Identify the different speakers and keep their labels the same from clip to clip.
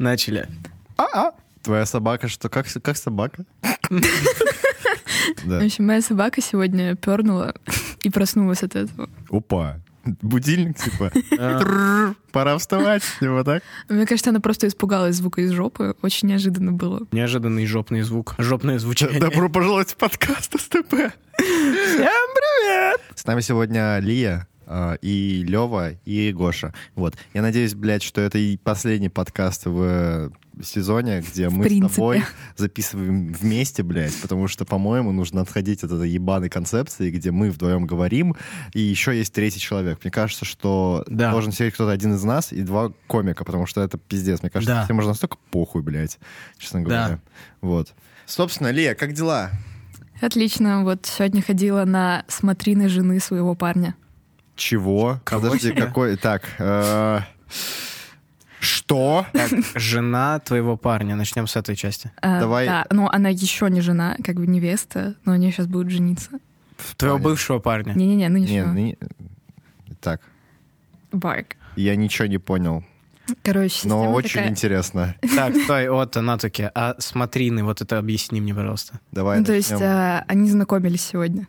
Speaker 1: Начали.
Speaker 2: А-а. Твоя собака что? Как, как собака?
Speaker 3: В
Speaker 2: Да.
Speaker 3: общем, моя собака сегодня пернула и проснулась от этого.
Speaker 2: Опа. Будильник, типа.
Speaker 1: А.
Speaker 2: Трррр. Пора вставать, типа так.
Speaker 3: Мне кажется, она просто испугалась звука из жопы. Очень неожиданно было.
Speaker 1: Неожиданный жопный звук. Жопное звучание.
Speaker 2: Добро пожаловать в подкаст СТП.
Speaker 1: Всем привет!
Speaker 2: С нами сегодня Лия э, и Лева и Гоша. Вот. Я надеюсь, блядь, что это и последний подкаст в э, сезоне, где мы
Speaker 3: принципе.
Speaker 2: с тобой записываем вместе, блядь, потому что, по-моему, нужно отходить от этой ебаной концепции, где мы вдвоем говорим, и еще есть третий человек. Мне кажется, что
Speaker 1: Да.
Speaker 2: должен сидеть кто-то один из нас и два комика, потому что это пиздец. Мне кажется,
Speaker 1: Да.
Speaker 2: всем уже настолько похуй, блядь, честно
Speaker 1: Да.
Speaker 2: говоря. Вот. Собственно, Лия, как дела?
Speaker 3: Отлично. Вот сегодня ходила на смотрины жены своего парня.
Speaker 2: Чего?
Speaker 1: Кого
Speaker 2: Подожди,
Speaker 1: себе?
Speaker 2: какой... Так, э, что?
Speaker 1: Так, жена твоего парня. Начнем с этой части.
Speaker 3: А,
Speaker 2: Давай.
Speaker 3: Да, но она еще не жена, как бы невеста, но они сейчас будут жениться.
Speaker 1: Твоего
Speaker 2: Понятно.
Speaker 1: бывшего парня.
Speaker 3: Не-не-не, ну
Speaker 2: Не, ну,
Speaker 3: нынешнего.
Speaker 2: не- Так,
Speaker 3: Барк.
Speaker 2: я ничего не понял,
Speaker 3: Короче,
Speaker 2: но
Speaker 3: система
Speaker 2: очень
Speaker 3: такая.
Speaker 2: интересно.
Speaker 1: Так, стой, Отто, Натуки, а смотрины, вот это объясни мне, пожалуйста.
Speaker 2: Давай
Speaker 3: Ну, то есть
Speaker 2: начнем.
Speaker 3: а, они знакомились сегодня.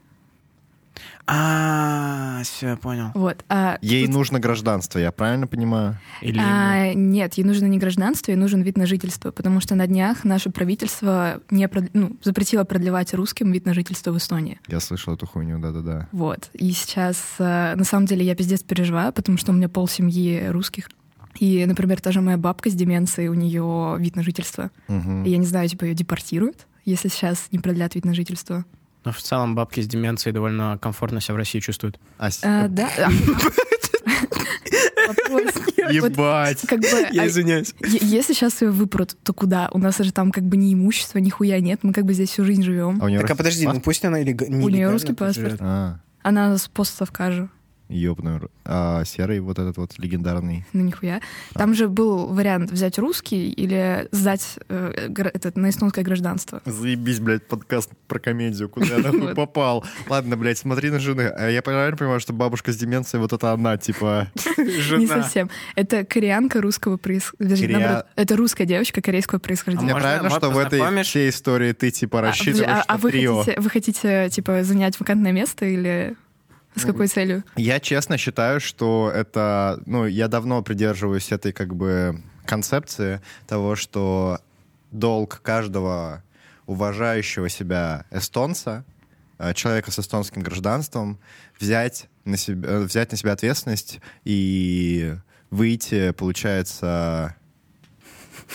Speaker 1: А, все, понял.
Speaker 3: Вот. а
Speaker 2: Ей
Speaker 3: тут-
Speaker 2: нужно гражданство, я правильно понимаю?
Speaker 1: Или ему.
Speaker 3: А, нет, ей нужно не гражданство, ей нужен вид на жительство, потому что на днях наше правительство не прод- ну, запретило продлевать русским вид на жительство в Эстонии.
Speaker 2: Я слышал эту хуйню, да-да-да.
Speaker 3: Вот. И сейчас, э, на самом деле, я пиздец переживаю, потому что у меня пол семьи русских. И, например, та же моя бабка с деменцией, у нее вид на жительство.
Speaker 2: Мгм.
Speaker 3: И Я не знаю, типа ее депортируют, если сейчас не продлят вид на жительство.
Speaker 1: Ну, в целом, бабки с деменцией довольно комфортно себя в России чувствуют.
Speaker 2: А с-
Speaker 3: А, да. Вопрос. Вот
Speaker 2: Ебать!
Speaker 3: Как бы, а е-
Speaker 1: извиняюсь.
Speaker 3: если сейчас ее выпрут, то куда? У нас же там как бы ни имущества, ни хуя нет, мы как бы здесь всю жизнь живем.
Speaker 2: А у нее
Speaker 1: Так, а подожди, ну пусть она или не
Speaker 3: У нее русский паспорт.
Speaker 2: А,
Speaker 3: Она с постсовка же,
Speaker 2: ёбаный р- а, серый вот этот вот легендарный.
Speaker 3: ну нихуя. Там же был вариант взять русский или сдать э, гра- этот, на эстонское гражданство.
Speaker 2: Заебись, блядь, подкаст про комедию, куда я нахуй
Speaker 3: Вот.
Speaker 2: попал. Ладно, блядь, смотри на жены. А я правильно понимаю, что бабушка с деменцией, вот это она, типа...
Speaker 3: Не совсем. Это кореянка русского происхождения.
Speaker 2: Корея-
Speaker 3: Наоборот, Это русская девочка корейского
Speaker 1: А
Speaker 3: происхождения.
Speaker 2: Я
Speaker 1: можно-
Speaker 2: правильно,
Speaker 1: можно
Speaker 2: что в этой
Speaker 1: познакомишь?
Speaker 2: всей истории ты типа
Speaker 3: А, подожди,
Speaker 2: рассчитываешь
Speaker 3: а, а
Speaker 2: на
Speaker 3: вы
Speaker 2: трио?
Speaker 3: хотите, вы хотите типа занять вакантное место или с
Speaker 2: Ну,
Speaker 3: какой целью?
Speaker 2: Я честно считаю, что это, ну, я давно придерживаюсь этой как бы концепции того, что долг каждого уважающего себя эстонца, э, человека с эстонским гражданством, взять на себя, э, взять на себя ответственность и выйти, получается,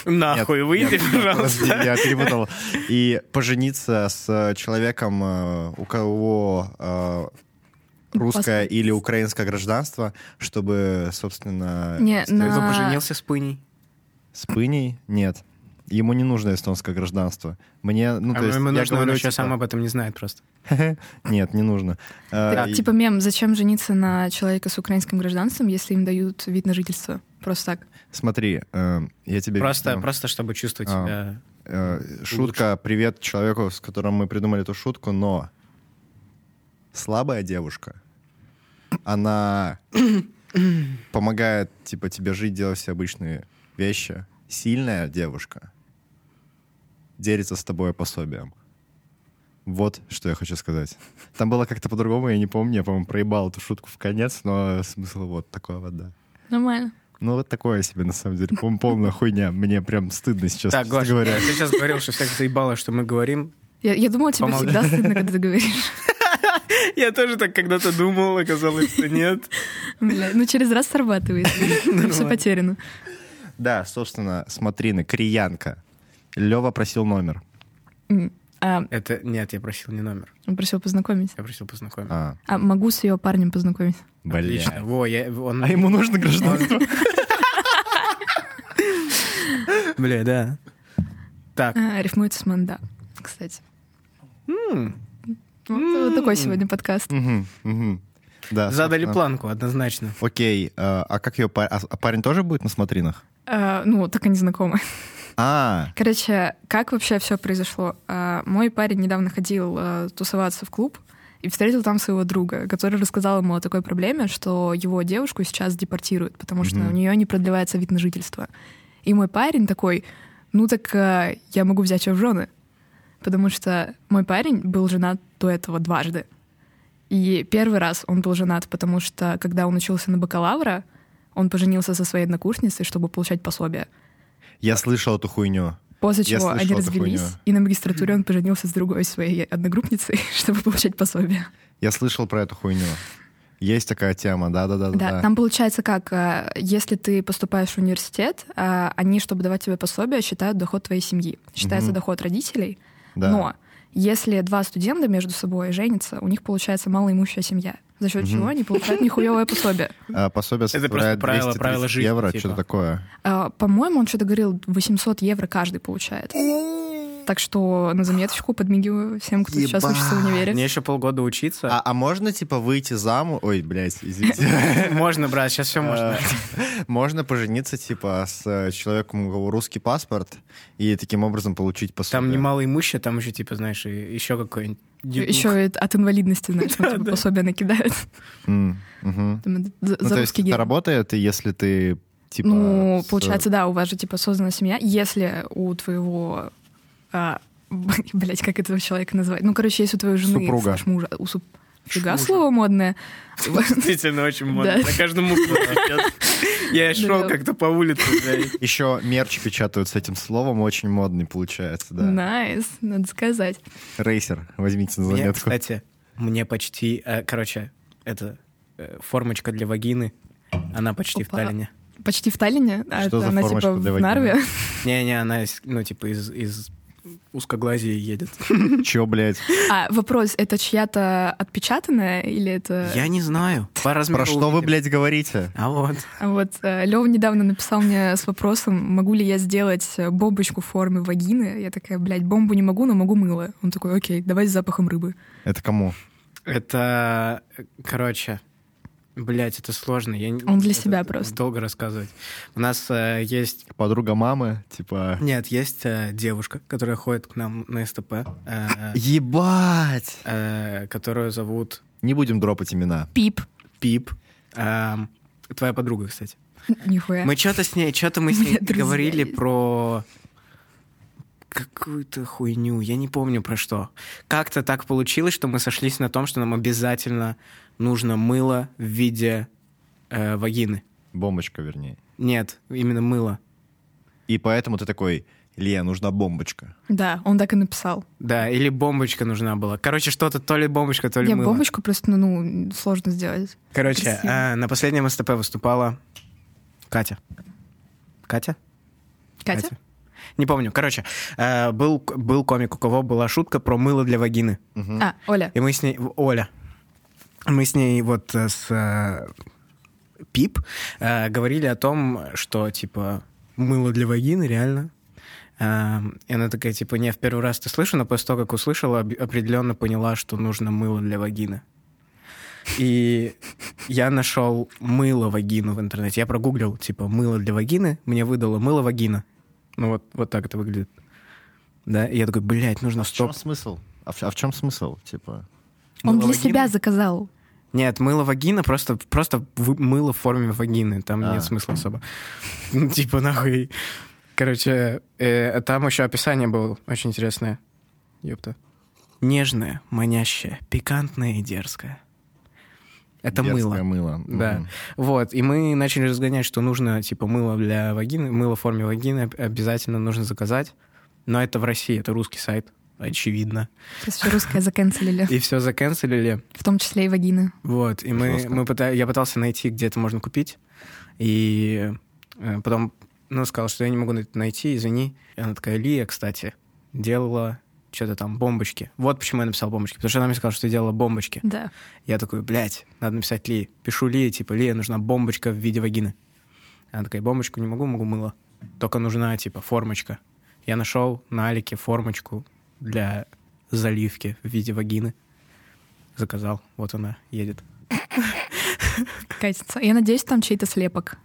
Speaker 1: Нахуй,
Speaker 2: Нет,
Speaker 1: выйди,
Speaker 2: нет,
Speaker 1: пожалуйста.
Speaker 2: Подожди, я перепутал. И пожениться с человеком, э, у кого э, русское или украинское гражданство, чтобы, собственно...
Speaker 3: Не,
Speaker 2: с-
Speaker 3: на-
Speaker 1: Вы
Speaker 3: А.
Speaker 1: поженился с пыней?
Speaker 2: С пыней? Нет. Ему не нужно эстонское гражданство. Мне, ну,
Speaker 1: А
Speaker 2: то есть,
Speaker 1: ему
Speaker 2: я
Speaker 1: нужно, он
Speaker 2: говорю,
Speaker 1: еще
Speaker 2: типа,
Speaker 1: сам об этом не знает просто.
Speaker 2: Нет, не нужно. Э,
Speaker 3: Так,
Speaker 2: и-
Speaker 3: типа мем, зачем жениться на человека с украинским гражданством, если им дают вид на жительство? Просто так.
Speaker 2: Смотри, э, я тебе...
Speaker 1: Просто,
Speaker 2: объясню.
Speaker 1: просто чтобы чувствовать
Speaker 2: А.
Speaker 1: себя...
Speaker 2: Э, Шутка, привет человеку, с которым мы придумали эту шутку, но слабая девушка, она помогает типа тебе жить, делать все обычные вещи. Сильная девушка делится с тобой пособием. Вот что я хочу сказать. Там было как-то по-другому, я не помню, я, по-моему, проебал эту шутку в конец, но смысл вот такой вот, да.
Speaker 3: Нормально.
Speaker 2: Ну, вот такое себе, на самом деле, Пом- полная хуйня. Мне прям стыдно сейчас,
Speaker 1: Так,
Speaker 2: честно
Speaker 1: Гош,
Speaker 2: говоря.
Speaker 1: ты сейчас говорил, что всех заебало, что мы говорим.
Speaker 3: Я, я думала, тебе
Speaker 1: Помолчи.
Speaker 3: всегда стыдно, когда ты говоришь.
Speaker 1: Я тоже так когда-то думал, оказалось, что нет.
Speaker 3: Бля, ну, через раз срабатывает. Все потеряно.
Speaker 2: Да, собственно, смотрины, криянка. Лева просил номер.
Speaker 3: М, А,
Speaker 1: Это... Нет, я просил не номер.
Speaker 3: он просил познакомить.
Speaker 1: Я просил познакомиться.
Speaker 2: А,
Speaker 3: А могу с ее парнем познакомить?
Speaker 1: Отлично. Во, я... Он...
Speaker 2: А ему нужно гражданство?
Speaker 1: Бля, да. Так.
Speaker 3: А, рифмуется с манда, кстати.
Speaker 1: М.
Speaker 3: Вот, вот такой сегодня подкаст.
Speaker 2: Мгм, мгм. Да.
Speaker 1: Задали
Speaker 2: собственно.
Speaker 1: планку, однозначно.
Speaker 2: Окей, э, а как ее парень тоже будет на смотринах?
Speaker 3: А, ну, так они знакомы.
Speaker 2: А,
Speaker 3: Короче, как вообще все произошло? А, Мой парень недавно ходил а, тусоваться в клуб и встретил там своего друга, который рассказал ему о такой проблеме, что его девушку сейчас депортируют, потому что
Speaker 2: Мгм.
Speaker 3: у нее не продлевается вид на жительство. И мой парень такой, ну так э, я могу взять ее в жены. Потому что мой парень был женат до этого дважды. И первый раз он был женат, потому что когда он учился на бакалавра, он поженился со своей однокурсницей, чтобы получать пособие.
Speaker 2: Я слышал эту хуйню.
Speaker 3: После
Speaker 2: Я
Speaker 3: чего
Speaker 2: слышал
Speaker 3: они
Speaker 2: эту
Speaker 3: развелись,
Speaker 2: хуйню.
Speaker 3: и на магистратуре он поженился с другой своей одногруппницей, чтобы получать пособие.
Speaker 2: Я слышал про эту хуйню. Есть такая тема, да-да-да.
Speaker 3: Да, там получается как, э, если ты поступаешь в университет, э, они, чтобы давать тебе пособие, считают доход твоей семьи. Считается
Speaker 2: Мгм.
Speaker 3: доход родителей,
Speaker 2: Да.
Speaker 3: но если два студента между собой женятся, у них получается малоимущая семья, за счет
Speaker 2: Мгм.
Speaker 3: чего они получают нихуевое пособие.
Speaker 2: А, пособие
Speaker 1: Это просто
Speaker 2: составляет
Speaker 1: правило-
Speaker 2: 230
Speaker 1: правило жизни,
Speaker 2: евро,
Speaker 1: типа.
Speaker 2: что-то такое.
Speaker 3: А, По-моему, он что-то говорил, 800 евро каждый получает. Так что на заметочку подмигиваю всем, кто сейчас
Speaker 2: Ебать.
Speaker 3: учится в универе.
Speaker 1: Мне еще полгода учиться.
Speaker 2: А, а можно, типа, выйти замуж? Ой, блядь, извините.
Speaker 1: Можно, брат, сейчас все можно.
Speaker 2: Э, Можно пожениться, типа, с э, человеком, у кого русский паспорт, и таким образом получить пособие.
Speaker 1: Там немало имущества, там еще, типа, знаешь, еще какой-нибудь... дедух.
Speaker 3: Еще и от инвалидности, знаешь, там, типа, пособие накидают.
Speaker 2: М, мгм.
Speaker 3: Там, за-
Speaker 2: Ну,
Speaker 3: за
Speaker 2: то есть
Speaker 3: русский
Speaker 2: это
Speaker 3: гей.
Speaker 2: работает, если ты, типа...
Speaker 3: Ну,
Speaker 2: с- э,
Speaker 3: получается, да, у вас же типа создана семья. Если у твоего а, блять, как этого человека назвать? Ну, короче, если у твоей жены
Speaker 2: Супруга.
Speaker 3: слэш мужа, у суп... Фига,
Speaker 1: Шмужа.
Speaker 3: слово модное.
Speaker 1: Действительно, очень модно.
Speaker 3: Да.
Speaker 1: На каждом углу сейчас. Я шел
Speaker 3: Да.
Speaker 1: как-то по улице, блядь.
Speaker 2: Еще мерч печатают с этим словом, очень модный получается, да.
Speaker 3: Найс, надо сказать.
Speaker 2: Рейсер, возьмите на
Speaker 1: Мне,
Speaker 2: заметку.
Speaker 1: кстати, мне почти... э, Короче, это э, формочка для вагины. Она почти в
Speaker 3: Опа.
Speaker 1: Таллине.
Speaker 3: Почти в Таллине, а
Speaker 2: Что
Speaker 3: это
Speaker 2: за
Speaker 3: она
Speaker 2: формочка
Speaker 3: типа
Speaker 2: для
Speaker 3: в
Speaker 2: вагины?
Speaker 3: Нарве.
Speaker 1: Не-не, она, из- ну, типа, из, из узкоглазии едет.
Speaker 2: Чё, блядь?
Speaker 3: А вопрос, это чья-то отпечатанная или это...
Speaker 1: Я не знаю. По размеру
Speaker 2: Про что вы,
Speaker 1: увидим.
Speaker 2: блядь, говорите?
Speaker 1: А вот.
Speaker 3: А Вот Лев недавно написал мне с вопросом, могу ли я сделать э, бомбочку в форме вагины. Я такая, блядь, бомбу не могу, но могу мыло. Он такой, окей, давай с запахом рыбы.
Speaker 2: Это кому?
Speaker 1: Это, э, короче, блядь, это сложно. Я не-
Speaker 3: Он для
Speaker 1: это
Speaker 3: себя просто.
Speaker 1: Долго рассказывать. У нас э, есть...
Speaker 2: Подруга мамы, типа...
Speaker 1: Нет, есть э, девушка, которая ходит к нам на СТП, э,
Speaker 2: Ебать!
Speaker 1: э, которую зовут
Speaker 2: Не будем дропать имена.
Speaker 3: Пип.
Speaker 1: Пип. Эм, твоя подруга, кстати.
Speaker 3: Нихуя.
Speaker 1: Мы что-то с ней, что-то мы с ней
Speaker 3: Нет, друзья
Speaker 1: говорили
Speaker 3: есть.
Speaker 1: про какую-то хуйню, я не помню про что. Как-то так получилось, что мы сошлись на том, что нам обязательно нужно мыло в виде э, вагины.
Speaker 2: Бомбочка, вернее.
Speaker 1: Нет, именно мыло.
Speaker 2: И поэтому ты такой, Ле, нужна бомбочка.
Speaker 3: Да, он так и написал.
Speaker 1: Да, или бомбочка нужна была. Короче, что-то то ли бомбочка, то ли
Speaker 3: Я
Speaker 1: мыло.
Speaker 3: бомбочку просто, ну, ну, сложно сделать.
Speaker 1: Короче,
Speaker 3: Красиво.
Speaker 1: э, на последнем СТП выступала Катя. Катя?
Speaker 3: Катя?
Speaker 1: Не помню. Короче, э, был, был комик, у кого была шутка про мыло для вагины.
Speaker 2: Мгм.
Speaker 3: А, Оля.
Speaker 1: И мы с ней... Оля. Мы с ней вот э, с э, Пип э, говорили о том, что, типа, мыло для вагины, реально. Э, И она такая, типа, не, в первый раз ты слышу, но после того, как услышала, об- определенно поняла, что нужно мыло для вагины. И я нашел мыло вагину в интернете. Я прогуглил, типа, мыло для вагины. Мне выдало мыло вагина. Ну вот, вот так это выглядит. Да, и я такой, блядь, нужно
Speaker 2: А в чем
Speaker 1: стоп.
Speaker 2: смысл? А в, а в чем смысл? Типа,
Speaker 3: Он
Speaker 1: Мыло
Speaker 3: для
Speaker 1: вагины?
Speaker 3: себя заказал.
Speaker 1: Нет, мыло вагина просто, просто вы- мыло в форме вагины. Там
Speaker 2: А.
Speaker 1: нет смысла особо. Ну, типа, нахуй. Короче, э, там еще описание было очень интересное. Ёпта. Нежное, манящее, пикантное и дерзкое. Это мыло.
Speaker 2: мерзкое мыло.
Speaker 1: Да.
Speaker 2: Мгм.
Speaker 1: Вот, и мы начали разгонять, что нужно, типа, мыло для вагины, мыло в форме вагины об- обязательно нужно заказать. Но это в России, это русский сайт, очевидно.
Speaker 3: Сейчас все русское заканцелили.
Speaker 1: И все заканцелили.
Speaker 3: В том числе и вагины.
Speaker 1: Вот, и мы,
Speaker 2: Жестко.
Speaker 1: мы пыта- я пытался найти, где это можно купить, и э, потом, ну, сказал, что я не могу на- найти, извини. И она такая, Лия, кстати, делала что-то там, бомбочки. Вот почему я написал бомбочки, потому что она мне сказала, что делала бомбочки.
Speaker 3: Да.
Speaker 1: Я такой, блядь, надо написать Лии. Пишу Лии, типа, Лия, нужна бомбочка в виде вагины. Она такая, бомбочку не могу, могу мыло. Только нужна, типа, формочка. Я нашел на Алике формочку для заливки в виде вагины. Заказал. Вот она едет.
Speaker 3: Катится. Я надеюсь, там чей-то слепок.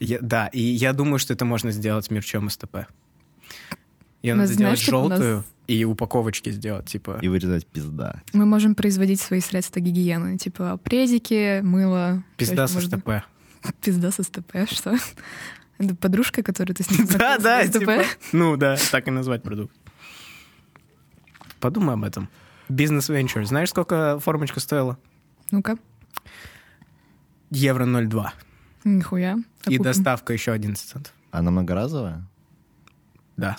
Speaker 1: Я- да, и я думаю, что это можно сделать мерчом СТП. Ее
Speaker 3: Ну,
Speaker 1: надо
Speaker 3: знаешь,
Speaker 1: сделать
Speaker 3: как у нас-
Speaker 1: желтую и упаковочки сделать, типа.
Speaker 2: И вырезать пизда.
Speaker 3: Мы можем производить свои средства гигиены. Типа презики, мыло.
Speaker 1: Пизда
Speaker 3: Всё,
Speaker 1: с
Speaker 3: что можно.
Speaker 1: СТП.
Speaker 3: Пизда со СТП, что? Это подружка, которую ты с ней
Speaker 1: Да,
Speaker 3: знакомился
Speaker 1: да,
Speaker 3: в СТП.
Speaker 1: типа, ну да, так и назвать продукт. Подумай об этом. Бизнес венчур. Знаешь, сколько формочка стоила?
Speaker 3: Ну-ка,
Speaker 1: Евро 0,2.
Speaker 3: нихуя.
Speaker 1: И
Speaker 3: Окупим.
Speaker 1: доставка еще 11 центов.
Speaker 2: Она многоразовая?
Speaker 1: Да.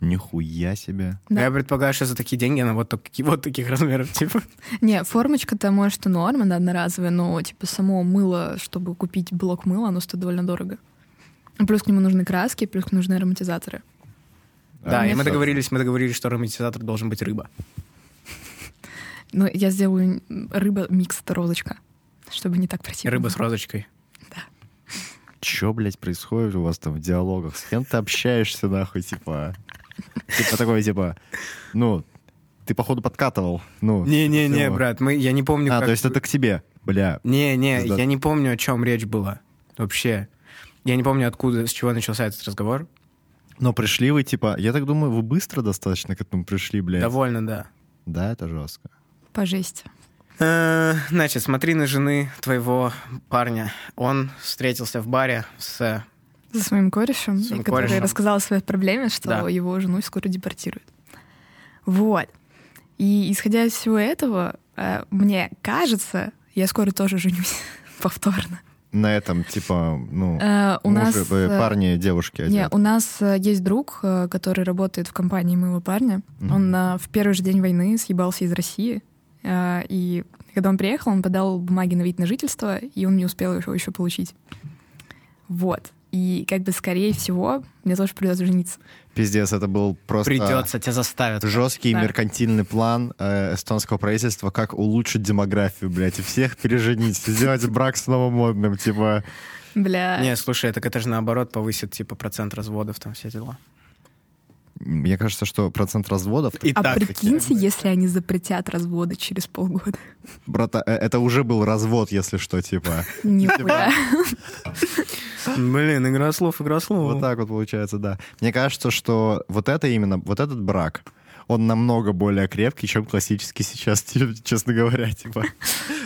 Speaker 2: Нихуя себе.
Speaker 3: Да.
Speaker 1: Я предполагаю, что за такие деньги она вот, таки- вот таких размеров, типа.
Speaker 3: Не, формочка-то, может, и норм, она одноразовая, но, типа, само мыло, чтобы купить блок мыла, оно стоит довольно дорого. Плюс к нему нужны краски, плюс нужны ароматизаторы.
Speaker 1: Да, и мы
Speaker 2: Ароматизатор.
Speaker 1: договорились, мы договорились, что ароматизатор должен быть рыба.
Speaker 3: Но я сделаю м, рыба микс это розочка, чтобы не так противно.
Speaker 1: Рыба с
Speaker 3: было.
Speaker 1: розочкой.
Speaker 2: Чё, блядь, происходит у вас там в диалогах? С кем ты общаешься, нахуй, типа? Типа такой, типа, ну, ты, походу, подкатывал. Ну,
Speaker 1: Не-не-не,
Speaker 2: всего.
Speaker 1: брат, мы, я не помню,
Speaker 2: А,
Speaker 1: как-
Speaker 2: то есть это к тебе, бля.
Speaker 1: Не-не,
Speaker 2: Пиздато.
Speaker 1: я не помню, о чем речь была. Вообще. Я не помню, откуда, с чего начался этот разговор.
Speaker 2: Но пришли вы, типа, я так думаю, вы быстро достаточно к этому пришли, блядь.
Speaker 1: Довольно, да.
Speaker 2: Да, это жестко.
Speaker 3: По жести.
Speaker 1: Э, Значит, смотри на жены твоего парня. Он встретился в баре с...
Speaker 3: За своим корешем,
Speaker 1: Своим
Speaker 3: и который
Speaker 1: корешем.
Speaker 3: рассказал о своей проблеме, что
Speaker 1: Да.
Speaker 3: его жену скоро депортируют. Вот. И исходя из всего этого, э, мне кажется, я скоро тоже женюсь повторно.
Speaker 2: На этом, типа, ну,
Speaker 3: Э, У нас...
Speaker 2: мужи, э,
Speaker 3: э,
Speaker 2: парни, девушки
Speaker 3: Не,
Speaker 2: одет.
Speaker 3: у нас э, есть друг, э, который работает в компании моего парня.
Speaker 2: Мгм.
Speaker 3: Он э, в первый же день войны съебался из России. э, И когда он приехал, он подал бумаги на вид на жительство, и он не успел его еще получить. Вот. И как бы, скорее всего, мне тоже придется жениться.
Speaker 2: Пиздец, это был просто...
Speaker 1: Придется, тебя заставят.
Speaker 2: Жесткий
Speaker 3: Да.
Speaker 2: меркантильный план э, эстонского правительства, как улучшить демографию, блядь, и всех переженить, сделать брак снова модным, типа...
Speaker 3: Бля.
Speaker 1: Не, слушай, так это же наоборот повысит, типа, процент разводов, там все дела.
Speaker 2: Мне кажется, что процент разводов...
Speaker 1: И
Speaker 3: а
Speaker 1: так
Speaker 3: прикиньте, если они запретят разводы через полгода.
Speaker 2: Брата, э, это уже был развод, если что, типа.
Speaker 3: Нихуя.
Speaker 1: Блин, игра слов, игра слов.
Speaker 2: Вот так вот получается, да. Мне кажется, что вот это именно, вот этот брак, он намного более крепкий, чем классический сейчас, те- честно говоря, типа.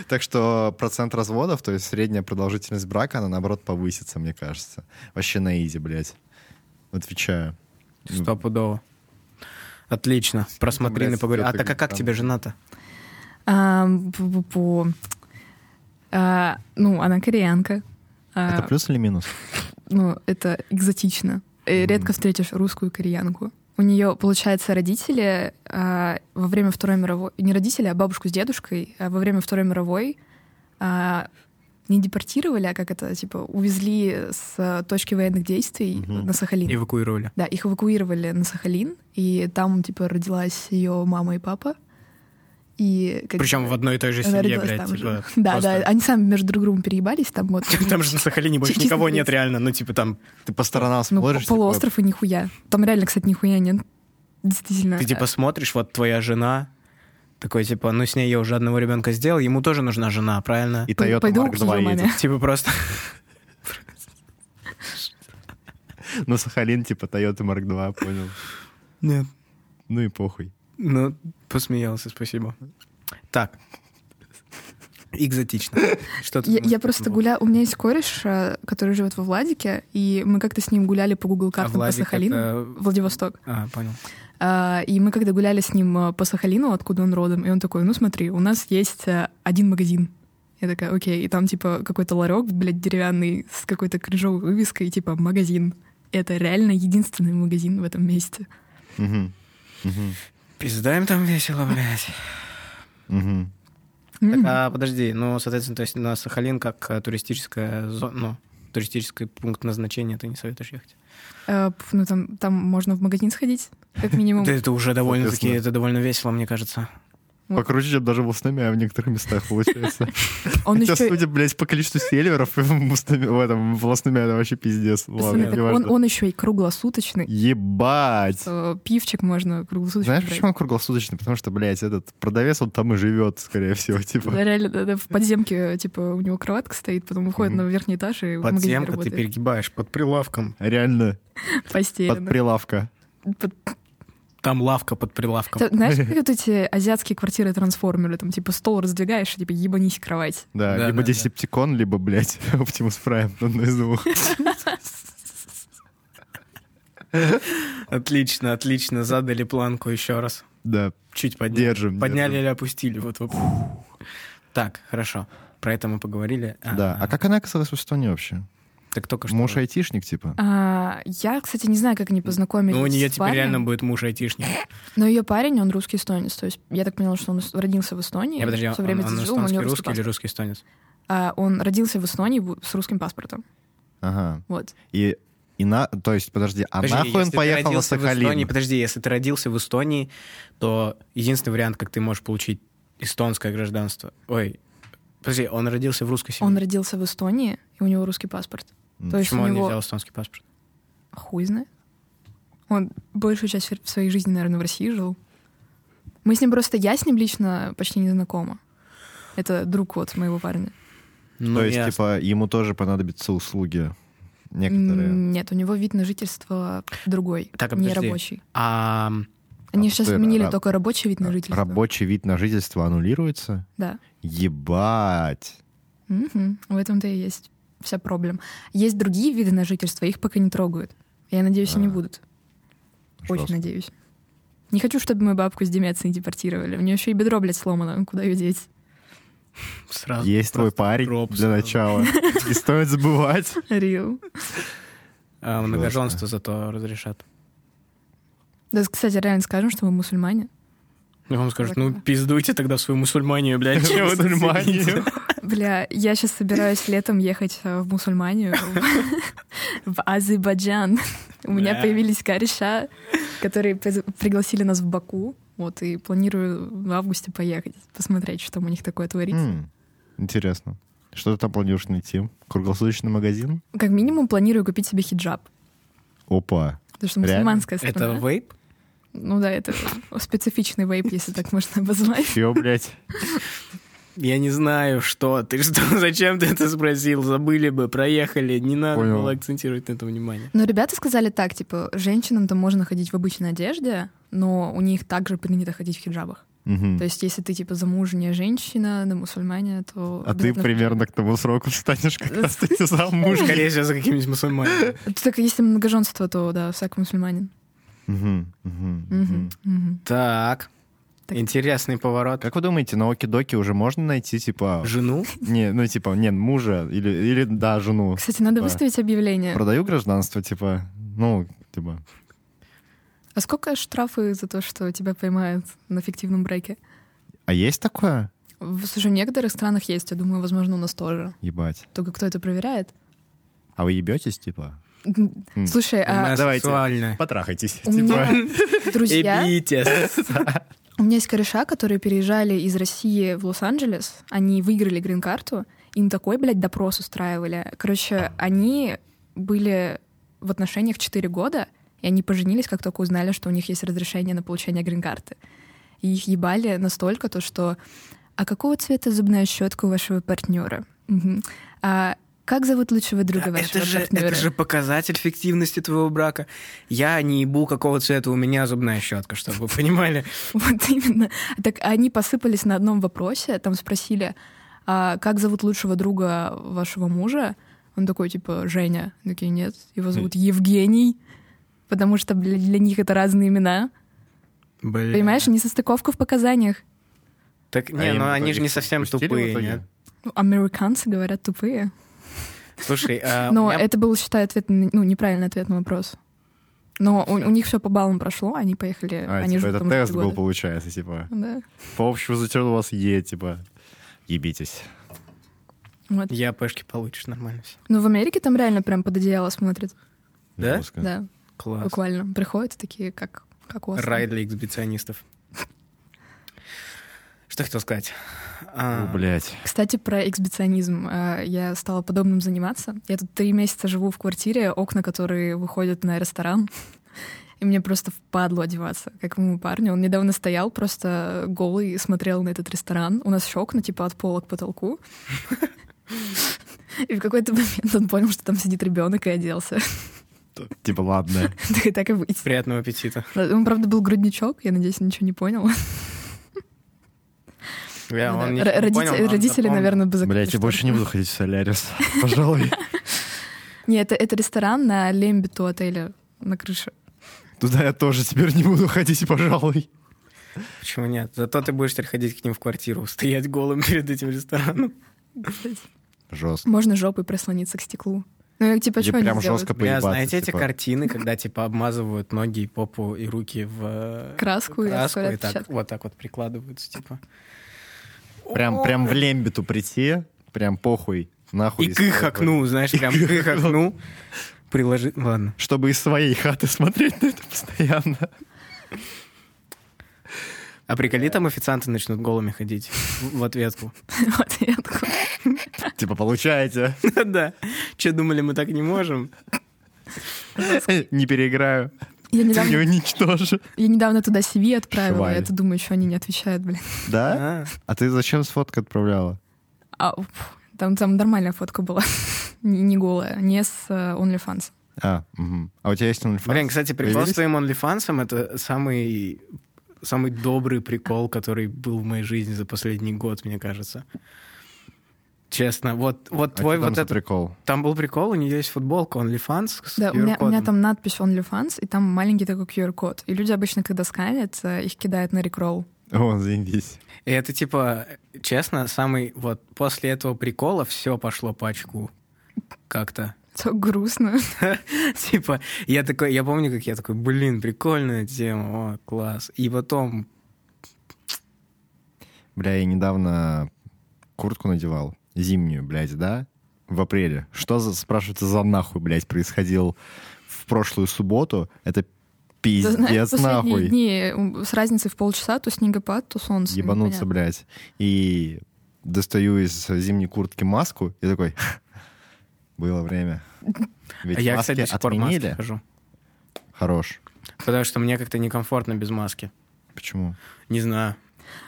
Speaker 2: Так что процент разводов, то есть средняя продолжительность брака, она наоборот повысится, мне кажется. Вообще на изи, блядь. Отвечаю.
Speaker 1: Стопудово. Отлично. Просмотри
Speaker 2: блядь,
Speaker 1: на поговорим. А
Speaker 2: идёт,
Speaker 1: так а как
Speaker 2: там.
Speaker 1: тебе жена-то?
Speaker 3: А, бу- бу- бу. А, Ну, она кореянка. А,
Speaker 2: Это плюс или минус?
Speaker 3: ну, это экзотично. И Редко встретишь русскую кореянку. У нее, получается, родители а, во время Второй мировой... Не родители, а бабушку с дедушкой а, во время Второй мировой а, не депортировали, а как это, типа, увезли с а, точки военных действий
Speaker 2: Мгм.
Speaker 3: на Сахалин.
Speaker 1: Эвакуировали.
Speaker 3: Да, их эвакуировали на Сахалин, и там, типа, родилась ее мама и папа. И как-
Speaker 1: Причем в одной и той же
Speaker 3: она
Speaker 1: семье,
Speaker 3: родилась
Speaker 1: блядь.
Speaker 3: там
Speaker 1: типа,
Speaker 3: же. Да,
Speaker 1: просто-
Speaker 3: да, они сами между друг другом переебались, там вот...
Speaker 1: Там же на Сахалине больше
Speaker 3: Чисто
Speaker 1: никого нет
Speaker 3: блядь.
Speaker 1: реально. Ну, типа там,
Speaker 2: Ты по сторонам
Speaker 3: Ну,
Speaker 2: смотришь? типа,
Speaker 3: полуостров и нихуя. Там реально, кстати, нихуя нет. Действительно.
Speaker 1: ты типа смотришь, вот твоя жена, такой типа, ну с ней я уже одного ребенка сделал, ему тоже нужна жена, правильно?
Speaker 2: И
Speaker 3: П-
Speaker 2: Toyota
Speaker 3: пойду
Speaker 2: Mark
Speaker 3: к
Speaker 2: 2
Speaker 3: её маме.
Speaker 2: едет.
Speaker 1: Типа просто
Speaker 2: На Сахалин, типа, Toyota Mark 2, понял.
Speaker 1: нет.
Speaker 2: Ну и похуй.
Speaker 1: Ну, посмеялся, спасибо. Так. Экзотично. Что ты
Speaker 3: Я,
Speaker 1: думаешь
Speaker 3: я
Speaker 1: по
Speaker 3: просто
Speaker 1: этому
Speaker 3: гуляла... У меня есть кореш, э, который живет во Владике, и мы как-то с ним гуляли по Google
Speaker 1: поводу? А
Speaker 3: картам
Speaker 1: Владик
Speaker 3: по Сахалину.
Speaker 1: это-
Speaker 3: Владивосток.
Speaker 1: А, понял.
Speaker 3: А, и мы когда гуляли с ним э, по Сахалину, откуда он родом, и он такой, ну смотри, у нас есть э, один магазин. Я такая, окей, и там типа какой-то ларек, блядь, деревянный, с какой-то крыжовой вывеской, типа магазин. Это реально единственный магазин в этом месте.
Speaker 2: Мгм. Мгм.
Speaker 1: Пизда им там весело, блядь.
Speaker 2: Мгм.
Speaker 1: Так,
Speaker 3: М.
Speaker 1: а подожди, ну, соответственно, то есть на Сахалин как э, туристическая зона, ну, туристический пункт назначения ты не советуешь ехать?
Speaker 3: Э, пф, ну там, там можно в магазин сходить, как минимум.
Speaker 1: Да это уже довольно-таки,
Speaker 2: соответственно.
Speaker 1: это довольно весело, мне кажется.
Speaker 3: Вот.
Speaker 2: Покруче, чем даже муснами, а в некоторых местах получается.
Speaker 3: Он
Speaker 2: Хотя,
Speaker 3: еще
Speaker 2: судя, блядь, по количеству серверов в, Муслиме- в этом, в Ласнаме, это вообще пиздец. Ладно,
Speaker 3: Пацаны, так
Speaker 2: неважно.
Speaker 3: он, он еще и круглосуточный.
Speaker 2: Ебать!
Speaker 3: Э, Пивчик можно круглосуточно.
Speaker 2: Знаешь,
Speaker 3: брать.
Speaker 2: почему он круглосуточный? Потому что, блядь, этот продавец, он там и живет, скорее всего,
Speaker 3: Да,
Speaker 2: типа.
Speaker 3: реально, да, да, в подземке, типа, у него кроватка стоит, потом выходит
Speaker 2: Мгм.
Speaker 3: на верхний этаж и в магазине
Speaker 1: Подземка ты
Speaker 3: работает.
Speaker 1: перегибаешь под прилавком.
Speaker 2: Реально, под
Speaker 3: Постельно.
Speaker 2: прилавка.
Speaker 3: Под-
Speaker 1: Там лавка под прилавком.
Speaker 3: Ты Знаешь, как вот эти азиатские квартиры-трансформеры, там, типа, стол раздвигаешь, и, типа, ебанись кровать.
Speaker 2: Да,
Speaker 1: Да,
Speaker 2: либо
Speaker 1: да, да.
Speaker 2: Десептикон, либо, блядь, Оптимус Прайм, одно из двух.
Speaker 1: Отлично, отлично. Задали планку еще раз.
Speaker 2: Да,
Speaker 1: Чуть подняли.
Speaker 2: держим.
Speaker 1: Подняли
Speaker 2: держим.
Speaker 1: или опустили. Вот, вот. Так, хорошо. Про это мы поговорили.
Speaker 2: Да. А как она оказалась в Эстонии вообще?
Speaker 1: Так только Ну что.
Speaker 2: Муж айтишник, типа?
Speaker 3: А, я, кстати, не знаю, как они познакомились.
Speaker 1: Ну, у нее
Speaker 3: с
Speaker 1: теперь
Speaker 3: парнем,
Speaker 1: реально будет муж айтишник.
Speaker 3: Но ее парень, он русский эстонец. То есть я так поняла, что он родился в Эстонии.
Speaker 1: Я подожди, он,
Speaker 3: все время
Speaker 1: он
Speaker 3: здесь жил, у
Speaker 1: эстонский
Speaker 3: него русский
Speaker 1: русский или
Speaker 3: паспорт.
Speaker 1: русский эстонец?
Speaker 3: А, он родился в Эстонии бу- с русским паспортом.
Speaker 2: Ага.
Speaker 3: Вот.
Speaker 2: И, и на... То есть, подожди, а
Speaker 1: Подожди,
Speaker 2: нахуй он
Speaker 1: если ты
Speaker 2: поехал на
Speaker 1: родился в Эстонии-
Speaker 2: Сахалин?
Speaker 1: Подожди, если ты родился в Эстонии, то единственный вариант, как ты можешь получить эстонское гражданство... Ой, подожди, он родился в русской семье.
Speaker 3: Он родился в Эстонии, и у него русский паспорт.
Speaker 2: М,
Speaker 3: То есть
Speaker 1: Почему
Speaker 3: у
Speaker 1: он не
Speaker 3: него
Speaker 1: взял эстонский паспорт?
Speaker 3: хуй знает. Он большую часть в своей жизни, наверное, в России жил. Мы с ним просто... Я с ним лично почти не знакома. Это друг вот моего парня.
Speaker 1: Ну,
Speaker 2: То есть,
Speaker 1: ясно.
Speaker 2: типа, ему тоже понадобятся услуги некоторые.
Speaker 3: М, Нет, у него вид на жительство другой,
Speaker 1: Так, а
Speaker 3: не
Speaker 1: подожди.
Speaker 3: рабочий.
Speaker 1: А,
Speaker 3: Они
Speaker 2: А
Speaker 3: сейчас
Speaker 2: ты
Speaker 3: сменили
Speaker 2: раб-
Speaker 3: только рабочий вид на жительство.
Speaker 2: Рабочий вид на жительство аннулируется?
Speaker 3: Да.
Speaker 2: Ебать!
Speaker 3: Мгм. В этом-то и есть вся проблема. Есть другие виды на жительство, их пока не трогают. Я надеюсь, они
Speaker 2: А,
Speaker 3: будут. Очень
Speaker 2: Жестко.
Speaker 3: надеюсь. Не хочу, чтобы мою бабку с Демяцией депортировали. У нее еще и бедро, блядь, сломано. Куда ее деть?
Speaker 1: сразу
Speaker 2: Есть твой
Speaker 1: А, просто
Speaker 2: парень
Speaker 1: гроб
Speaker 2: для
Speaker 1: сразу.
Speaker 2: начала. Не стоит забывать.
Speaker 3: Рил.
Speaker 1: А, многоженство зато разрешат.
Speaker 3: Да, кстати, реально скажем, что мы мусульмане.
Speaker 1: И он скажет,
Speaker 3: Так,
Speaker 1: ну
Speaker 3: да.
Speaker 1: пиздуйте тогда в свою мусульманию, блядь, чем вы тут
Speaker 2: Мусульмане.
Speaker 1: сидите?
Speaker 3: Бля, я сейчас собираюсь летом ехать э, в мусульманию, в- в Азербайджан. У меня
Speaker 1: Да.
Speaker 3: появились кореша, которые приз- пригласили нас в Баку. Вот, и планирую в августе поехать, посмотреть, что там у них такое творится.
Speaker 2: М, Хм, Интересно. Что ты там планируешь найти? Круглосуточный магазин?
Speaker 3: Как минимум планирую купить себе хиджаб,
Speaker 2: Опа.
Speaker 3: потому что
Speaker 2: Реально?
Speaker 3: мусульманская
Speaker 1: Это
Speaker 3: страна.
Speaker 1: вейп?
Speaker 3: Ну да, это специфичный вейп, если так можно обозвать.
Speaker 2: Чё, блядь?
Speaker 1: Я не знаю, что. Ты что, зачем ты это спросил? Забыли бы, проехали. Не надо
Speaker 2: Понял.
Speaker 1: было акцентировать на это внимание.
Speaker 3: Но ребята сказали так, типа, женщинам-то можно ходить в обычной одежде, но у них также принято ходить в хиджабах.
Speaker 2: Мгм.
Speaker 3: То есть, если ты типа замужняя женщина, да мусульмане, то.
Speaker 2: А ты
Speaker 3: обязательно-
Speaker 2: примерно к тому сроку встанешь, когда ты замуж.
Speaker 1: Скорее всего, за каким-нибудь мусульманином.
Speaker 3: Так если многоженство, то да, всяк мусульманин.
Speaker 2: Мгм, мгм,
Speaker 3: Мгм,
Speaker 2: мгм.
Speaker 3: мгм.
Speaker 1: Так.
Speaker 3: Так.
Speaker 1: Интересный поворот.
Speaker 2: Как вы думаете, на Оки-Доки уже можно найти, типа,
Speaker 1: Жену?
Speaker 2: не, ну, типа, не, мужа или, или да, жену?
Speaker 3: Кстати, надо
Speaker 2: Да.
Speaker 3: выставить объявление.
Speaker 2: Продаю гражданство, типа, ну, типа,
Speaker 3: А сколько штрафы за то, что тебя поймают на фиктивном браке?
Speaker 2: а есть такое?
Speaker 3: В, слушай, в некоторых странах есть, я думаю, возможно, у нас тоже.
Speaker 2: Ебать.
Speaker 3: Только кто это проверяет?
Speaker 2: А вы ебетесь, типа? М.
Speaker 3: Слушай, а
Speaker 2: давайте.
Speaker 1: Сексуально.
Speaker 2: Потрахайтесь,
Speaker 3: у меня друзья,
Speaker 1: Эпитет.
Speaker 3: у меня есть кореша, которые переезжали из России в Лос-Анджелес, они выиграли грин-карту, им такой, блядь, допрос устраивали. Короче, они были в отношениях 4 года, и они поженились, как только узнали, что у них есть разрешение на получение грин-карты. И их ебали настолько, то что «А какого цвета зубная щетка у вашего партнера?» Мгм. «А как зовут лучшего друга вашего
Speaker 1: Это же,
Speaker 3: партнера?»
Speaker 1: это же показатель фиктивности твоего брака. Я не ебу, какого цвета у меня зубная щетка, чтобы вы понимали.
Speaker 3: Вот именно. Так они посыпались на одном вопросе, там спросили, «А как зовут лучшего друга вашего мужа? Он такой, типа, Женя. Они Такие, нет, его зовут Евгений, потому что бля, для, них это разные имена.
Speaker 1: Блин.
Speaker 3: Понимаешь, несостыковка в показаниях.
Speaker 1: Так
Speaker 2: А
Speaker 1: не, ну они же не совсем тупые, нет?
Speaker 3: Ну, Американцы говорят тупые.
Speaker 1: Слушай, а, у
Speaker 3: Но
Speaker 1: меня-
Speaker 3: это был, считай, ответ, на- ну, неправильный ответ на вопрос. Но у, у них все по баллам прошло, они поехали,
Speaker 2: А,
Speaker 3: они
Speaker 2: типа,
Speaker 3: живут
Speaker 2: это
Speaker 3: там уже
Speaker 2: тест
Speaker 3: три
Speaker 2: был,
Speaker 3: года.
Speaker 2: получается, типа.
Speaker 3: Да.
Speaker 2: По общему зачету у вас Е, типа, ебитесь.
Speaker 3: Вот.
Speaker 1: я пешки получишь нормально. всё.
Speaker 3: Но в Америке там реально прям под одеяло смотрят.
Speaker 1: Да?
Speaker 2: Жестко.
Speaker 3: да.
Speaker 1: Класс.
Speaker 3: Буквально. Приходят такие, как, как у вас.
Speaker 1: Рай для эксбиционистов. Что хотел сказать? А,
Speaker 2: Ну, блядь.
Speaker 3: Кстати, про эксбиционизм. Э, Я стала подобным заниматься. Я тут три месяца живу в квартире, окна, которые выходят на ресторан. И мне просто впадло одеваться, как моему парню. Он недавно стоял просто голый и смотрел на этот ресторан. У нас еще окна, типа, от пола к потолку. И в какой-то момент он понял, что там сидит ребенок и оделся.
Speaker 2: Типа, ладно.
Speaker 3: Так и так и быть.
Speaker 1: Приятного аппетита.
Speaker 3: Он, правда, был грудничок, я надеюсь, ничего не понял.
Speaker 1: Я-
Speaker 3: Ну да.
Speaker 1: он
Speaker 3: Р-
Speaker 1: ничего не
Speaker 3: родите-
Speaker 1: понял, но он
Speaker 3: Родители,
Speaker 1: запомнил.
Speaker 3: наверное, бы закрыли
Speaker 2: Блядь, я
Speaker 3: шторы.
Speaker 2: больше не буду ходить в Солярис. Пожалуй.
Speaker 3: Не, это, это ресторан на Лембиту отеля на крыше.
Speaker 2: Туда я тоже теперь не буду ходить, пожалуй.
Speaker 1: Почему нет? Зато ты будешь теперь ходить к ним в квартиру, стоять голым перед этим рестораном.
Speaker 2: Жестко.
Speaker 3: Можно жопой прислониться к стеклу. Ну, и, типа,
Speaker 2: Или
Speaker 3: что они
Speaker 2: прям
Speaker 3: сделают?
Speaker 2: жестко
Speaker 1: Бля,
Speaker 2: поебаться.
Speaker 1: знаете эти
Speaker 2: типа.
Speaker 1: картины, когда типа обмазывают ноги, и попу и руки в э,
Speaker 3: Краску и
Speaker 1: краску и
Speaker 3: оставляют
Speaker 1: так,
Speaker 3: отпечатки.
Speaker 1: вот так вот прикладываются, типа.
Speaker 2: Прям, прям в лембиту прийти, прям похуй, нахуй.
Speaker 1: И к их
Speaker 2: сказать,
Speaker 1: окну, знаешь, прям к их окну приложить. Ладно.
Speaker 2: Чтобы из своей хаты смотреть на это постоянно.
Speaker 1: А приколи, там официанты начнут голыми ходить в в ответку.
Speaker 3: Вот, я такой,
Speaker 2: Типа, получаете.
Speaker 1: Да. Че, думали, мы так не можем?
Speaker 2: Не переиграю.
Speaker 3: Я
Speaker 2: Ты не
Speaker 3: недавно,
Speaker 2: уничтожи.
Speaker 3: я недавно туда CV отправила,
Speaker 2: Шваль.
Speaker 3: я это думаю, еще они не отвечают, блин.
Speaker 2: Да?
Speaker 1: А,
Speaker 2: А ты зачем с фоткой отправляла?
Speaker 3: А, уф, там, там нормальная фотка была, не, не голая, не с э, OnlyFans.
Speaker 2: А, мгм. а у тебя есть OnlyFans?
Speaker 1: Блин, кстати, прикол
Speaker 2: Появились?
Speaker 1: с твоим OnlyFans это самый самый добрый прикол, который был в моей жизни за последний год, мне кажется. Честно, вот, вот
Speaker 2: А
Speaker 1: твой
Speaker 2: что там
Speaker 1: вот
Speaker 2: за
Speaker 1: этот...
Speaker 2: прикол.
Speaker 1: Там был прикол, у нее есть футболка OnlyFans с
Speaker 3: Да, у меня, у меня
Speaker 1: QR-кодом.
Speaker 3: там надпись OnlyFans, и там маленький такой QR-код. И люди обычно, когда сканят, э, их кидают на рекролл.
Speaker 2: О, заебись.
Speaker 1: И это, типа, честно, самый... Вот после этого прикола все пошло по очку. Как-то.
Speaker 3: Так грустно.
Speaker 1: Типа, я такой... Я помню, как я такой, блин, прикольная тема, о, класс. И потом...
Speaker 2: Бля, я недавно куртку надевал. Зимнюю, блядь, да? В апреле. Что, за, спрашивается, за нахуй, блядь, происходил в прошлую субботу? Это
Speaker 3: Да, знаешь,
Speaker 2: пиздец
Speaker 3: последние
Speaker 2: нахуй.
Speaker 3: дни м, с разницей в полчаса то снегопад, то солнце.
Speaker 2: Ебануться,
Speaker 3: непонятно.
Speaker 2: блядь. И достаю из зимней куртки маску и такой... Было время. Ведь
Speaker 1: а я,
Speaker 2: маски
Speaker 1: кстати, до сих пор в маске
Speaker 2: отменили.
Speaker 1: хожу.
Speaker 2: Хорош.
Speaker 1: Потому что мне как-то некомфортно без маски.
Speaker 2: Почему?
Speaker 1: Не знаю.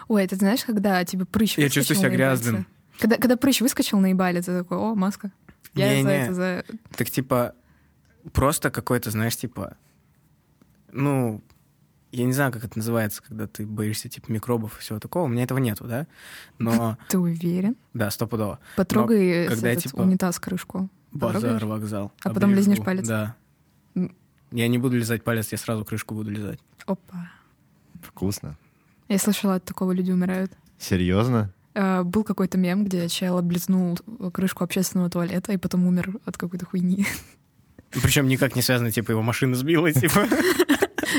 Speaker 3: Ой, ты знаешь, когда тебе прыщ
Speaker 1: Я
Speaker 3: выскочил
Speaker 1: чувствую себя
Speaker 3: на ебальце?
Speaker 1: грязным.
Speaker 3: Когда, когда прыщ выскочил на ебале, ты такой, о, маска. Я
Speaker 1: Не,
Speaker 3: за
Speaker 1: не.
Speaker 3: это, за...
Speaker 1: Так, типа, просто какой-то, знаешь, типа... Ну, я не знаю, как это называется, когда ты боишься, типа, микробов и всего такого. У меня этого нету, да? Но...
Speaker 3: Ты уверен?
Speaker 1: Да, стопудово.
Speaker 3: Потрогай
Speaker 1: когда я,
Speaker 3: этот
Speaker 1: типа,
Speaker 3: унитаз крышку.
Speaker 1: Базар,
Speaker 3: Потрогаешь?
Speaker 1: вокзал.
Speaker 3: А потом
Speaker 1: Обрежу.
Speaker 3: лизнешь палец?
Speaker 1: Да.
Speaker 3: М.
Speaker 1: Я не буду лизать палец, я сразу крышку буду лизать.
Speaker 3: Опа.
Speaker 2: Вкусно.
Speaker 3: Я слышала, от такого люди умирают.
Speaker 2: Серьезно?
Speaker 3: Э, был какой-то мем, где чел облизнул крышку общественного туалета и потом умер от какой-то хуйни.
Speaker 1: Причем никак не связано, типа, его машина сбила, типа.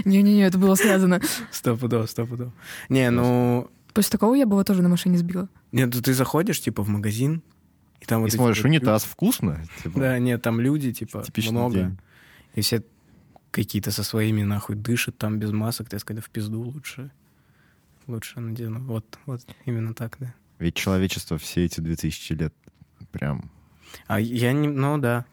Speaker 3: Не-не-не, это было связано.
Speaker 1: Стопудово, стопудово. Не, ну...
Speaker 3: После такого я бы его тоже на машине сбила.
Speaker 1: Нет, ты заходишь, типа, в магазин, и там
Speaker 2: И
Speaker 1: вот... эти
Speaker 2: смотришь,
Speaker 1: вот лю-
Speaker 2: унитаз вкусно. Типа,
Speaker 1: Да, нет, там люди, типа,
Speaker 2: Типичный
Speaker 1: много.
Speaker 2: день.
Speaker 1: И все какие-то со своими нахуй дышат там без масок. Ты сказал, в пизду лучше. Лучше надену. Вот, вот именно так, да.
Speaker 2: Ведь человечество все эти 2000 лет прям...
Speaker 1: А я не... Ну, да.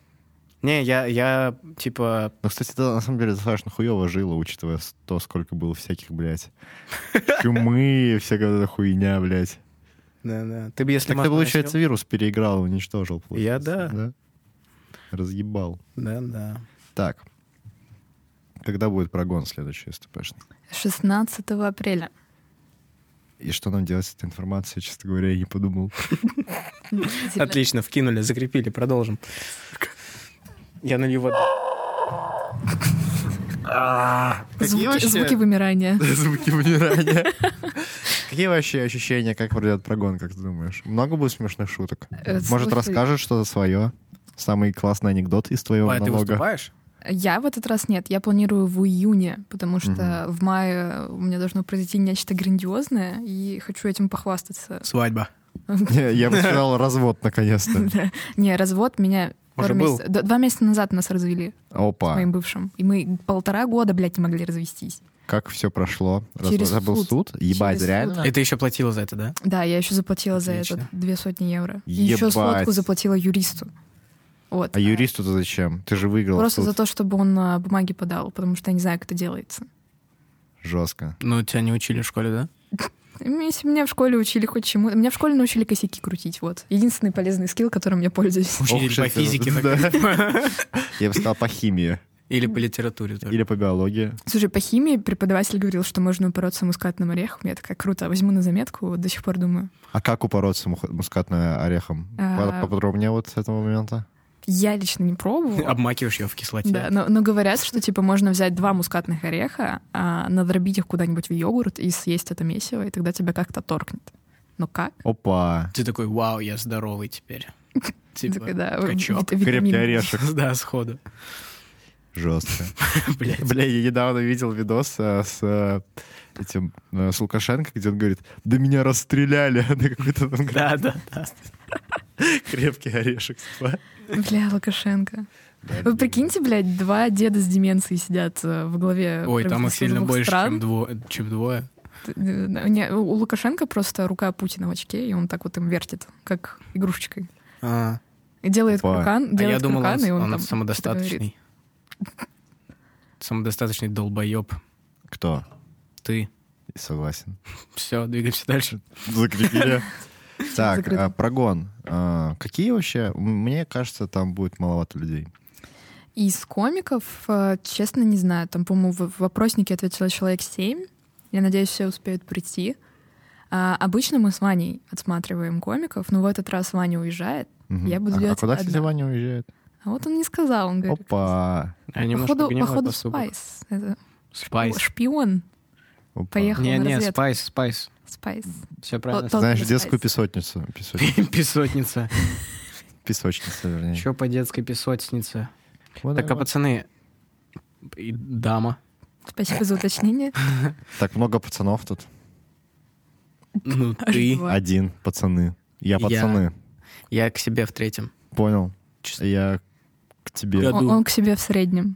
Speaker 1: Не, я, я типа...
Speaker 2: Ну, кстати, это на самом деле достаточно хуево жило, учитывая с- то, сколько было всяких, блядь, чумы, всякая вот эта хуйня, блядь.
Speaker 1: Да, да. Ты бы, если
Speaker 2: Так ты,
Speaker 1: маску
Speaker 2: получается,
Speaker 1: носил-
Speaker 2: вирус переиграл, уничтожил. получается,
Speaker 1: Я да.
Speaker 2: Разъебал.
Speaker 1: Да, да.
Speaker 2: Так. Когда будет прогон следующий СТПшный?
Speaker 3: 16 апреля.
Speaker 2: И что нам делать с этой информацией, честно говоря, я не подумал.
Speaker 3: Типа
Speaker 1: Отлично, вкинули, закрепили, продолжим. А, Я налью воду.
Speaker 3: Звуки, звуки вымирания.
Speaker 2: Звуки вымирания. Какие вообще ощущения, как пройдет прогон, как ты думаешь? Много будет смешных шуток?
Speaker 3: Э,
Speaker 2: Может,
Speaker 3: слушай.
Speaker 2: расскажешь что-то свое? Самый классный анекдот из твоего
Speaker 1: А ты
Speaker 2: налога?
Speaker 1: выступаешь?
Speaker 3: Я в этот раз нет. Я планирую в июне, потому что в мае у меня должно произойти нечто грандиозное, и хочу этим похвастаться.
Speaker 1: Свадьба.
Speaker 2: Не, Я потерял развод наконец-то.
Speaker 3: Да. Не, развод меня
Speaker 1: Уже
Speaker 3: пару
Speaker 1: был? А.
Speaker 3: месяцев- д- два месяца назад нас развели с
Speaker 2: Опа.
Speaker 3: моим бывшим. И мы полтора года, блядь, не могли развестись.
Speaker 2: Как все прошло? Развод
Speaker 3: Через
Speaker 2: забыл
Speaker 3: суд.
Speaker 2: суд? Ебать,
Speaker 3: Через
Speaker 2: реально?
Speaker 1: И ты еще платила за это, да?
Speaker 3: Да, я еще заплатила
Speaker 1: Отлично.
Speaker 3: за это две сотни евро. И еще
Speaker 2: Ебать.
Speaker 3: сотку заплатила юристу. Вот.
Speaker 2: А юристу-то зачем? Ты же выиграл
Speaker 3: Просто
Speaker 2: суд.
Speaker 3: за то, чтобы он а, бумаги подал, потому что я не знаю, как это делается.
Speaker 2: Жестко.
Speaker 1: Ну, тебя не учили в школе, да?
Speaker 3: Если меня в школе учили хоть чему, меня в школе научили косяки крутить, вот. Единственный полезный скилл, которым я пользуюсь.
Speaker 1: Учитель
Speaker 2: Ох,
Speaker 1: по
Speaker 2: шестеро.
Speaker 1: физике, так
Speaker 2: Да.
Speaker 1: я понимаю.
Speaker 2: Я бы сказал по химии
Speaker 1: Или по литературе. тоже.
Speaker 2: или по биологии.
Speaker 3: Слушай, по химии преподаватель говорил, что можно упороться мускатным орехом. Я такая, круто, а возьму на заметку, вот до сих пор думаю.
Speaker 2: А как упороться мух- мускатным орехом?
Speaker 3: А.
Speaker 2: По- Поподробнее вот с этого момента.
Speaker 3: Я лично не
Speaker 1: А,
Speaker 3: пробовала.
Speaker 1: Обмакиваешь ее в кислоте.
Speaker 3: Да, но, но говорят, что типа можно взять два мускатных ореха, а, надробить их куда-нибудь в йогурт и съесть это месиво, и тогда тебя как-то торкнет. Но как?
Speaker 2: Опа.
Speaker 1: Ты такой, вау, я здоровый теперь.
Speaker 3: Так, да,
Speaker 1: Типа, качок.
Speaker 3: вит- витамин.
Speaker 2: Крепкий орешек.
Speaker 1: Да, сходу.
Speaker 2: Жестко.
Speaker 1: Блядь.
Speaker 2: Бля, я недавно видел видос э, с э, этим э, с Лукашенко, где он говорит, да меня расстреляли, а на какой-то там
Speaker 1: Да, да, да.
Speaker 2: крепкий орешек. типа.
Speaker 3: Бля, Лукашенко. Вы прикиньте, блядь, два деда с деменцией сидят э, во главе
Speaker 1: Ой, там их
Speaker 3: правительства
Speaker 1: сильно
Speaker 3: двух
Speaker 1: больше,
Speaker 3: стран.
Speaker 1: чем двое. Чем двое.
Speaker 3: Т- э, не, У Лукашенко просто рука Путина в очке, и он так вот им вертит, как игрушечкой.
Speaker 1: А,
Speaker 3: И делает
Speaker 2: Опа.
Speaker 3: куркан,
Speaker 1: а
Speaker 3: делает
Speaker 1: я думал,
Speaker 3: куркан, и
Speaker 1: он,
Speaker 3: он,
Speaker 1: он
Speaker 3: там говорит.
Speaker 1: самодостаточный. Самодостаточный долбоеб.
Speaker 2: Кто?
Speaker 1: Ты.
Speaker 2: Согласен.
Speaker 1: Все, двигаемся дальше.
Speaker 2: Закрепили. Так,
Speaker 3: Закрыто.
Speaker 2: а, прогон. А, Какие вообще? М- Мне кажется, там будет маловато людей.
Speaker 3: Из комиков, э, честно, не знаю. Там, по-моему, в в вопроснике ответило человек 7. Я надеюсь, все успеют прийти. А, обычно мы с Ваней отсматриваем комиков, но в этот раз Ваня уезжает.
Speaker 2: Мгм.
Speaker 3: Я буду
Speaker 2: А- А
Speaker 3: делать
Speaker 2: куда,
Speaker 3: одна.
Speaker 2: кстати, Ваня уезжает?
Speaker 3: А вот он не сказал, он говорит.
Speaker 2: Опа.
Speaker 1: Они
Speaker 3: Походу, походу Спайс. Это
Speaker 1: Спайс.
Speaker 3: Шпион.
Speaker 2: Опа.
Speaker 3: Поехал.
Speaker 1: Не,
Speaker 3: на
Speaker 1: не,
Speaker 3: разведку.
Speaker 1: спайс, спайс.
Speaker 3: Спайс.
Speaker 1: Все правильно.
Speaker 3: Тот-
Speaker 2: Знаешь,
Speaker 3: Spice.
Speaker 2: детскую песотницу. Песотницу.
Speaker 1: Песотница.
Speaker 2: Песочница, вернее.
Speaker 1: Че по детской песотница?
Speaker 3: Ну,
Speaker 2: Вот,
Speaker 1: Так, а
Speaker 2: вот.
Speaker 1: пацаны, и дама.
Speaker 3: Спасибо за уточнение.
Speaker 2: Так много пацанов тут.
Speaker 1: Ну,
Speaker 3: Аж
Speaker 1: ты.
Speaker 3: два.
Speaker 2: Один, пацаны. Я
Speaker 1: Я.
Speaker 2: пацаны.
Speaker 1: Я к себе в третьем.
Speaker 2: Понял.
Speaker 1: Чис-
Speaker 2: Я к тебе.
Speaker 1: Да.
Speaker 3: Он, он к себе в среднем.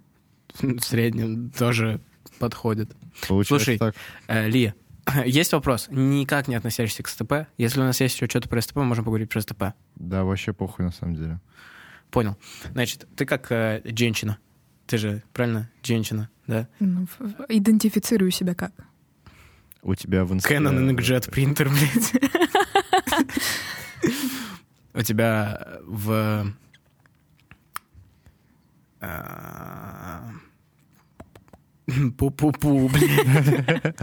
Speaker 1: В среднем тоже подходит.
Speaker 2: Получилось
Speaker 1: Слушай,
Speaker 2: так.
Speaker 1: Э, Ли, есть вопрос, никак не относящийся к СТП. Если у нас есть еще что-то про СТП, мы можем поговорить про СТП.
Speaker 2: Да, вообще похуй на самом деле.
Speaker 1: Понял. Значит, ты как э, женщина. Ты же, правильно, женщина, да?
Speaker 3: Ну, в- в- Идентифицирую себя как.
Speaker 2: У тебя в инсте... э,
Speaker 1: Canon inkjet принтер, блядь. У тебя в... э, Пу-пу-пу, блядь.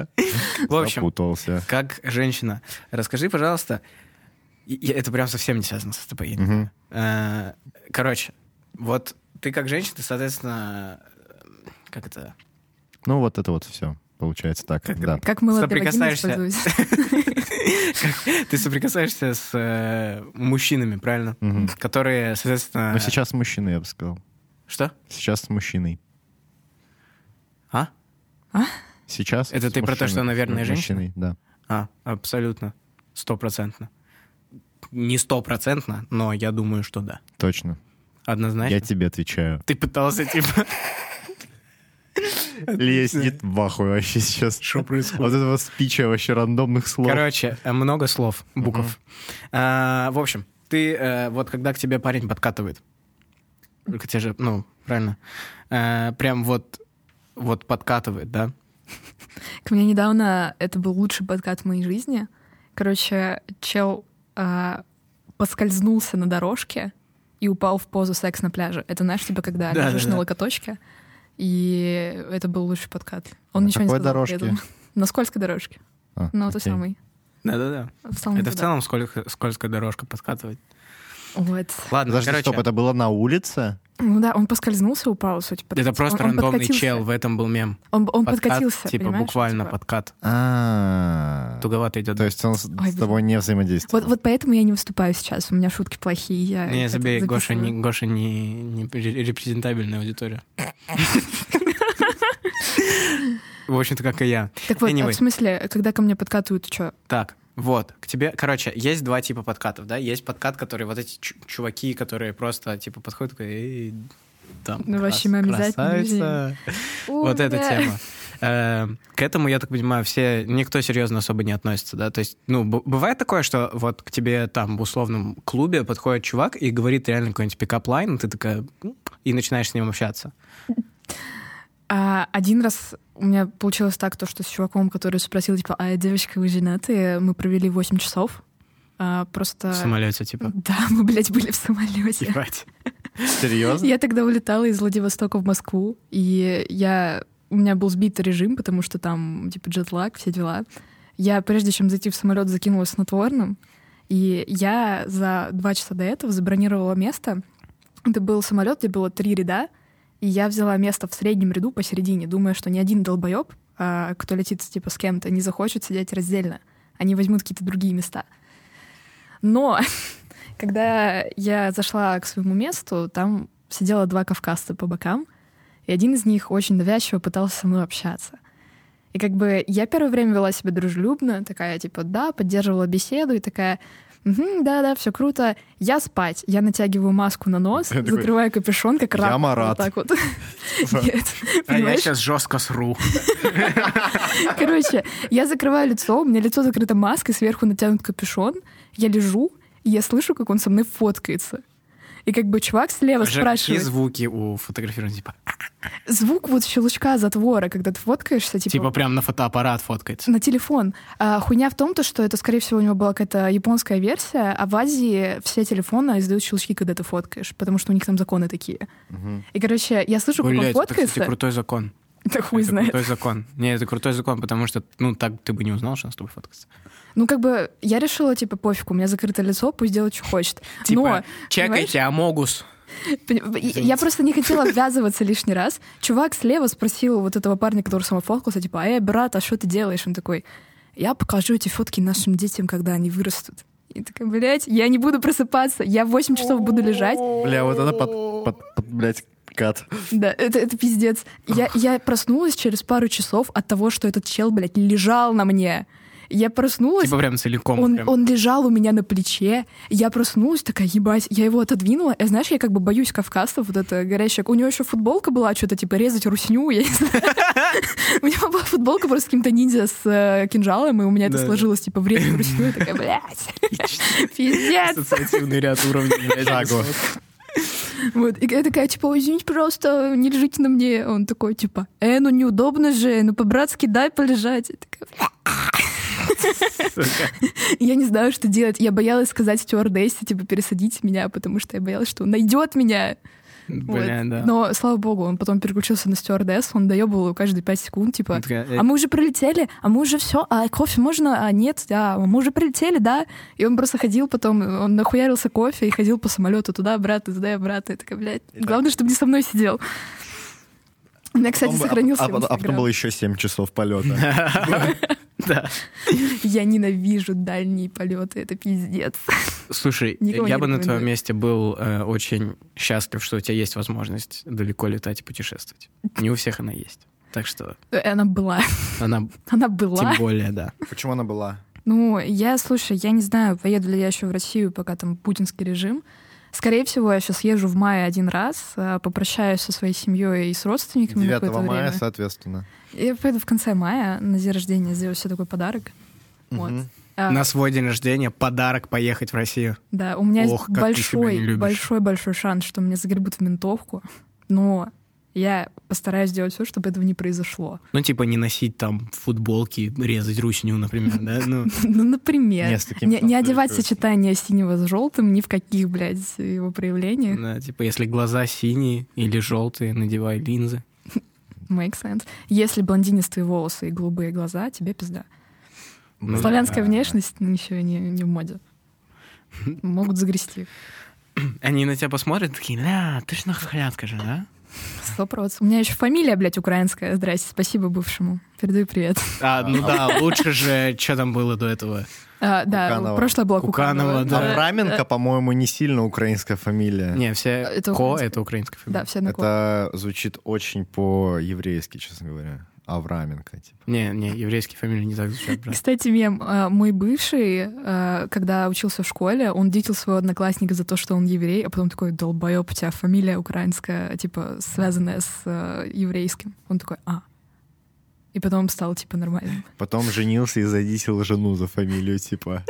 Speaker 1: В общем,
Speaker 2: Запутался.
Speaker 1: как женщина, расскажи, пожалуйста, и- и это прям совсем не связано с СТП. я не
Speaker 2: Мгм.
Speaker 1: Э, Короче, вот ты как женщина, ты, соответственно, э, как это?
Speaker 2: Ну, вот это вот все. Получается так, да.
Speaker 3: Как мыло для вагины
Speaker 1: Соприкасаешься.
Speaker 3: используюсь.
Speaker 1: Ты соприкасаешься с э, мужчинами, правильно?
Speaker 2: Мгм.
Speaker 1: Которые, соответственно...
Speaker 2: Но Ну, сейчас мужчины, я бы сказал.
Speaker 1: Что?
Speaker 2: Сейчас с мужчиной.
Speaker 1: А?
Speaker 2: Сейчас
Speaker 1: Это
Speaker 2: с
Speaker 1: ты про то,
Speaker 2: мужчиной.
Speaker 1: что она верная
Speaker 2: С
Speaker 1: женщина?
Speaker 2: мужчиной, Да.
Speaker 1: А, абсолютно. Стопроцентно. Не стопроцентно, но я думаю, что да.
Speaker 2: Точно.
Speaker 1: Однозначно.
Speaker 2: Я тебе отвечаю.
Speaker 1: Ты пытался, типа...
Speaker 2: Леснит вахуй вообще сейчас.
Speaker 1: Что происходит?
Speaker 2: Вот этого спича вообще рандомных слов.
Speaker 1: Короче, э, много слов, букв. А, В общем, ты э, вот когда к тебе парень подкатывает, к тебе же, ну, правильно, э, прям вот вот подкатывает, да?
Speaker 3: Ко мне недавно это был лучший подкат в моей жизни. Короче, чел а, поскользнулся на дорожке и упал в позу секс на пляже. Это знаешь, типа, когда
Speaker 1: Да,
Speaker 3: лежишь
Speaker 1: да,
Speaker 3: на
Speaker 1: да.
Speaker 3: локоточке, и это был лучший подкат. Он
Speaker 2: На
Speaker 3: ничего не
Speaker 2: какой
Speaker 3: сказал. при
Speaker 2: дорожке?
Speaker 3: этом. На скользкой дорожке.
Speaker 2: А,
Speaker 3: Ну, той
Speaker 2: окей.
Speaker 3: самой.
Speaker 1: Да-да-да.
Speaker 3: В самом
Speaker 1: Это в
Speaker 3: туда.
Speaker 1: целом сколько- скользкая дорожка подкатывает.
Speaker 3: Вот.
Speaker 1: Ладно,
Speaker 2: Подожди,
Speaker 1: короче,
Speaker 2: стоп, это было на улице?
Speaker 3: Ну да, он поскользнулся, упал, суть.
Speaker 1: это просто рандомный чел, в этом был мем.
Speaker 3: Он, он
Speaker 1: Подкат,
Speaker 3: подкатился,
Speaker 1: Типа
Speaker 3: понимаешь?
Speaker 1: буквально
Speaker 3: Типа-
Speaker 1: подкат.
Speaker 2: А.
Speaker 1: Туговато идет.
Speaker 2: То есть он с
Speaker 3: Ой,
Speaker 2: с тобой не
Speaker 3: Вот,
Speaker 2: взаимодействовал.
Speaker 3: вот поэтому я не выступаю сейчас. У меня шутки плохие. Я
Speaker 1: не,
Speaker 3: это
Speaker 1: забей, Гоша
Speaker 3: записываю.
Speaker 1: не, Гоша не, не ре- репрезентабельная аудитория. В общем-то, как и я.
Speaker 3: Так вот, а
Speaker 1: Anyway.
Speaker 3: в смысле, когда ко мне подкатывают, что?
Speaker 1: Так, вот, к тебе, короче, есть два типа подкатов, да? Есть подкат, который вот эти чу- чуваки, которые просто, типа, подходят, такой, эй, там,
Speaker 3: Ну, вообще, мы обязательно
Speaker 1: красавица». Вот эта тема. Э, К этому, я так понимаю, все, никто серьезно особо не относится, да? То есть, ну, б- бывает такое, что вот к тебе там в условном клубе подходит чувак и говорит реально какой-нибудь пикап-лайн, и ты такая, «М», и начинаешь с ним общаться.
Speaker 3: А, один раз у меня получилось так, то, что с чуваком, который спросил, типа, а, девочка, вы женаты? Мы провели 8 часов. А, просто...
Speaker 1: В Типа, самолете, типа,
Speaker 3: Да, мы, блядь, были в самолете.
Speaker 1: ебать.
Speaker 2: Серьезно?
Speaker 3: Я тогда улетала из Владивостока в Москву, и я... у меня был сбит режим, потому что там, типа, джетлаг, все дела. Я, прежде чем зайти в самолет, закинулась снотворным, и я за два часа до этого забронировала место Это был самолет, где было три ряда, и я взяла место в среднем ряду посередине, думая, что ни один долбоеб, а, кто летит типа с кем-то, не захочет сидеть раздельно. Они возьмут какие-то другие места. Но когда я зашла к своему месту, там сидело два кавказца по бокам, и один из них очень навязчиво пытался со мной общаться. И как бы я первое время вела себя дружелюбно, такая типа да, поддерживала беседу и такая «Мгм, да-да, все круто, я спать, я натягиваю маску на нос,
Speaker 2: Я такой,
Speaker 3: закрываю капюшон, как
Speaker 2: «Я
Speaker 3: раб,
Speaker 2: Марат».
Speaker 3: вот так вот. Нет,
Speaker 1: А я
Speaker 3: понимаешь?
Speaker 1: сейчас жестко сру.
Speaker 3: Короче, я закрываю лицо, у меня лицо закрыто маской, сверху натянут капюшон, я лежу, и я слышу, как он со мной фоткается. И как бы чувак слева
Speaker 1: Уже какие
Speaker 3: спрашивает,
Speaker 1: звуки у фотографирования? Типа,
Speaker 3: звук вот щелчка затвора, когда ты фоткаешься,
Speaker 1: типа
Speaker 3: типа, Ну,
Speaker 1: прям на фотоаппарат фоткается.
Speaker 3: на телефон. А хуйня в том, то, что это, скорее всего, у него была какая-то японская версия, а в Азии все телефоны издают щелчки, когда ты фоткаешь, потому что у них там законы такие.
Speaker 2: Мгм.
Speaker 3: И, короче, я слышу, как он
Speaker 1: Блять, это,
Speaker 3: фоткается.
Speaker 1: кстати, крутой закон.
Speaker 3: Да хуй
Speaker 1: это
Speaker 3: знает.
Speaker 1: крутой закон. Не, это крутой закон, потому что, ну, так ты бы не узнал, что он с тобой фоткается.
Speaker 3: Ну, как бы, я решила, типа, пофиг, у меня закрыто лицо, пусть делает, что хочет. Но
Speaker 1: Типа, чекайте, амогус.
Speaker 3: Пон- и- Я просто не хотела ввязываться лишний раз. Чувак слева спросил вот этого парня, который самофоткался, типа, «Эй, брат, а что ты делаешь?» Он такой, «Я покажу эти фотки нашим детям, когда они вырастут». И такая, блядь, я не буду просыпаться, я 8 часов буду лежать.
Speaker 2: Бля, вот это под, под, под, блядь, кат.
Speaker 3: Да, это, это пиздец. Я, я проснулась через пару часов от того, что этот чел, блядь, лежал на мне. Я проснулась,
Speaker 1: Типа прям целиком.
Speaker 3: он,
Speaker 1: прям.
Speaker 3: он лежал у меня на плече. Я проснулась, такая, ебать, я его отодвинула. И знаешь, я как бы боюсь кавказцев, вот это горячая. У нее еще футболка была, что-то типа резать русню, я не знаю. У него была футболка просто с каким-то ниндзя с э, кинжалом, и у меня это
Speaker 1: Да-да.
Speaker 3: сложилось, типа, врезать русню. Я такая, блядь, пиздец.
Speaker 1: Ассоциативный ряд уровней. блядь.
Speaker 2: Шагу.
Speaker 3: Вот. И я такая, типа, «Ой, извините, пожалуйста, не лежите на мне. Он такой, типа, э, ну неудобно же, ну по-братски дай полежать. Я такая,
Speaker 1: Сука.
Speaker 3: Я не знаю, что делать. Я боялась сказать стюардессе, типа, пересадить меня, потому что я боялась, что он найдет меня. Вот.
Speaker 1: Бля, да.
Speaker 3: Но, слава богу, он потом переключился на стюардессу, он доебывал каждые пять секунд, типа,
Speaker 1: Он такая, «Э,
Speaker 3: а мы уже прилетели, а мы уже все, а кофе можно, а нет, а мы уже прилетели, да. И он просто ходил потом, он нахуярился кофе и ходил по самолету туда, обратно, туда, и обратно. Я такая, блядь,
Speaker 2: И так.
Speaker 3: главное, чтобы не со мной сидел. У меня, кстати,
Speaker 2: Потом бы- а-
Speaker 3: сохранился
Speaker 2: а, потом- а потом
Speaker 3: Инстаграм.
Speaker 2: было еще 7 часов полета.
Speaker 1: Да.
Speaker 3: Я ненавижу дальние полеты, это пиздец.
Speaker 1: Слушай,
Speaker 3: Никого
Speaker 1: я
Speaker 3: не
Speaker 1: бы на
Speaker 3: рекомендую.
Speaker 1: твоем месте был э, очень счастлив, что у тебя есть возможность далеко летать и путешествовать. Не у всех она есть. Так что
Speaker 3: Э, Она была,
Speaker 1: она
Speaker 3: она была.
Speaker 1: тем более, да.
Speaker 2: Почему она была?
Speaker 3: Ну, я, слушай, я не знаю, поеду ли я еще в Россию, пока там путинский режим. Скорее всего, я сейчас езжу в мае один раз, а, попрощаюсь со своей семьей и с родственниками. на
Speaker 2: 9
Speaker 3: какое-то
Speaker 2: мая,
Speaker 3: время.
Speaker 2: соответственно.
Speaker 3: Я поеду в конце мая на день рождения, сделаю себе такой подарок. Вот.
Speaker 2: Мгм.
Speaker 3: А,
Speaker 1: На свой день рождения подарок поехать в Россию.
Speaker 3: Да, у меня
Speaker 1: Ох,
Speaker 3: есть
Speaker 1: как ты себя не
Speaker 3: большой,
Speaker 1: любишь.
Speaker 3: большой-большой шанс, что меня загребут в ментовку, но я постараюсь сделать все, чтобы этого не произошло.
Speaker 1: Ну, типа, не носить там футболки, резать русню, например, да? Ну,
Speaker 3: Ну, например.
Speaker 2: Не, с таким
Speaker 3: Не, не
Speaker 2: там
Speaker 3: одевать
Speaker 2: встречаюсь.
Speaker 3: сочетание синего с желтым ни в каких, блядь, его проявлениях.
Speaker 1: да, типа, если глаза синие или желтые, надевай линзы.
Speaker 3: Make sense. Если блондинистые волосы и голубые глаза, тебе пизда.
Speaker 1: Ну,
Speaker 3: Славянская
Speaker 2: да.
Speaker 3: внешность ну, еще не, не в моде. Могут загрести.
Speaker 1: Они на тебя посмотрят, такие, ля, ты ж нахрятка же, да?
Speaker 3: Сто процентов. У меня еще фамилия, блядь, украинская. Здрасте, спасибо бывшему. Передаю привет.
Speaker 1: А, ну да, лучше же, что там было до этого?
Speaker 3: А, да,
Speaker 2: Куканова.
Speaker 3: прошлое было
Speaker 1: Куканова,
Speaker 3: Куканова.
Speaker 1: да.
Speaker 3: Э,
Speaker 2: Авраменко, по-моему, не сильно украинская фамилия.
Speaker 1: Не, все
Speaker 3: Это
Speaker 1: Ко —
Speaker 3: украинская.
Speaker 1: это украинская
Speaker 3: Да,
Speaker 1: фамилия.
Speaker 3: все на Ко.
Speaker 2: Это звучит очень по-еврейски, честно говоря. Авраменко, типа.
Speaker 1: Не, не, еврейские фамилии не так звучат, брат.
Speaker 3: Кстати, мем, э, мой бывший, э, когда учился в школе, он дитил своего одноклассника за то, что он еврей, а потом такой, долбоеб, у тебя фамилия украинская, типа, связанная с э, еврейским. Он такой, а. И потом стал, типа, нормальным.
Speaker 2: Потом женился и задисил жену за фамилию, типа.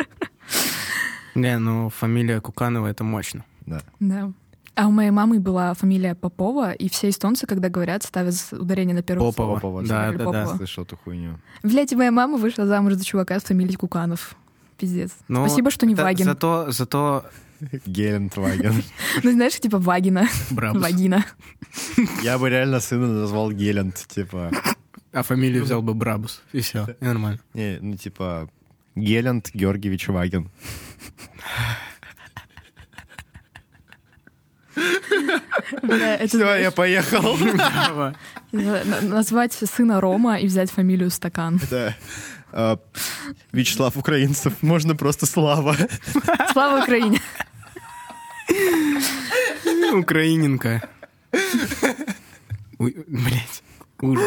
Speaker 1: Не, ну фамилия Куканова это мощно.
Speaker 2: Да.
Speaker 3: Да. А у моей мамы была фамилия Попова, и все эстонцы, когда говорят, ставят с- ударение на первое
Speaker 1: Попова.
Speaker 2: Попова,
Speaker 3: слово.
Speaker 1: Да, да,
Speaker 3: да,
Speaker 1: да.
Speaker 3: Попова.
Speaker 2: Слышал эту хуйню.
Speaker 3: Блять, моя мама вышла замуж за чувака с фамилией Куканов. Пиздец.
Speaker 1: Но
Speaker 3: Спасибо, что не
Speaker 1: за-
Speaker 3: Вагин.
Speaker 1: Ну, Зато, зато
Speaker 2: Гелендваген.
Speaker 3: Ну, знаешь, типа Вагина.
Speaker 1: Брабус.
Speaker 3: Вагина.
Speaker 2: Я бы реально сына назвал Гелент, типа.
Speaker 1: А фамилию взял бы Брабус. И все, нормально.
Speaker 2: Не, ну, типа, Гелент Георгиевич Ваген.
Speaker 3: Бля, это,
Speaker 2: Все, я поехал.
Speaker 1: Браво.
Speaker 3: э, на- Назвать сына Рома и взять фамилию Стакан.
Speaker 2: Да. А, Вячеслав Украинцев, можно просто Слава.
Speaker 3: Слава Украине!
Speaker 1: Украиненко. Ой, Блять, ужас.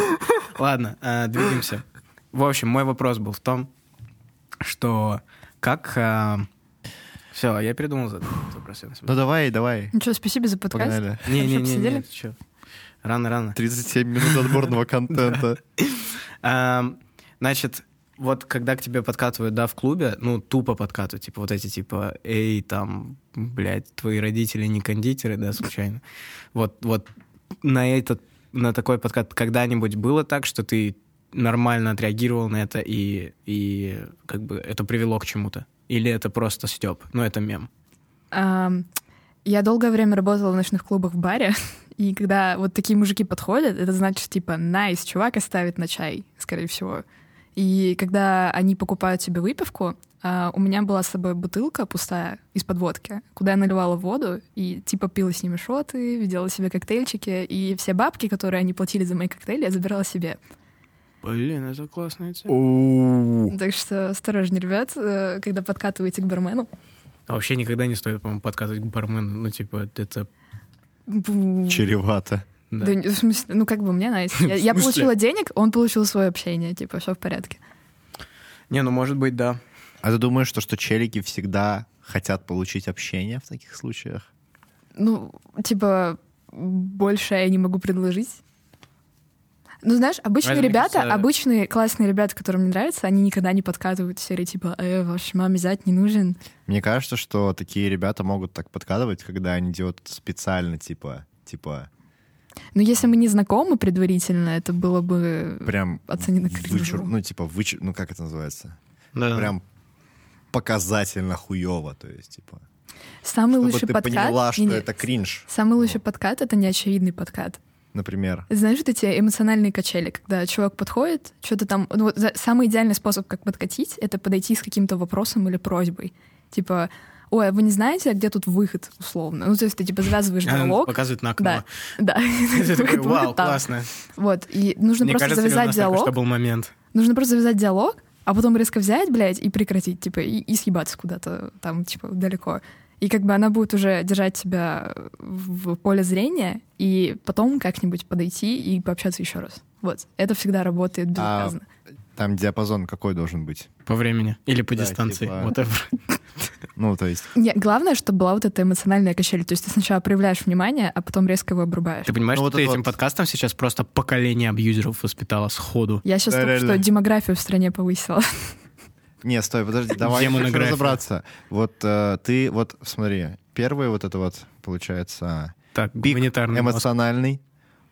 Speaker 1: Ладно, э, двигаемся. В общем, мой вопрос был в том, что как... Все, я передумал за этот вопрос. я на самом
Speaker 2: Ну давай, давай,
Speaker 3: Ну что, спасибо за подкаст.
Speaker 2: погнали.
Speaker 1: деле.
Speaker 3: Хорошо
Speaker 1: Не-не-не,
Speaker 3: посидели?
Speaker 1: не, ты чё? Рано-рано.
Speaker 2: 37 минут отборного контента.
Speaker 1: Ам, Значит, вот когда к тебе подкатывают, да, в клубе, ну, тупо подкатывают, типа вот эти, типа, эй, там, блядь, твои родители не кондитеры, да, случайно. Вот, вот на этот, на такой подкат когда-нибудь было так, что ты нормально отреагировал на это и, и как бы это привело к чему-то? Или это просто степ? Ну, это мем.
Speaker 3: Ам, Я долгое время работала в ночных клубах в баре, и когда вот такие мужики подходят, это значит, типа, найс, чувак оставит на чай, скорее всего. И когда они покупают себе выпивку, а, у меня была с собой бутылка пустая из-под водки, куда я наливала воду и типа пила с ними шоты, делала себе коктейльчики, и все бабки, которые они платили за мои коктейли, я забирала себе.
Speaker 1: Блин, это классная тема.
Speaker 2: Оу.
Speaker 3: Так что осторожнее, ребят, э, когда подкатываете к бармену.
Speaker 1: А вообще никогда не стоит, по-моему, подкатывать к бармену. Ну, типа, это...
Speaker 3: Бу.
Speaker 2: Чревато.
Speaker 1: да.
Speaker 3: Да не- в смысле, ну как бы мне нравится. Я, я
Speaker 1: В смысле?
Speaker 3: получила денег, он получил свое общение, типа, все в порядке.
Speaker 1: Не, ну, может быть, да.
Speaker 2: А ты думаешь, то, что челики всегда хотят получить общение в таких случаях?
Speaker 3: Ну, типа, больше я не могу предложить. Ну, знаешь, обычные
Speaker 1: Это, мне
Speaker 3: ребята,
Speaker 1: кажется,
Speaker 3: обычные классные ребята, которым мне нравится, они никогда не подкатывают в серии типа, э, ваш маме зять не нужен.
Speaker 2: Мне кажется, что такие ребята могут так подкадывать, когда они делают это специально, типа, типа,
Speaker 3: Но если мы не знакомы предварительно, это было бы...
Speaker 2: прям
Speaker 3: Оценено
Speaker 2: вычур,
Speaker 3: кринжово.
Speaker 2: ну типа вычур, ну как это называется,
Speaker 1: Да.
Speaker 2: прям показательно хуево, то есть типа,
Speaker 3: Самый
Speaker 2: чтобы
Speaker 3: лучший
Speaker 2: ты
Speaker 3: подкат...
Speaker 2: поняла, что
Speaker 3: Не-не.
Speaker 2: это кринж,
Speaker 3: Самый лучший подкат — это неочевидный подкат.
Speaker 2: например.
Speaker 3: Знаешь, вот эти эмоциональные качели, когда чувак подходит, что-то там... Ну, вот за- самый идеальный способ, как подкатить, это подойти с каким-то вопросом или просьбой. Типа, ой, а вы не знаете, а где тут выход, условно? Ну, то есть ты, типа, завязываешь
Speaker 1: Она
Speaker 3: диалог.
Speaker 1: Показывает на окно.
Speaker 3: Да, да.
Speaker 1: Ты такой,
Speaker 3: Выход,
Speaker 1: вау,
Speaker 3: выход там».
Speaker 1: классно.
Speaker 3: Вот, и нужно
Speaker 1: Мне
Speaker 3: просто
Speaker 1: кажется, Лёна,
Speaker 3: завязать
Speaker 1: настолько,
Speaker 3: диалог.
Speaker 1: что был момент.
Speaker 3: Нужно просто завязать диалог, а потом резко взять, блядь, и прекратить, типа, и, и съебаться куда-то там, типа, далеко. И как бы она будет уже держать тебя в поле зрения, и потом как-нибудь подойти и пообщаться еще раз. Вот. Это всегда работает
Speaker 2: А
Speaker 3: безотказно.
Speaker 2: Там диапазон какой должен быть?
Speaker 1: По времени. Или по
Speaker 2: Да,
Speaker 1: дистанции.
Speaker 2: типа-
Speaker 1: whatever.
Speaker 2: Ну, то есть,
Speaker 3: Не, главное, чтобы была вот эта эмоциональная качель. То есть ты сначала проявляешь внимание, а потом резко его обрубаешь.
Speaker 1: Ты понимаешь,
Speaker 2: Ну,
Speaker 1: что
Speaker 2: вот
Speaker 1: ты
Speaker 2: это
Speaker 1: этим
Speaker 2: вот.
Speaker 1: подкастом сейчас просто поколение абьюзеров воспитала сходу.
Speaker 3: Я сейчас
Speaker 2: Да,
Speaker 3: только
Speaker 2: реально.
Speaker 3: что демографию в стране повысила.
Speaker 2: не, стой, подожди, давай я хочу
Speaker 1: Демонография.
Speaker 2: разобраться. Вот э, ты, вот смотри, первый вот это вот, получается,
Speaker 1: Так,
Speaker 2: Биг
Speaker 1: гуманитарный мозг.
Speaker 2: эмоциональный.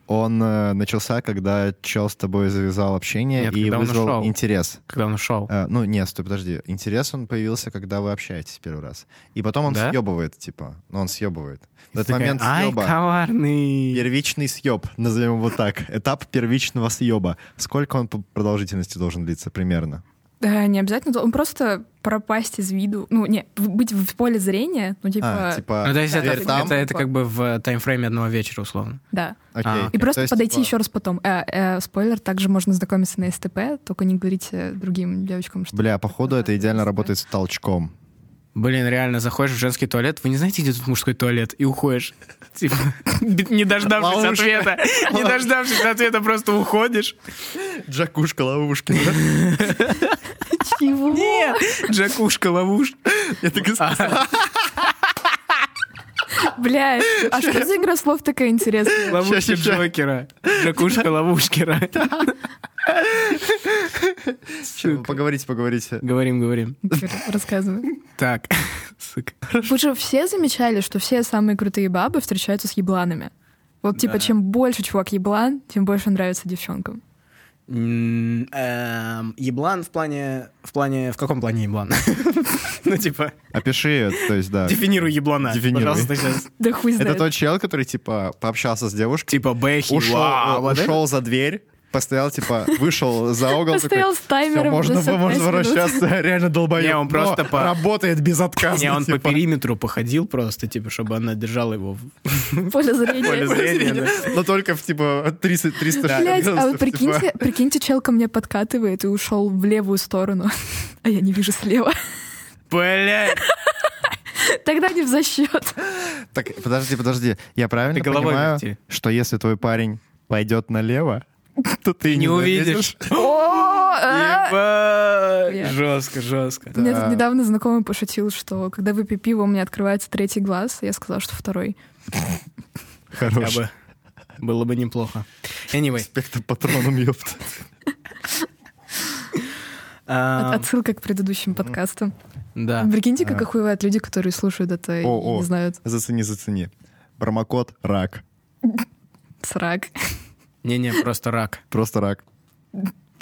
Speaker 2: Он э, начался, когда чел с тобой завязал общение
Speaker 1: Нет,
Speaker 2: и
Speaker 1: когда он
Speaker 2: вызвал
Speaker 1: ушел.
Speaker 2: интерес.
Speaker 1: Когда он ушел.
Speaker 2: Э, ну, нет, стой, подожди. Интерес он появился, когда вы общаетесь первый раз. И потом он
Speaker 1: Да?
Speaker 2: съебывает, типа. Ну, он съебывает. В
Speaker 1: Ты
Speaker 2: этот
Speaker 1: такая,
Speaker 2: момент
Speaker 1: Ай,
Speaker 2: съеба.
Speaker 1: коварный.
Speaker 2: Первичный съеб, назовем его так. Этап первичного съеба. Сколько он по продолжительности должен длиться примерно?
Speaker 3: Да, не обязательно. Он просто пропасть из виду. Ну, не, в- быть в поле зрения, ну, типа...
Speaker 2: а, типа,
Speaker 1: Ну, то есть это,
Speaker 2: теперь
Speaker 1: это,
Speaker 2: там.
Speaker 1: это как бы в э, таймфрейме одного вечера, условно.
Speaker 3: Да.
Speaker 2: Окей.
Speaker 1: А.
Speaker 3: И просто
Speaker 2: То есть,
Speaker 3: подойти
Speaker 2: типа,
Speaker 3: еще раз потом. Э, э, спойлер, также можно знакомиться на СТП, только не говорите другим девочкам, что...
Speaker 2: Бля, походу, это идеально работает с толчком.
Speaker 1: Блин, реально, заходишь в женский туалет, вы не знаете, где тут мужской туалет, и уходишь. Типа, не дождавшись
Speaker 2: Ловушка.
Speaker 1: ответа. Не дождавшись ответа, просто уходишь.
Speaker 2: Джакушка ловушки.
Speaker 3: Чего?
Speaker 1: Нет, джакушка, ловушка.
Speaker 2: Я так
Speaker 1: А,
Speaker 2: и сказал.
Speaker 3: Бля, а что за игра слов такая интересная?
Speaker 1: Ловушка
Speaker 2: Ща, ща, ща.
Speaker 1: Джокера. Джакушка, ловушкера.
Speaker 2: Поговорите, поговорите.
Speaker 1: Говорим, говорим.
Speaker 3: Ну, Рассказывай.
Speaker 1: Так, сука.
Speaker 3: Вы же все замечали, что все самые крутые бабы встречаются с ебланами. Вот типа,
Speaker 1: Да.
Speaker 3: чем больше чувак еблан, тем больше он нравится девчонкам.
Speaker 1: М, эм, Еблан в плане... В плане... В каком плане еблан? Ну, типа,
Speaker 2: Опиши, то есть, да.
Speaker 1: дефинируй еблана.
Speaker 2: Дефинируй.
Speaker 1: Пожалуйста, сейчас.
Speaker 3: Да хуй
Speaker 2: Это
Speaker 3: знает.
Speaker 2: тот чел, который, типа, пообщался с девушкой,
Speaker 1: Типа, бэхи,
Speaker 2: ушел,
Speaker 1: вау,
Speaker 2: э,
Speaker 1: вот это-
Speaker 2: ушел за дверь, постоял, типа, вышел за угол.
Speaker 3: Постоял с
Speaker 2: Все,
Speaker 3: таймером.
Speaker 2: можно,
Speaker 3: за 45
Speaker 2: можно
Speaker 3: минут.
Speaker 2: возвращаться, реально долбоёб.
Speaker 1: Не, он
Speaker 2: Но
Speaker 1: просто по-
Speaker 2: Работает безотказно.
Speaker 1: Не, он по
Speaker 2: типа.
Speaker 1: периметру походил просто, типа, чтобы она держала его в
Speaker 3: типа, Поле зрения.
Speaker 1: поле зрения. да.
Speaker 2: Но только в, типа, 30, 300
Speaker 3: Блядь, а
Speaker 2: типа.
Speaker 3: вы прикиньте, прикиньте, чел ко мне подкатывает и ушел в левую сторону, а я не вижу слева.
Speaker 1: Блядь!
Speaker 3: Тогда не в засчет.
Speaker 2: Так, подожди, подожди. Я правильно
Speaker 1: Ты головой
Speaker 2: понимаю,
Speaker 1: верти.
Speaker 2: что если твой парень пойдет налево, то ты
Speaker 1: Не увидишь. Ебать!
Speaker 3: Бля.
Speaker 1: Жестко, жестко.
Speaker 3: У меня тут
Speaker 2: Да.
Speaker 3: недавно знакомый пошутил, что когда выпью пиво, у меня открывается третий глаз. Я сказала, что второй.
Speaker 1: Хотя
Speaker 2: Хорош.
Speaker 1: бы. Было бы неплохо. Anyway.
Speaker 2: Спектр патроном, ёпта.
Speaker 1: а,
Speaker 3: От- Отсылка к предыдущим подкастам.
Speaker 1: эм, Да.
Speaker 3: Прикиньте, как
Speaker 2: А.
Speaker 3: охуевают люди, которые слушают это и
Speaker 2: О,
Speaker 3: не
Speaker 2: о.
Speaker 3: знают.
Speaker 2: Зацени, зацени. Промокод рак.
Speaker 3: Срак.
Speaker 1: Не-не, просто рак.
Speaker 2: Просто рак.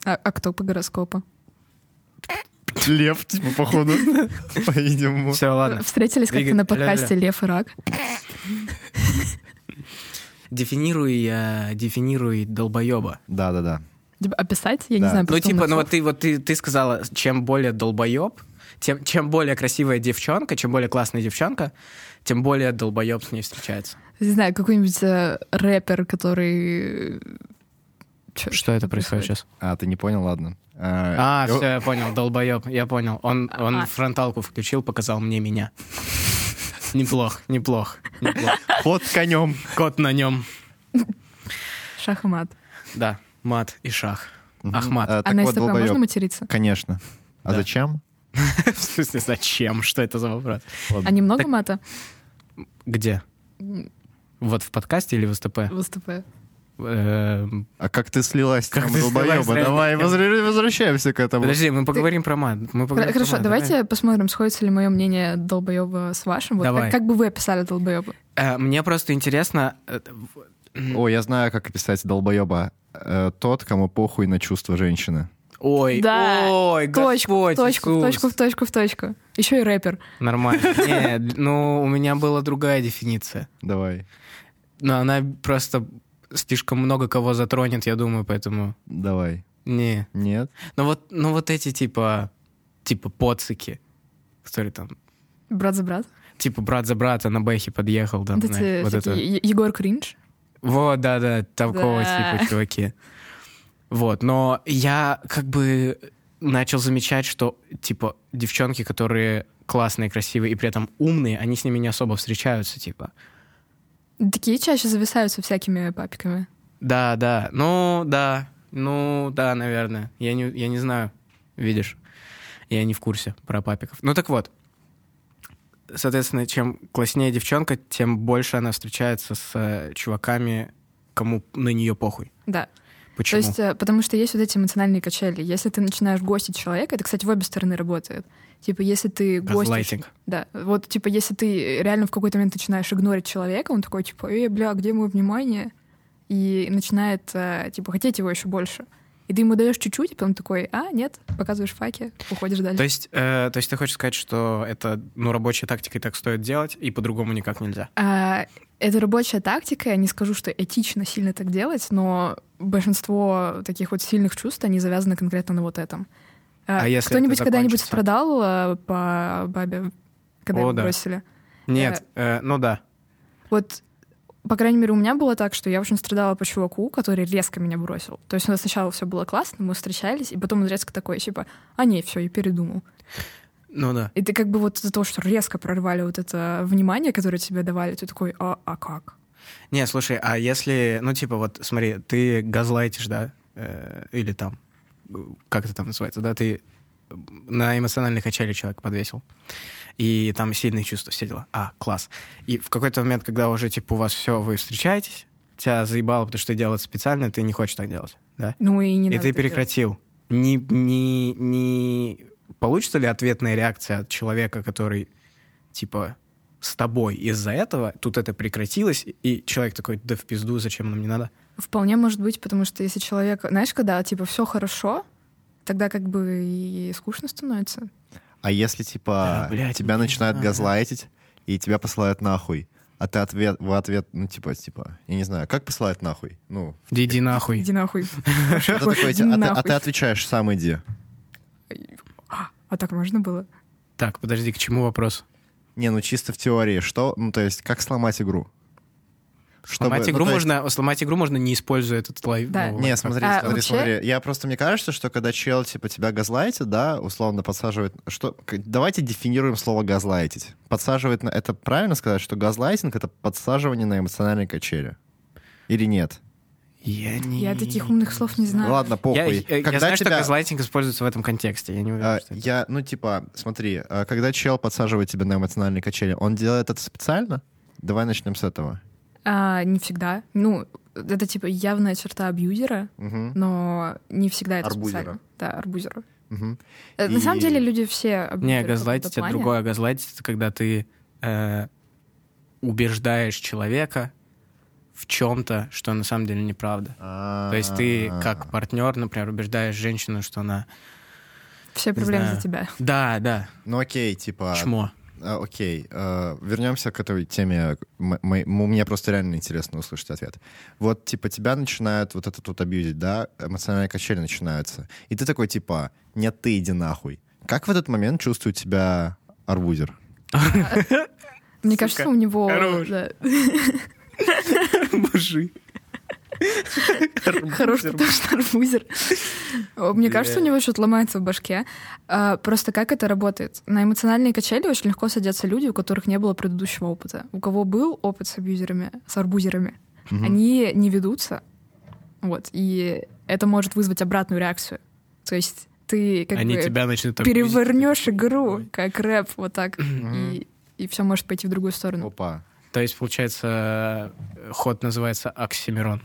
Speaker 3: А, а кто по гороскопу?
Speaker 2: Лев, типа, походу. По-видимому.
Speaker 1: Все, ладно.
Speaker 3: Встретились как-то
Speaker 1: Двигай-
Speaker 3: на подкасте Лев и Рак.
Speaker 1: Дефинируй, э, дефинируй долбоеба.
Speaker 2: Да-да-да.
Speaker 3: Типа, Описать? Я не
Speaker 2: Да.
Speaker 3: знаю.
Speaker 1: Ну,
Speaker 3: просто у
Speaker 1: типа,
Speaker 3: меня
Speaker 1: ну вот ты вот ты, ты сказала, чем более долбоеб, тем, чем более красивая девчонка, чем более классная девчонка, тем более долбоеб с ней встречается.
Speaker 3: не знаю, какой-нибудь э, рэпер, который... э, чё-
Speaker 1: Что это происходит сейчас?
Speaker 2: А, ты не понял, ладно.
Speaker 1: А,
Speaker 2: э,
Speaker 1: все, я понял, долбоеб, я понял. Он, он
Speaker 3: А.
Speaker 1: фронталку включил, показал мне меня. Неплох, неплох, неплох.
Speaker 2: Ход конем.
Speaker 1: Кот на нем.
Speaker 3: Шах и мат.
Speaker 1: Да, мат и шах. Ахмат.
Speaker 2: А,
Speaker 3: а
Speaker 2: так
Speaker 3: на
Speaker 2: вот,
Speaker 3: СТП
Speaker 2: долбоёб.
Speaker 3: можно материться?
Speaker 2: Конечно. А
Speaker 1: Да.
Speaker 2: зачем?
Speaker 1: В смысле, зачем? Что это за вопрос?
Speaker 3: А немного
Speaker 1: Так-
Speaker 3: мата
Speaker 1: Где? Вот в подкасте или в СТП?
Speaker 3: выступаю?
Speaker 1: Эм,
Speaker 2: А как ты слилась с
Speaker 1: Как
Speaker 2: тем
Speaker 1: ты
Speaker 2: долбоёба?
Speaker 1: слилась с реальной
Speaker 2: Давай,
Speaker 1: темой.
Speaker 2: возра- возвращаемся к этому.
Speaker 1: Подожди, мы поговорим про мат. Мы поговорим про
Speaker 3: Хорошо,
Speaker 1: мат,
Speaker 3: давайте
Speaker 1: давай?
Speaker 3: посмотрим, сходится ли мое мнение долбоеба с вашим. Вот
Speaker 1: Давай.
Speaker 3: Как, как бы вы описали долбоеба?
Speaker 1: Э, Мне просто интересно... э, в-
Speaker 2: О, я знаю, как описать долбоеба. Э, тот, кому похуй на чувства женщины.
Speaker 1: Ой,
Speaker 3: Да,
Speaker 1: ой,
Speaker 3: Точку, в
Speaker 1: Господь
Speaker 3: точку, в
Speaker 1: Иисус.
Speaker 3: точку, в точку, в точку. Еще и рэпер.
Speaker 1: Нормально. Не, ну, у меня была другая дефиниция.
Speaker 2: Давай.
Speaker 1: Но она просто слишком много кого затронет, я думаю, поэтому...
Speaker 2: Давай.
Speaker 1: Не.
Speaker 2: Нет?
Speaker 1: Ну вот, ну вот эти типа... Типа поцики, которые там...
Speaker 3: Брат за брат.
Speaker 1: Типа брат за брата на бэхе подъехал. Там,
Speaker 3: вот эти
Speaker 1: знаешь, вот это.
Speaker 3: всякие Е- Егор Кринж.
Speaker 1: Вот, да, да, такого
Speaker 3: Да.
Speaker 1: типа чуваки. Вот, но я как бы начал замечать, что типа девчонки, которые классные, красивые и при этом умные, они с ними не особо встречаются, типа.
Speaker 3: Такие чаще зависают со всякими папиками.
Speaker 1: Да, да, ну да, ну да, наверное. Я не, я не знаю, видишь, я не в курсе про папиков. Ну так вот, соответственно, чем класснее девчонка, тем больше она встречается с э, чуваками, кому на нее похуй.
Speaker 3: Да.
Speaker 1: Почему?
Speaker 3: То есть, э, потому что есть вот эти эмоциональные качели. Если ты начинаешь гостить человека, это, кстати, в обе стороны работает. Типа, если ты гостишь...
Speaker 1: Газлайтинг.
Speaker 3: Да, вот, типа, если ты реально в какой-то момент начинаешь игнорить человека, он такой, типа, «Эй, бля, где мое внимание?» И начинает, э, типа, хотеть его еще больше. И ты ему даешь чуть-чуть, и потом такой, а, нет, показываешь факи, уходишь
Speaker 1: То
Speaker 3: дальше.
Speaker 1: есть, э, то есть ты хочешь сказать, что это ну, рабочей тактикой так стоит делать, и по-другому никак нельзя?
Speaker 3: А, это рабочая тактика, я не скажу, что этично сильно так делать, но большинство таких вот сильных чувств, они завязаны конкретно на вот этом. А,
Speaker 1: А если это
Speaker 3: Кто-нибудь когда-нибудь
Speaker 1: закончится?
Speaker 3: страдал э, по бабе,
Speaker 1: О,
Speaker 3: когда его
Speaker 1: да.
Speaker 3: бросили?
Speaker 1: Нет, э, ну да.
Speaker 3: Вот, по крайней мере, у меня было так, что я очень страдала по чуваку, который резко меня бросил. То есть у нас сначала все было классно, мы встречались, и потом он резко такой, типа, а не, все, я передумал.
Speaker 1: Ну да.
Speaker 3: И ты как бы вот из-за того, что резко прорвали вот это внимание, которое тебе давали, ты такой, а, а как?
Speaker 1: Не, слушай, а если, ну типа вот, смотри, ты газлайтишь, да, э, или там, э, как это там называется, да, ты на эмоциональной качели человека подвесил, и там сильные чувства, все дела. А, класс. И в какой-то момент, когда уже, типа, у вас все, вы встречаетесь, тебя заебало, потому что ты делал это специально, ты не хочешь так делать, да?
Speaker 3: Ну и не
Speaker 1: И
Speaker 3: надо
Speaker 1: ты
Speaker 3: это делать.
Speaker 1: прекратил. Не, не, не получится ли ответная реакция от человека, который типа с тобой из-за этого, тут это прекратилось, и человек такой, да в пизду, зачем нам не надо?
Speaker 3: Вполне может быть, потому что если человек, знаешь, когда типа все хорошо, тогда как бы и скучно становится.
Speaker 2: А если, типа,
Speaker 1: Да, блядь,
Speaker 2: тебя
Speaker 1: не
Speaker 2: начинают
Speaker 1: знаю.
Speaker 2: газлайтить, и тебя посылают нахуй, а ты ответ, в ответ, ну, типа, типа, я не знаю, как посылать нахуй? Ну,
Speaker 1: Да Иди нахуй.
Speaker 3: Иди нахуй.
Speaker 2: это такое,
Speaker 3: Иди
Speaker 2: а, ты, а
Speaker 3: нахуй.
Speaker 2: ты отвечаешь, сам иди.
Speaker 3: А так можно было?
Speaker 1: Так, подожди, к чему вопрос?
Speaker 2: Не, ну чисто в теории, что, ну, то есть, как сломать игру? Чтобы-
Speaker 1: Сломать
Speaker 2: ну,
Speaker 1: игру
Speaker 2: то есть-
Speaker 1: можно, сломать игру можно не используя этот лайф.
Speaker 3: Да.
Speaker 1: ну,
Speaker 2: Не,
Speaker 1: лайфхак.
Speaker 2: смотри,
Speaker 3: А,
Speaker 2: смотри,
Speaker 3: вообще-
Speaker 2: смотри. Я просто, мне кажется, что когда чел, типа, тебя газлайтит, да, условно подсаживает... Что... к- Давайте дефинируем слово газлайтить. Подсаживает на... Это правильно сказать, что газлайтинг — это подсаживание на эмоциональной качели? Или нет? Ну,
Speaker 1: Я, не...
Speaker 3: Я таких умных слов не знаю.
Speaker 2: Ладно,
Speaker 1: Я, э,
Speaker 2: похуй.
Speaker 1: я- я знаю, что газлайтинг используется в этом контексте. Я не уверен,
Speaker 2: А,
Speaker 1: что это-
Speaker 2: Я, ну, типа, смотри, а, когда чел подсаживает тебя на эмоциональные качели, он делает это специально? Давай начнем с этого.
Speaker 3: А, не всегда. Ну, это типа явная черта абьюзера,
Speaker 2: Мгм,
Speaker 3: но не всегда это
Speaker 2: Арбузера.
Speaker 3: специально. Да, арбузера.
Speaker 2: мгм.
Speaker 3: Э,
Speaker 2: И-
Speaker 3: На самом деле люди все
Speaker 1: Не, а
Speaker 3: абьюзеры Ну, в
Speaker 1: газлайтить
Speaker 3: каком-то
Speaker 1: это
Speaker 3: плане.
Speaker 1: другое. А Газлайтить это когда ты э, убеждаешь человека в чем-то, что на самом деле неправда. То есть ты
Speaker 2: А,
Speaker 1: как партнер, например, убеждаешь женщину, что она...
Speaker 3: Все
Speaker 1: Не
Speaker 3: проблемы
Speaker 1: знаю.
Speaker 3: за тебя.
Speaker 1: Да, да,
Speaker 2: Ну, окей, типа...
Speaker 1: чмо.
Speaker 2: А, Окей, э, вернемся к этой теме. М- м- Мне просто реально интересно услышать ответ. Вот, типа, тебя начинают вот этот вот абьюзить, да? Эмоциональные качели начинаются. И ты такой, типа, нет, ты иди нахуй. Как в этот момент чувствует себя арбузер?
Speaker 3: Мне кажется, у него...
Speaker 1: Хорош.
Speaker 3: да,
Speaker 1: Мужи.
Speaker 3: Хорош, потому что арбузер. О, Мне
Speaker 1: Бля.
Speaker 3: кажется, у него что-то ломается в башке. А, Просто как это работает? На эмоциональные качели очень легко садятся люди, у которых не было предыдущего опыта. У кого был опыт с абьюзерами, с арбузерами,
Speaker 2: Мгм.
Speaker 3: они не ведутся. Вот. И это может вызвать обратную реакцию. То есть ты как
Speaker 1: Они
Speaker 3: бы
Speaker 1: тебя начнут абьюзить.
Speaker 3: перевернешь игру,
Speaker 1: типа, Ой.
Speaker 3: как рэп, вот так. И, все может пойти в другую сторону.
Speaker 2: Опа.
Speaker 1: То есть, получается, э, ход называется оксимирон.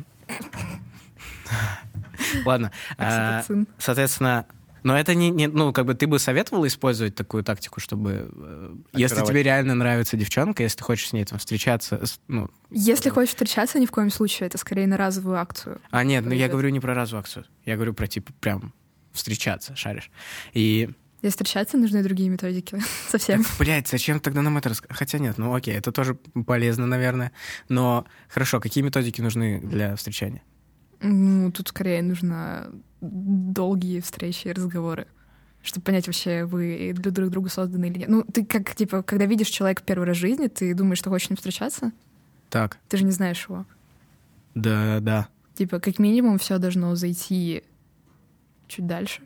Speaker 1: Ладно. а,
Speaker 3: Окситоцин.
Speaker 1: Соответственно, но это не, не- ну, как бы ты бы советовала использовать такую тактику, чтобы, э, если
Speaker 2: Очаровать.
Speaker 1: тебе реально нравится девчонка, если ты хочешь с ней там встречаться, с- ну,
Speaker 3: Если хочешь встречаться, ни в коем случае, это скорее на разовую акцию.
Speaker 1: а нет, ну я
Speaker 3: Пойдёт.
Speaker 1: говорю не про разу акцию, я говорю про типа прям встречаться, шаришь. И,
Speaker 3: Если встречаться, нужны другие методики. Совсем.
Speaker 1: блядь, зачем тогда нам это рассказывать? Хотя нет, ну окей, это тоже полезно, наверное. Но хорошо, какие методики нужны для встречания?
Speaker 3: Ну, тут скорее нужно долгие встречи и разговоры, чтобы понять вообще, вы для друг друга созданы или нет. Ну, ты как, типа, когда видишь человека в первый раз в жизни, ты думаешь, что хочешь с ним встречаться,
Speaker 1: Так,
Speaker 3: ты же не знаешь его.
Speaker 1: да, да.
Speaker 3: Типа, как минимум, все должно зайти чуть дальше.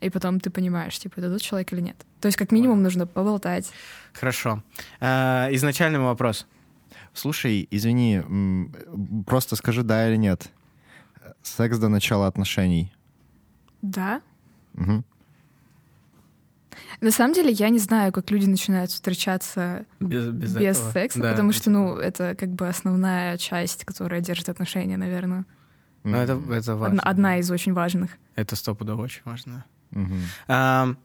Speaker 3: И потом ты понимаешь, типа, это тот человек или нет. То есть, как минимум,
Speaker 1: Понял.
Speaker 3: нужно поболтать.
Speaker 1: Хорошо. Э, Изначальный вопрос.
Speaker 2: Слушай, извини, м, просто скажи да или нет. Секс до начала отношений.
Speaker 3: Да.
Speaker 2: Мгм.
Speaker 3: На самом деле, я не знаю, как люди начинают встречаться
Speaker 1: Без, без
Speaker 3: без
Speaker 1: этого.
Speaker 3: секса,
Speaker 1: Да,
Speaker 3: потому что,
Speaker 1: типа.
Speaker 3: ну, это как бы основная часть, которая держит отношения, наверное.
Speaker 1: Ну, это,
Speaker 2: Мгм.
Speaker 1: это важно.
Speaker 3: Одна, одна из очень важных.
Speaker 1: Это стопудово очень важно.
Speaker 2: Мгм.
Speaker 1: Ам,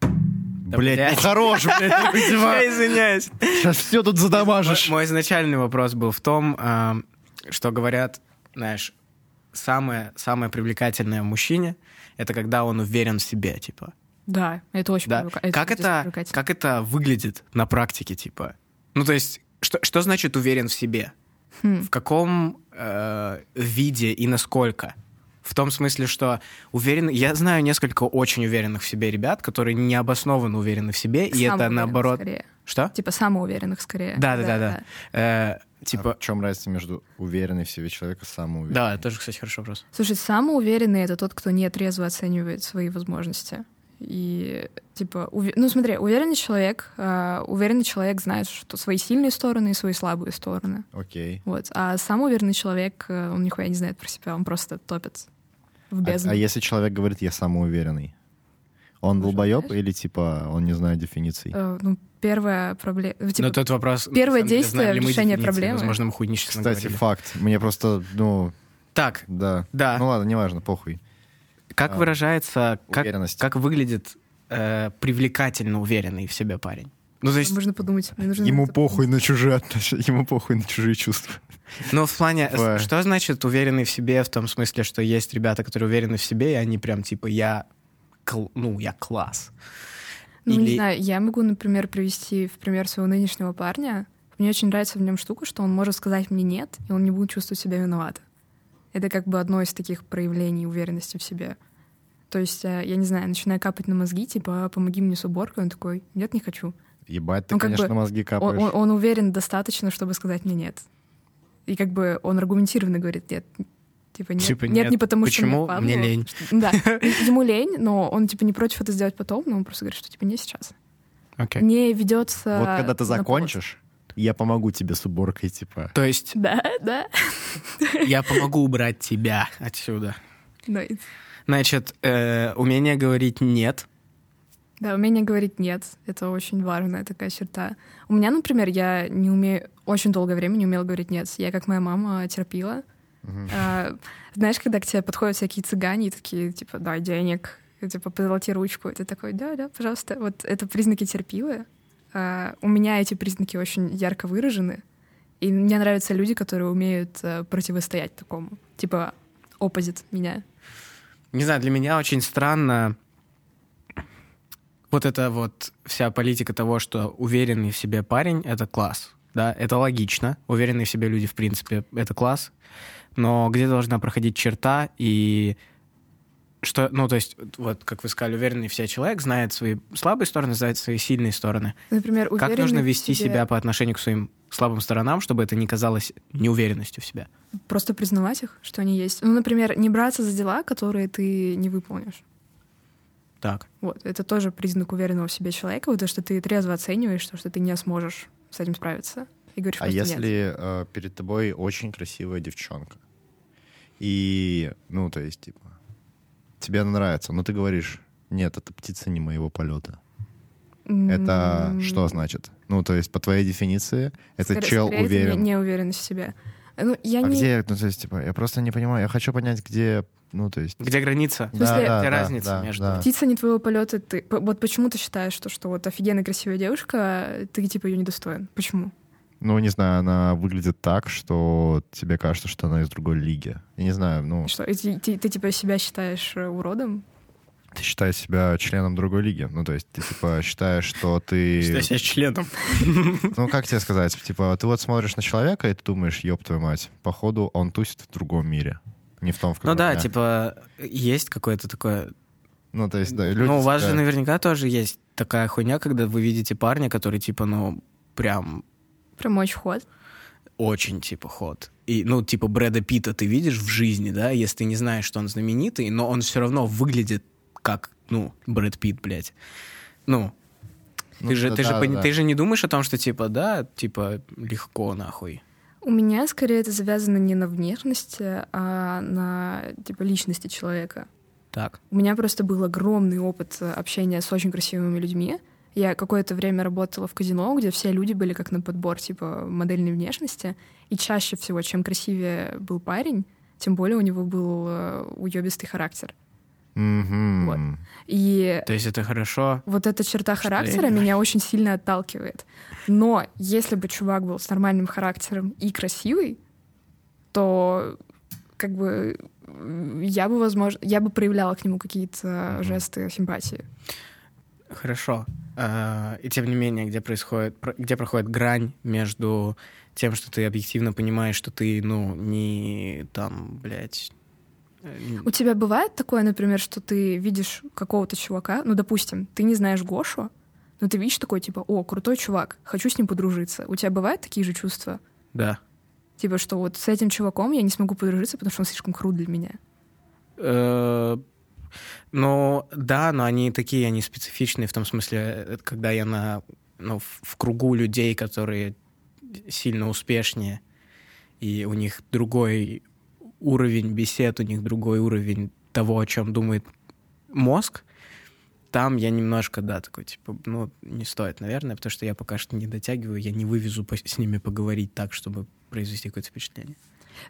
Speaker 2: Блядь, ну хорош, блядь, не
Speaker 1: я
Speaker 2: подевай.
Speaker 1: извиняюсь.
Speaker 2: Сейчас все тут задамажишь.
Speaker 1: Мой изначальный вопрос был в том, ам, что говорят, знаешь, самое, самое привлекательное в мужчине — это когда он уверен в себе, типа.
Speaker 3: Да, Ну, это очень
Speaker 1: Да.
Speaker 3: привлека-
Speaker 1: Как,
Speaker 3: пиздец
Speaker 1: это,
Speaker 3: привлекательно.
Speaker 1: как это выглядит на практике, типа? Ну, то есть, что, что значит уверен в себе?
Speaker 3: Хм.
Speaker 1: В каком э, виде и насколько? В том смысле, что уверен... Я знаю несколько очень уверенных в себе ребят, которые необоснованно уверены в себе, и это
Speaker 3: Самоуверенных
Speaker 1: наоборот...
Speaker 3: скорее.
Speaker 1: Что?
Speaker 3: Типа самоуверенных скорее.
Speaker 1: Да, да, да, да. Э, типа...
Speaker 2: А в чем разница между уверенной в себе человека и самоуверенным?
Speaker 1: Да, это тоже, кстати, хороший вопрос.
Speaker 3: Слушай, самоуверенный это тот, кто не трезво оценивает свои возможности. И типа, уве- ну смотри, уверенный человек, э, уверенный человек знает, что свои сильные стороны и свои слабые стороны.
Speaker 2: Окей.
Speaker 3: Вот. А самоуверенный человек, э, он нихуя не знает про себя, он просто топит в
Speaker 2: А,
Speaker 3: бездну.
Speaker 2: а если человек говорит, я самоуверенный, он долбоеб или типа он не знает дефиниций?
Speaker 3: Э, ну, первая ну, проблема.
Speaker 1: Но тот вопрос... на
Speaker 3: Типа первое
Speaker 1: самом деле,
Speaker 3: действие
Speaker 1: знаем ли мы
Speaker 3: решение
Speaker 1: дефиниции.
Speaker 3: проблемы.
Speaker 1: Возможно, мы хуйни сейчас
Speaker 2: Кстати,
Speaker 1: наговорили.
Speaker 2: факт. Мне просто, ну,
Speaker 1: Так,
Speaker 2: да.
Speaker 1: да.
Speaker 2: Ну ладно, неважно, похуй.
Speaker 1: как
Speaker 2: а,
Speaker 1: выражается... Как,
Speaker 2: Уверенность.
Speaker 1: как выглядит э, привлекательно уверенный в себе парень? Ну, то есть,
Speaker 3: Можно подумать. мне нужно
Speaker 2: Ему
Speaker 3: это-
Speaker 2: похуй на чужие отношения, ему похуй на чужие чувства.
Speaker 1: ну, в плане, с-
Speaker 2: Фа.
Speaker 1: что значит уверенный в себе, в том смысле, что есть ребята, которые уверены в себе, и они прям типа я, кл- ну, я класс.
Speaker 3: Ну,
Speaker 1: Или-
Speaker 3: не знаю, я могу, например, привести в пример своего нынешнего парня, Мне очень нравится в нем штука, что он может сказать мне нет, и он не будет чувствовать себя виноватым. Это как бы одно из таких проявлений уверенности в себе. То есть, э, я не знаю, начинаю капать на мозги, типа, «А, помоги мне с уборкой, он такой, нет, не хочу.
Speaker 2: Ебать, ты,
Speaker 3: Ну, как
Speaker 2: конечно,
Speaker 3: бы
Speaker 2: мозги
Speaker 3: Он,
Speaker 2: капаешь.
Speaker 3: он- он уверен достаточно, чтобы сказать мне нет. И как бы он аргументированно говорит нет. Типа нет,
Speaker 1: Типа,
Speaker 3: нет,
Speaker 1: «Нет,
Speaker 3: не потому
Speaker 1: почему?
Speaker 3: что
Speaker 1: Мне лень».
Speaker 3: Да, ему лень, но он типа не против это сделать потом, но он просто говорит, что типа не сейчас.
Speaker 1: Окей.
Speaker 3: Не ведется.
Speaker 2: Вот когда ты
Speaker 3: на повод.
Speaker 2: закончишь, я помогу тебе с уборкой, типа.
Speaker 1: То есть
Speaker 3: Да, да.
Speaker 1: я помогу убрать тебя отсюда.
Speaker 3: Ну и-
Speaker 1: Значит, э, умение говорить нет.
Speaker 3: Да, умение говорить нет, это очень важная такая черта. У меня, например, я не умею, очень долгое время не умела говорить нет. Я, как моя мама, терпила. А, знаешь, когда к тебе подходят всякие цыгане и такие, типа, дай денег, и, типа, позолоти ручку, и ты такой, да, да, пожалуйста. Вот это признаки терпилы. А, у меня эти признаки очень ярко выражены. И мне нравятся люди, которые умеют э, противостоять такому. Типа, оппозит меня.
Speaker 1: Не знаю, для меня очень странно вот эта вот вся политика того, что уверенный в себе парень — это класс. Да, это логично. Уверенные в себе люди, в принципе, это класс. Но где должна проходить черта и что, ну, то есть, вот, как вы сказали, уверенный в себе человек знает свои слабые стороны, знает свои сильные стороны.
Speaker 3: Например,
Speaker 1: Как нужно
Speaker 3: уверенный в
Speaker 1: вести себя по отношению к своим слабым сторонам, чтобы это не казалось неуверенностью в себе?
Speaker 3: Просто признавать их, что они есть. Ну, например, не браться за дела, которые ты не выполнишь.
Speaker 1: Так.
Speaker 3: Вот, это тоже признак уверенного в себе человека, вот то, что ты трезво оцениваешь, то, что ты не сможешь с этим справиться. И говоришь,
Speaker 2: А
Speaker 3: просто нет.
Speaker 2: если э, перед тобой очень красивая девчонка? И, ну, то есть, типа, тебе она нравится, но ты говоришь, нет, это птица не моего полета.
Speaker 3: М,
Speaker 2: Это что значит? Ну, то есть, по твоей дефиниции, это
Speaker 3: скорее-
Speaker 2: чел
Speaker 3: скорее это не-
Speaker 2: уверен.
Speaker 3: неуверенность в себе. Ну, я
Speaker 2: а
Speaker 3: не...
Speaker 2: где, ну, то есть, типа, я просто не понимаю, я хочу понять, где, ну, то есть...
Speaker 1: Где граница?
Speaker 3: смысле,
Speaker 1: где разница между-
Speaker 3: Птица не твоего полета, ты... п- Вот почему ты считаешь, что, что вот офигенно красивая девушка, ты типа ее недостоин? Почему?
Speaker 2: Ну, не знаю, она выглядит так, что тебе кажется, что она из другой лиги. Я не знаю, ну,
Speaker 3: Что, и ты, ты- ты, типа себя считаешь э, уродом?
Speaker 2: ты считаешь себя членом другой лиги. Ну, то есть, ты, типа, считаешь, что
Speaker 1: Считай
Speaker 2: ты...
Speaker 1: себя членом.
Speaker 2: Ну, как тебе сказать? Типа, ты вот смотришь на человека, и ты думаешь, ёб твою мать, походу, он тусит в другом мире. Не в том, в
Speaker 1: Ну
Speaker 2: котором
Speaker 1: да,
Speaker 2: я».
Speaker 1: типа, есть какое-то такое...
Speaker 2: Ну, то есть, да, люди...
Speaker 1: Ну, у вас же
Speaker 2: считают-
Speaker 1: наверняка тоже есть такая хуйня, когда вы видите парня, который, типа, ну, прям
Speaker 3: Прямой очень ход.
Speaker 1: очень, типа, ход. И, ну, типа, Брэда Питта ты видишь в жизни, да, если ты не знаешь, что он знаменитый, но он все равно выглядит как, ну, Брэд Питт, блядь. Ну,
Speaker 2: Ну,
Speaker 1: ты, же,
Speaker 2: да,
Speaker 1: ты, же,
Speaker 2: да,
Speaker 1: пони-
Speaker 2: да.
Speaker 1: ты же не думаешь о том, что, типа, да, типа, легко, нахуй.
Speaker 3: У меня скорее это завязано не на внешности, а на типа личности человека.
Speaker 1: Так.
Speaker 3: У меня просто был огромный опыт э, общения с очень красивыми людьми. Я какое-то время работала в казино, где все люди были как на подбор типа модельной внешности. И чаще всего, чем красивее был парень, тем более у него был э, уёбистый характер.
Speaker 2: Мгм.
Speaker 3: Вот. И
Speaker 1: То есть это хорошо.
Speaker 3: вот эта черта
Speaker 1: Что
Speaker 3: характера
Speaker 1: я-
Speaker 3: меня очень сильно отталкивает. Но если бы чувак был с нормальным характером и красивый, то как бы м, я бы, возможно, я бы проявляла к нему какие-то жесты симпатии.
Speaker 1: Хорошо. А, И тем не менее, где происходит, про- где проходит грань между тем, что ты объективно понимаешь, что ты, ну, не там, блядь. э, не-
Speaker 3: У тебя бывает такое, например, что ты видишь какого-то чувака, ну, допустим, ты не знаешь Гошу, но ты видишь такой, типа, о, крутой чувак, хочу с ним подружиться. У тебя бывают такие же чувства?
Speaker 1: Да.
Speaker 3: Типа, что вот с этим чуваком я не смогу подружиться, потому что он слишком крут для меня.
Speaker 1: Э, Ну, да, но они такие, они специфичные в том смысле, э, когда я на, ну, в, в кругу людей, которые сильно успешнее, и у них другой уровень бесед, у них другой уровень того, о чем думает мозг, там я немножко, да, такой, типа, ну, не стоит, наверное, потому что я пока что не дотягиваю, я не вывезу пос- с ними поговорить так, чтобы произвести какое-то впечатление.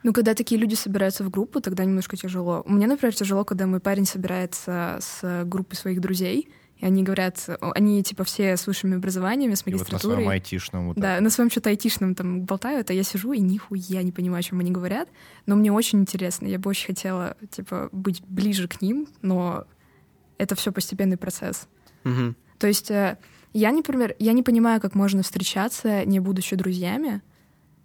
Speaker 3: Ну, когда такие люди собираются в группу, тогда немножко тяжело. Мне, например, тяжело, когда мой парень собирается с группой своих друзей, и они говорят, о, они типа все с высшими образованиями, с
Speaker 2: И вот на своем
Speaker 3: магистратурой.
Speaker 2: айтишном вот
Speaker 3: да,
Speaker 2: так.
Speaker 3: на своем что-то айтишном там болтают, а я сижу и нихуя не понимаю, о чем они говорят. Но мне очень интересно. Я бы очень хотела, типа, быть ближе к ним, но это все постепенный процесс.
Speaker 1: Мгм.
Speaker 3: То есть э, Я, например, я не понимаю, как можно встречаться, не будучи друзьями.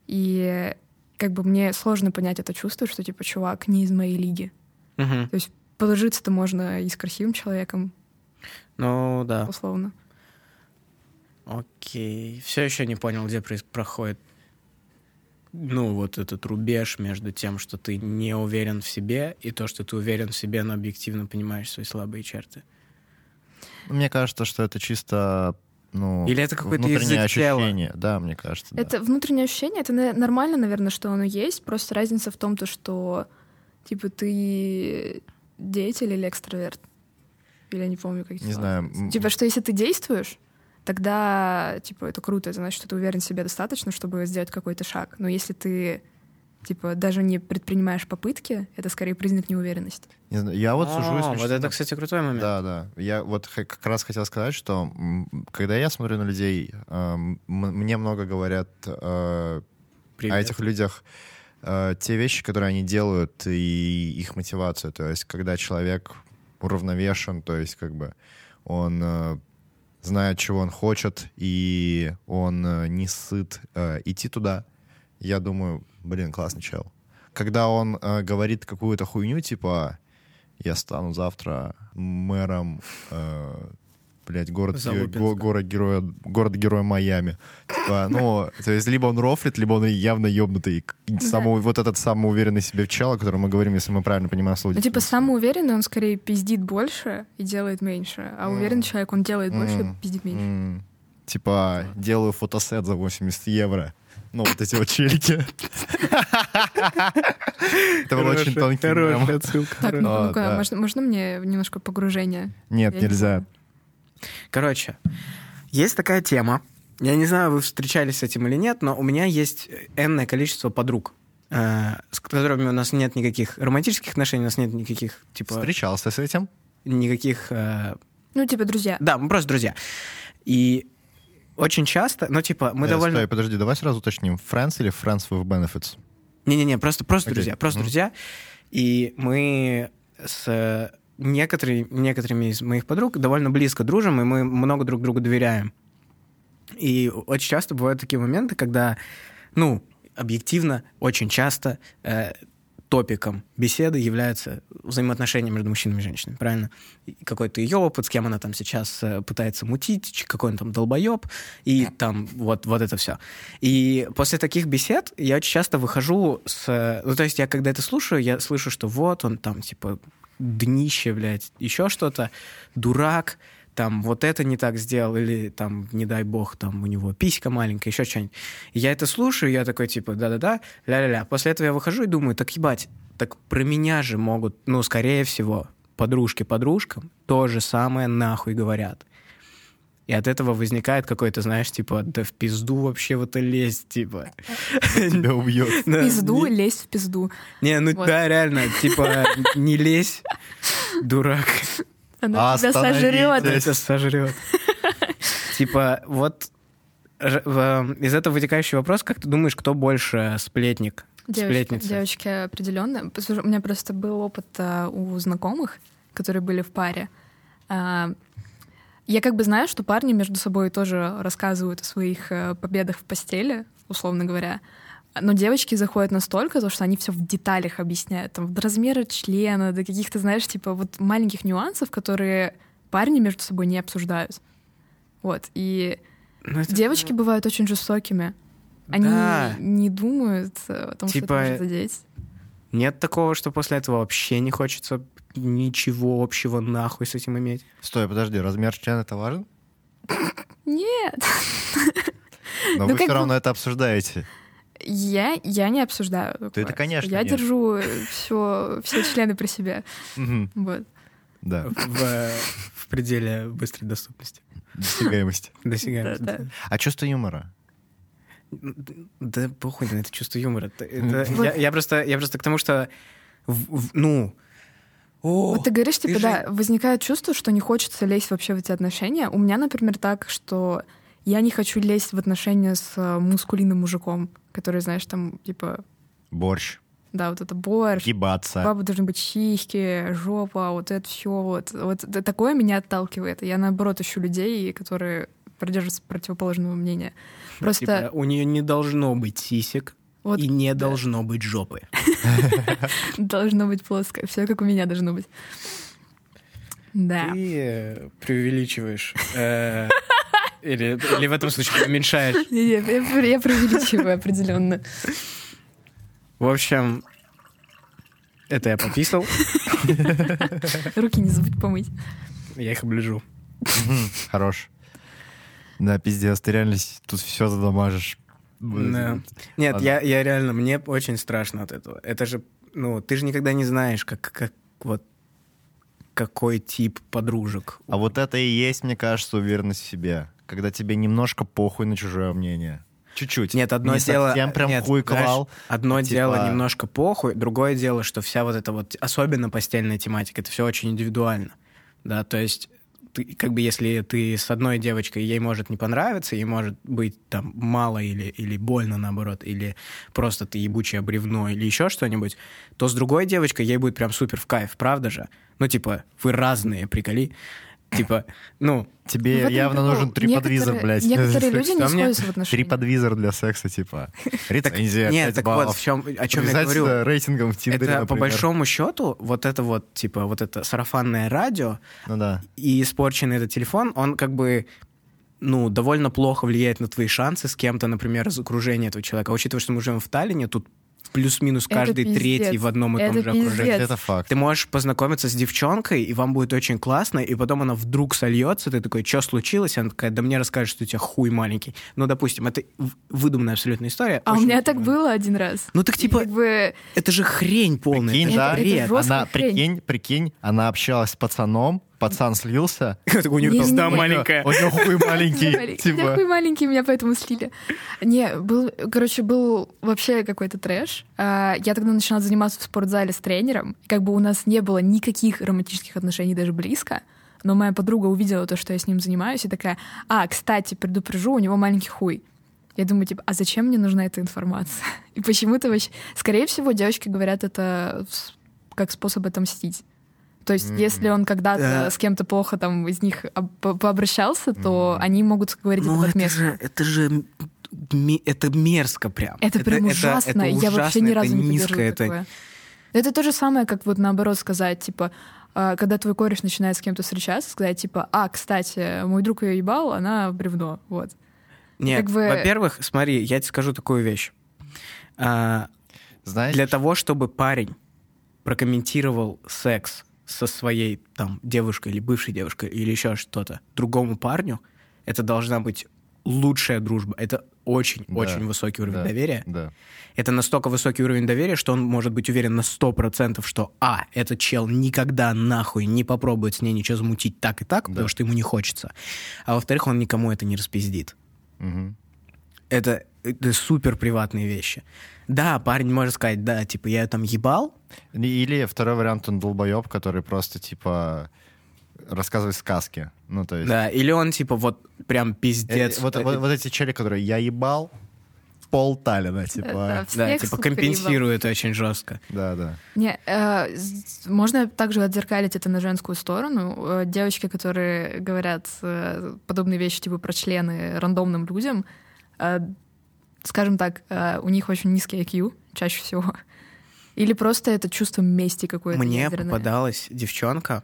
Speaker 3: И как бы мне сложно понять это чувство, что, типа, чувак не из моей лиги.
Speaker 1: Мгм.
Speaker 3: То есть подружиться-то можно и с красивым человеком,
Speaker 1: Ну да.
Speaker 3: условно.
Speaker 1: Окей. Все еще не понял, где проис- проходит ну, вот этот рубеж между тем, что ты не уверен в себе, и то, что ты уверен в себе, но объективно понимаешь свои слабые черты.
Speaker 2: Ну, Мне кажется, что это чисто ну,
Speaker 1: Или это какой-то
Speaker 2: внутреннее
Speaker 1: язык тела?
Speaker 2: ощущение. Да, мне кажется. да.
Speaker 3: Это внутреннее ощущение, это на- нормально, наверное, что оно есть. Просто разница в том, то, что типа ты деятель или экстраверт. Или я не помню, как это
Speaker 2: Не
Speaker 3: называется.
Speaker 2: знаю. м-
Speaker 3: Типа, что если ты действуешь, тогда типа это круто, это значит, что ты уверен в себе достаточно, чтобы сделать какой-то шаг. Но если ты типа даже не предпринимаешь попытки, это скорее признак неуверенности.
Speaker 2: не знаю, Я А, вот сужу
Speaker 1: О, А, вот
Speaker 2: исключительно
Speaker 1: это, кстати, крутой момент.
Speaker 2: Да, да. Я вот х- как раз хотел сказать, что м, когда я смотрю на людей, эм, м- мне много говорят э,
Speaker 1: Привет.
Speaker 2: о этих людях э, те вещи, которые они делают, и их мотивацию. То есть, когда человек уравновешен, то есть, как бы он э, знает, чего он хочет, и он э, не сыт э, идти туда, я думаю, блин, классный чел. Когда он э, говорит какую-то хуйню, типа я стану завтра мэром, э, блядь, город,
Speaker 1: Залупинска.
Speaker 2: город героя, город героя Майами. Типа, ну, то есть либо он рофлит, либо он явно ёбнутый. К- само- вот этот самоуверенный себе в чел, о котором мы говорим, если мы правильно понимаем слово.
Speaker 3: Ну, типа, самоуверенный, он скорее пиздит больше и делает меньше. А
Speaker 2: М.
Speaker 3: уверенный человек, он делает больше
Speaker 2: М.
Speaker 3: и пиздит меньше.
Speaker 2: М, Типа, делаю фотосет за 80 евро. Ну, вот эти вот челики. Это был очень тонкий мем.
Speaker 3: Так, ну,
Speaker 2: А,
Speaker 3: ну-ка,
Speaker 2: да.
Speaker 3: можно, можно мне немножко погружения?
Speaker 2: Нет,
Speaker 3: Я не
Speaker 2: нельзя.
Speaker 3: знаю.
Speaker 1: Короче, есть такая тема. Я не знаю, вы встречались с этим или нет, но у меня есть э, энное количество подруг, э, с которыми у нас нет никаких романтических отношений, у нас нет никаких, типа,
Speaker 2: Встречался с этим.
Speaker 1: никаких... э,
Speaker 3: Ну, типа, друзья.
Speaker 1: Да, мы просто друзья. И очень часто, ну, типа, мы
Speaker 2: Э,
Speaker 1: довольно...
Speaker 2: Стой, подожди, давай сразу уточним. Friends или Friends with Benefits?
Speaker 1: Не-не-не, просто, просто
Speaker 2: Окей.
Speaker 1: друзья, просто
Speaker 2: Мгм.
Speaker 1: друзья. И мы с некоторыми, некоторыми из моих подруг довольно близко дружим, и мы много друг другу доверяем. И очень часто бывают такие моменты, когда, ну, объективно, очень часто э, топиком беседы являются взаимоотношения между мужчинами и женщинами, правильно? И Какой-то ее опыт, с кем она там сейчас э, пытается мутить, ч- какой он там долбоеб, и там вот, вот это все. И после таких бесед я очень часто выхожу с... э, Ну, то есть я когда это слушаю, я слышу, что вот он там, типа, днище, блядь, еще что-то, дурак, там вот это не так сделал, или там, не дай бог, там у него писька маленькая, еще что-нибудь. И Я это слушаю, я такой, типа, да-да-да, ля-ля-ля. После этого я выхожу и думаю, так ебать, так про меня же могут, ну, скорее всего, подружки подружкам то же самое нахуй говорят. И от этого возникает какой-то, знаешь, типа, да в пизду вообще в это лезть, типа.
Speaker 2: Тебя убьет.
Speaker 1: Да,
Speaker 3: Пизду,
Speaker 1: не-
Speaker 3: лезь в пизду.
Speaker 1: Не, ну
Speaker 3: Вот.
Speaker 1: да, реально, типа, не лезь, дурак.
Speaker 3: Она
Speaker 2: А
Speaker 3: тебя
Speaker 2: Остановитесь.
Speaker 3: сожрет.
Speaker 2: Лезь.
Speaker 1: Это сожрет. Типа, вот ж- в- э, из этого вытекающий вопрос, как ты думаешь, кто больше сплетник?
Speaker 3: Девочки,
Speaker 1: Сплетница.
Speaker 3: девочки определенно. Послушай, У меня просто был опыт а, у знакомых, которые были в паре. А, Я как бы знаю, что парни между собой тоже рассказывают о своих э, победах в постели, условно говоря. Но девочки заходят настолько, то, что они все в деталях объясняют. Там, до размера члена, до каких-то, знаешь, типа вот маленьких нюансов, которые парни между собой не обсуждают. Вот. И
Speaker 1: Ну, это-
Speaker 3: Девочки бывают очень жестокими. Они
Speaker 1: Да.
Speaker 3: не думают э, о том,
Speaker 1: Типа,
Speaker 3: что это может задеть.
Speaker 1: Нет такого, что после этого вообще не хочется ничего общего нахуй с этим иметь.
Speaker 2: Стой, подожди, размер члена это важен?
Speaker 3: Нет,
Speaker 2: Но
Speaker 3: Ну,
Speaker 2: вы
Speaker 3: как
Speaker 2: все
Speaker 3: бы-
Speaker 2: равно это обсуждаете.
Speaker 3: я, я не обсуждаю.
Speaker 2: Ты
Speaker 3: такое.
Speaker 2: это, конечно,
Speaker 3: Я
Speaker 2: нет.
Speaker 3: держу все, все члены при себе.
Speaker 2: Мгм,
Speaker 3: Вот.
Speaker 2: Да,
Speaker 1: В, э, в пределе быстрой доступности.
Speaker 2: достигаемость.
Speaker 1: Досягаемости.
Speaker 3: Да-да.
Speaker 2: А чувство юмора?
Speaker 1: Да похуй на это чувство юмора. Это- это-
Speaker 3: Вот.
Speaker 1: я, я просто, я просто к тому, что... в- в- ну... О,
Speaker 3: Вот ты говоришь, типа,
Speaker 1: же-
Speaker 3: да, возникает чувство, что не хочется лезть вообще в эти отношения. У меня, например, так, что я не хочу лезть в отношения с э, мускулиным мужиком, который, знаешь, там, типа,
Speaker 2: Борщ.
Speaker 3: да, вот это борщ,
Speaker 2: Ебаться.
Speaker 3: Бабы должны быть сиськи, жопа, вот это все. Вот, вот т- такое меня отталкивает. Я наоборот ищу людей, которые придерживаться противоположного мнения. Просто
Speaker 1: Типа, у нее не должно быть сисек
Speaker 3: вот
Speaker 1: и не
Speaker 3: да.
Speaker 1: должно быть жопы.
Speaker 3: должно быть плоско. Все как у меня должно быть. Да.
Speaker 1: Ты э, преувеличиваешь. э, Или или в этом случае уменьшаешь.
Speaker 3: Не-не, Я, пре- я преувеличиваю определенно.
Speaker 1: В общем, это я пописал,
Speaker 3: Руки не забудь помыть.
Speaker 1: я их оближу.
Speaker 2: Хорош. Да, пиздец, ты реально с- тут все задамажишь.
Speaker 1: Да. Нет,
Speaker 2: Ладно.
Speaker 1: я, я реально, мне очень страшно от этого. Это же, ну, ты же никогда не знаешь, как, как вот какой тип подружек.
Speaker 2: А вот это и есть, мне кажется, уверенность в себе. Когда тебе немножко похуй на чужое мнение. Чуть-чуть.
Speaker 1: Нет, одно
Speaker 2: Не
Speaker 1: дело...
Speaker 2: совсем прям
Speaker 1: нет,
Speaker 2: хуй
Speaker 1: знаешь,
Speaker 2: клал.
Speaker 1: Одно
Speaker 2: типа-
Speaker 1: дело немножко похуй, другое дело, что вся вот эта вот, особенно постельная тематика, это все очень индивидуально. Да, то есть ты, как бы если ты с одной девочкой, ей может не понравиться, ей может быть там мало или, или больно наоборот, или просто ты ебучее бревно или еще что-нибудь, то с другой девочкой ей будет прям супер в кайф, правда же? Ну, типа, вы разные, приколи. Типа, ну,
Speaker 2: Тебе
Speaker 3: В этом
Speaker 2: явно
Speaker 3: прикол.
Speaker 2: нужен триподвизор,
Speaker 3: Некоторые-
Speaker 2: блядь.
Speaker 3: Некоторые
Speaker 1: Что
Speaker 3: люди не
Speaker 1: мне?
Speaker 3: сходятся в отношениях.
Speaker 2: Триподвизор для секса, типа. Рецензия,
Speaker 1: нет,
Speaker 2: пять
Speaker 1: так
Speaker 2: баллов.
Speaker 1: вот, в чем, о чем я
Speaker 2: Обязательно
Speaker 1: говорю.
Speaker 2: рейтингом в Тиндере,
Speaker 1: это по
Speaker 2: например.
Speaker 1: большому счету вот это вот типа вот это сарафанное радио
Speaker 2: Ну да.
Speaker 1: и испорченный этот телефон, он как бы ну, довольно плохо влияет на твои шансы с кем-то, например, из окружения этого человека. А Учитывая, что мы живем в Таллине, тут плюс-минус
Speaker 3: Это
Speaker 1: каждый
Speaker 3: пиздец.
Speaker 1: третий в одном и том
Speaker 3: Это
Speaker 1: же окружении.
Speaker 3: пиздец.
Speaker 2: Это факт.
Speaker 1: Ты можешь познакомиться с девчонкой, и вам будет очень классно, и потом она вдруг сольется, ты такой, что случилось? Она такая, да мне расскажешь, что у тебя хуй маленький. Ну, допустим, это в- выдуманная абсолютная история.
Speaker 3: А у
Speaker 1: Очень
Speaker 3: меня так
Speaker 1: выдуманная.
Speaker 3: было один раз.
Speaker 1: Ну, так
Speaker 3: И
Speaker 1: типа,
Speaker 3: Как бы...
Speaker 1: это же хрень полная.
Speaker 2: Прикинь,
Speaker 1: это же
Speaker 2: да?
Speaker 1: бред.
Speaker 3: Это жестко.
Speaker 2: Она,
Speaker 3: Жёсткая хрень.
Speaker 2: прикинь, прикинь, она общалась с пацаном, пацан слился.
Speaker 1: У нее
Speaker 3: Не-не-не.
Speaker 1: пизда
Speaker 3: У неё-
Speaker 1: маленькая.
Speaker 2: У него хуй маленький,
Speaker 3: маленький.
Speaker 2: типа.
Speaker 3: Такой маленький, меня поэтому слили. Не, был, короче, был вообще какой-то трэш. А, Я тогда начинала заниматься в спортзале с тренером. И как бы у нас не было никаких романтических отношений даже близко. Но моя подруга увидела то, что я с ним занимаюсь, и такая, а, кстати, предупрежу, у него маленький хуй. Я думаю, типа, а зачем мне нужна эта информация? И почему-то вообще... Скорее всего, девочки говорят это с- как способ отомстить. То есть,
Speaker 2: Мгм.
Speaker 3: если он когда-то
Speaker 1: Да.
Speaker 3: с кем-то плохо там из них об- по- пообращался, то они могут говорить
Speaker 1: Ну,
Speaker 3: это как
Speaker 1: это
Speaker 3: место.
Speaker 1: же, это же м- ме- это мерзко прям.
Speaker 3: Это прям ужасно. Я вообще ни
Speaker 1: ужасно,
Speaker 3: разу
Speaker 1: это
Speaker 3: не
Speaker 1: низко,
Speaker 3: поддерживаю
Speaker 1: это...
Speaker 3: такое. Это то же самое, как вот наоборот сказать, типа, а, когда твой кореш начинает с кем-то встречаться, сказать, типа, а, кстати, мой друг ее ебал, она в бревно, вот.
Speaker 1: Нет,
Speaker 3: Как бы-
Speaker 1: во-первых, смотри, я тебе скажу такую вещь. А,
Speaker 2: Знаешь,
Speaker 1: для того, чтобы парень прокомментировал секс со своей там девушкой или бывшей девушкой или еще что-то другому парню, это должна быть лучшая дружба. Это
Speaker 2: Да.
Speaker 1: очень-очень высокий уровень
Speaker 2: Да.
Speaker 1: доверия.
Speaker 2: Да.
Speaker 1: Это настолько высокий уровень доверия, что он может быть уверен на 100%, что А, этот чел никогда нахуй не попробует с ней ничего замутить так и так,
Speaker 2: Да.
Speaker 1: потому что ему не хочется. А во-вторых, он никому это не распиздит.
Speaker 2: Мгм.
Speaker 1: Это, это супер приватные вещи. Да, парень может сказать, да, типа, я её там ебал,
Speaker 2: Или второй вариант, он долбоеб, который просто, типа, рассказывает сказки. Ну, то есть...
Speaker 1: да, или он, типа, вот прям
Speaker 2: э,
Speaker 1: пиздец.
Speaker 2: вот, вот- вот эти чели, которые я ебал, пол Таллина,
Speaker 3: Да,
Speaker 2: типа.
Speaker 3: всех
Speaker 1: да, типа,
Speaker 3: сука
Speaker 1: компенсирует очень жестко.
Speaker 2: Да, да.
Speaker 3: Не, э, с- можно также отзеркалить это на женскую сторону. Э, Девочки, которые говорят э, подобные вещи типа про члены рандомным людям, э, скажем так, э, у них очень низкий IQ чаще всего. Или просто это чувство мести какое-то.
Speaker 1: Мне
Speaker 3: ядерное.
Speaker 1: попадалась девчонка,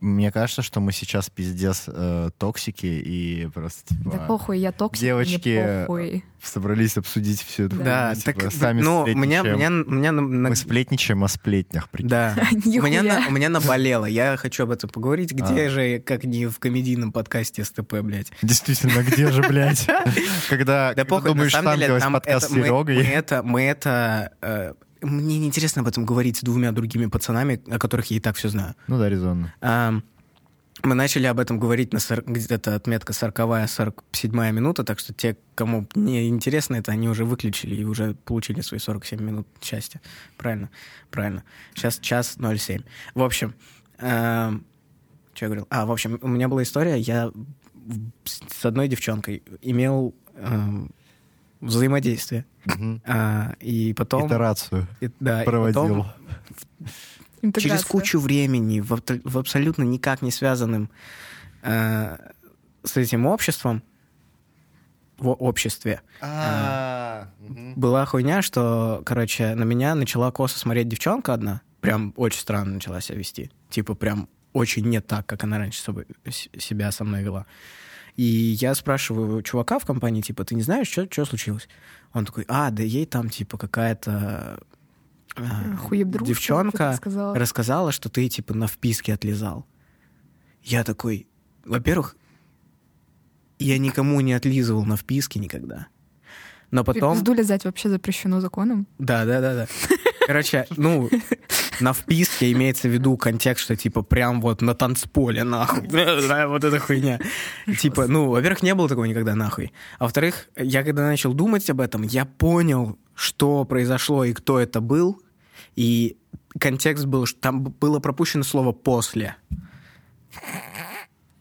Speaker 2: Мне кажется, что мы сейчас пиздец э, токсики и просто типа,
Speaker 3: Да похуй, я токсик, мне
Speaker 2: Девочки,
Speaker 3: похуй.
Speaker 2: собрались обсудить все это.
Speaker 1: да,
Speaker 2: типа,
Speaker 1: так,
Speaker 2: сами
Speaker 1: ну, у меня,
Speaker 2: сплетничаем.
Speaker 1: у меня, у меня на- на-
Speaker 2: Мы сплетничаем о сплетнях, прикинь.
Speaker 1: Да. У меня,
Speaker 3: Нихуя.
Speaker 1: на- у меня наболело. Я хочу об этом поговорить. Где
Speaker 2: А.
Speaker 1: же, как не в комедийном подкасте СТП, блядь.
Speaker 2: Действительно, где же, блядь? Когда
Speaker 1: Да
Speaker 2: когда
Speaker 1: похуй,
Speaker 2: А думаешь,
Speaker 1: на самом деле,
Speaker 2: «Ангелось,
Speaker 1: там
Speaker 2: подкаст с
Speaker 1: это, мы, мы
Speaker 2: Серегой.
Speaker 1: это, мы это, э, мне неинтересно об этом говорить с двумя другими пацанами, о которых я и так все знаю.
Speaker 2: Ну да, резонно.
Speaker 1: Ам, мы начали об этом говорить на сор- где-то отметка 40 47 минута, так что те, кому не интересно это, они уже выключили и уже получили свои 47 минут счастья. Правильно, правильно. Сейчас час 07. В общем, эм, что я говорил? А, в общем, у меня была история, я в- с с одной девчонкой имел эм, взаимодействие.
Speaker 2: Мгм.
Speaker 1: А, и потом...
Speaker 2: Итерацию
Speaker 1: и- да, и потом
Speaker 2: проводил.
Speaker 3: Интеграция.
Speaker 1: через кучу времени, в, абт- в абсолютно никак не связанным э, с этим обществом, в обществе,
Speaker 2: А, мгм.
Speaker 1: была хуйня, что, короче, на меня начала косо смотреть девчонка одна. Прям очень странно начала себя вести. Типа прям очень не так, как она раньше собой- с- себя со мной вела. И я спрашиваю чувака в компании, типа, ты не знаешь, что случилось? Он такой, а, да ей там, типа, какая-то э,
Speaker 3: Хуебдружка, как ты
Speaker 1: девчонка
Speaker 3: сказала.
Speaker 1: рассказала, что ты, типа, на вписке отлизал. Я такой, во-первых, я никому не отлизывал на вписке никогда. Но потом...
Speaker 3: Пизду лизать вообще запрещено законом.
Speaker 1: Да, да, да, да. Короче, ну, на вписке имеется в виду контекст, что типа прям вот на танцполе, нахуй. Да, Вот эта хуйня. Типа, ну, во-первых, не было такого никогда, нахуй. А во-вторых, я когда начал думать об этом, я понял, что произошло и кто это был. И контекст был, что там б- было пропущено слово «после».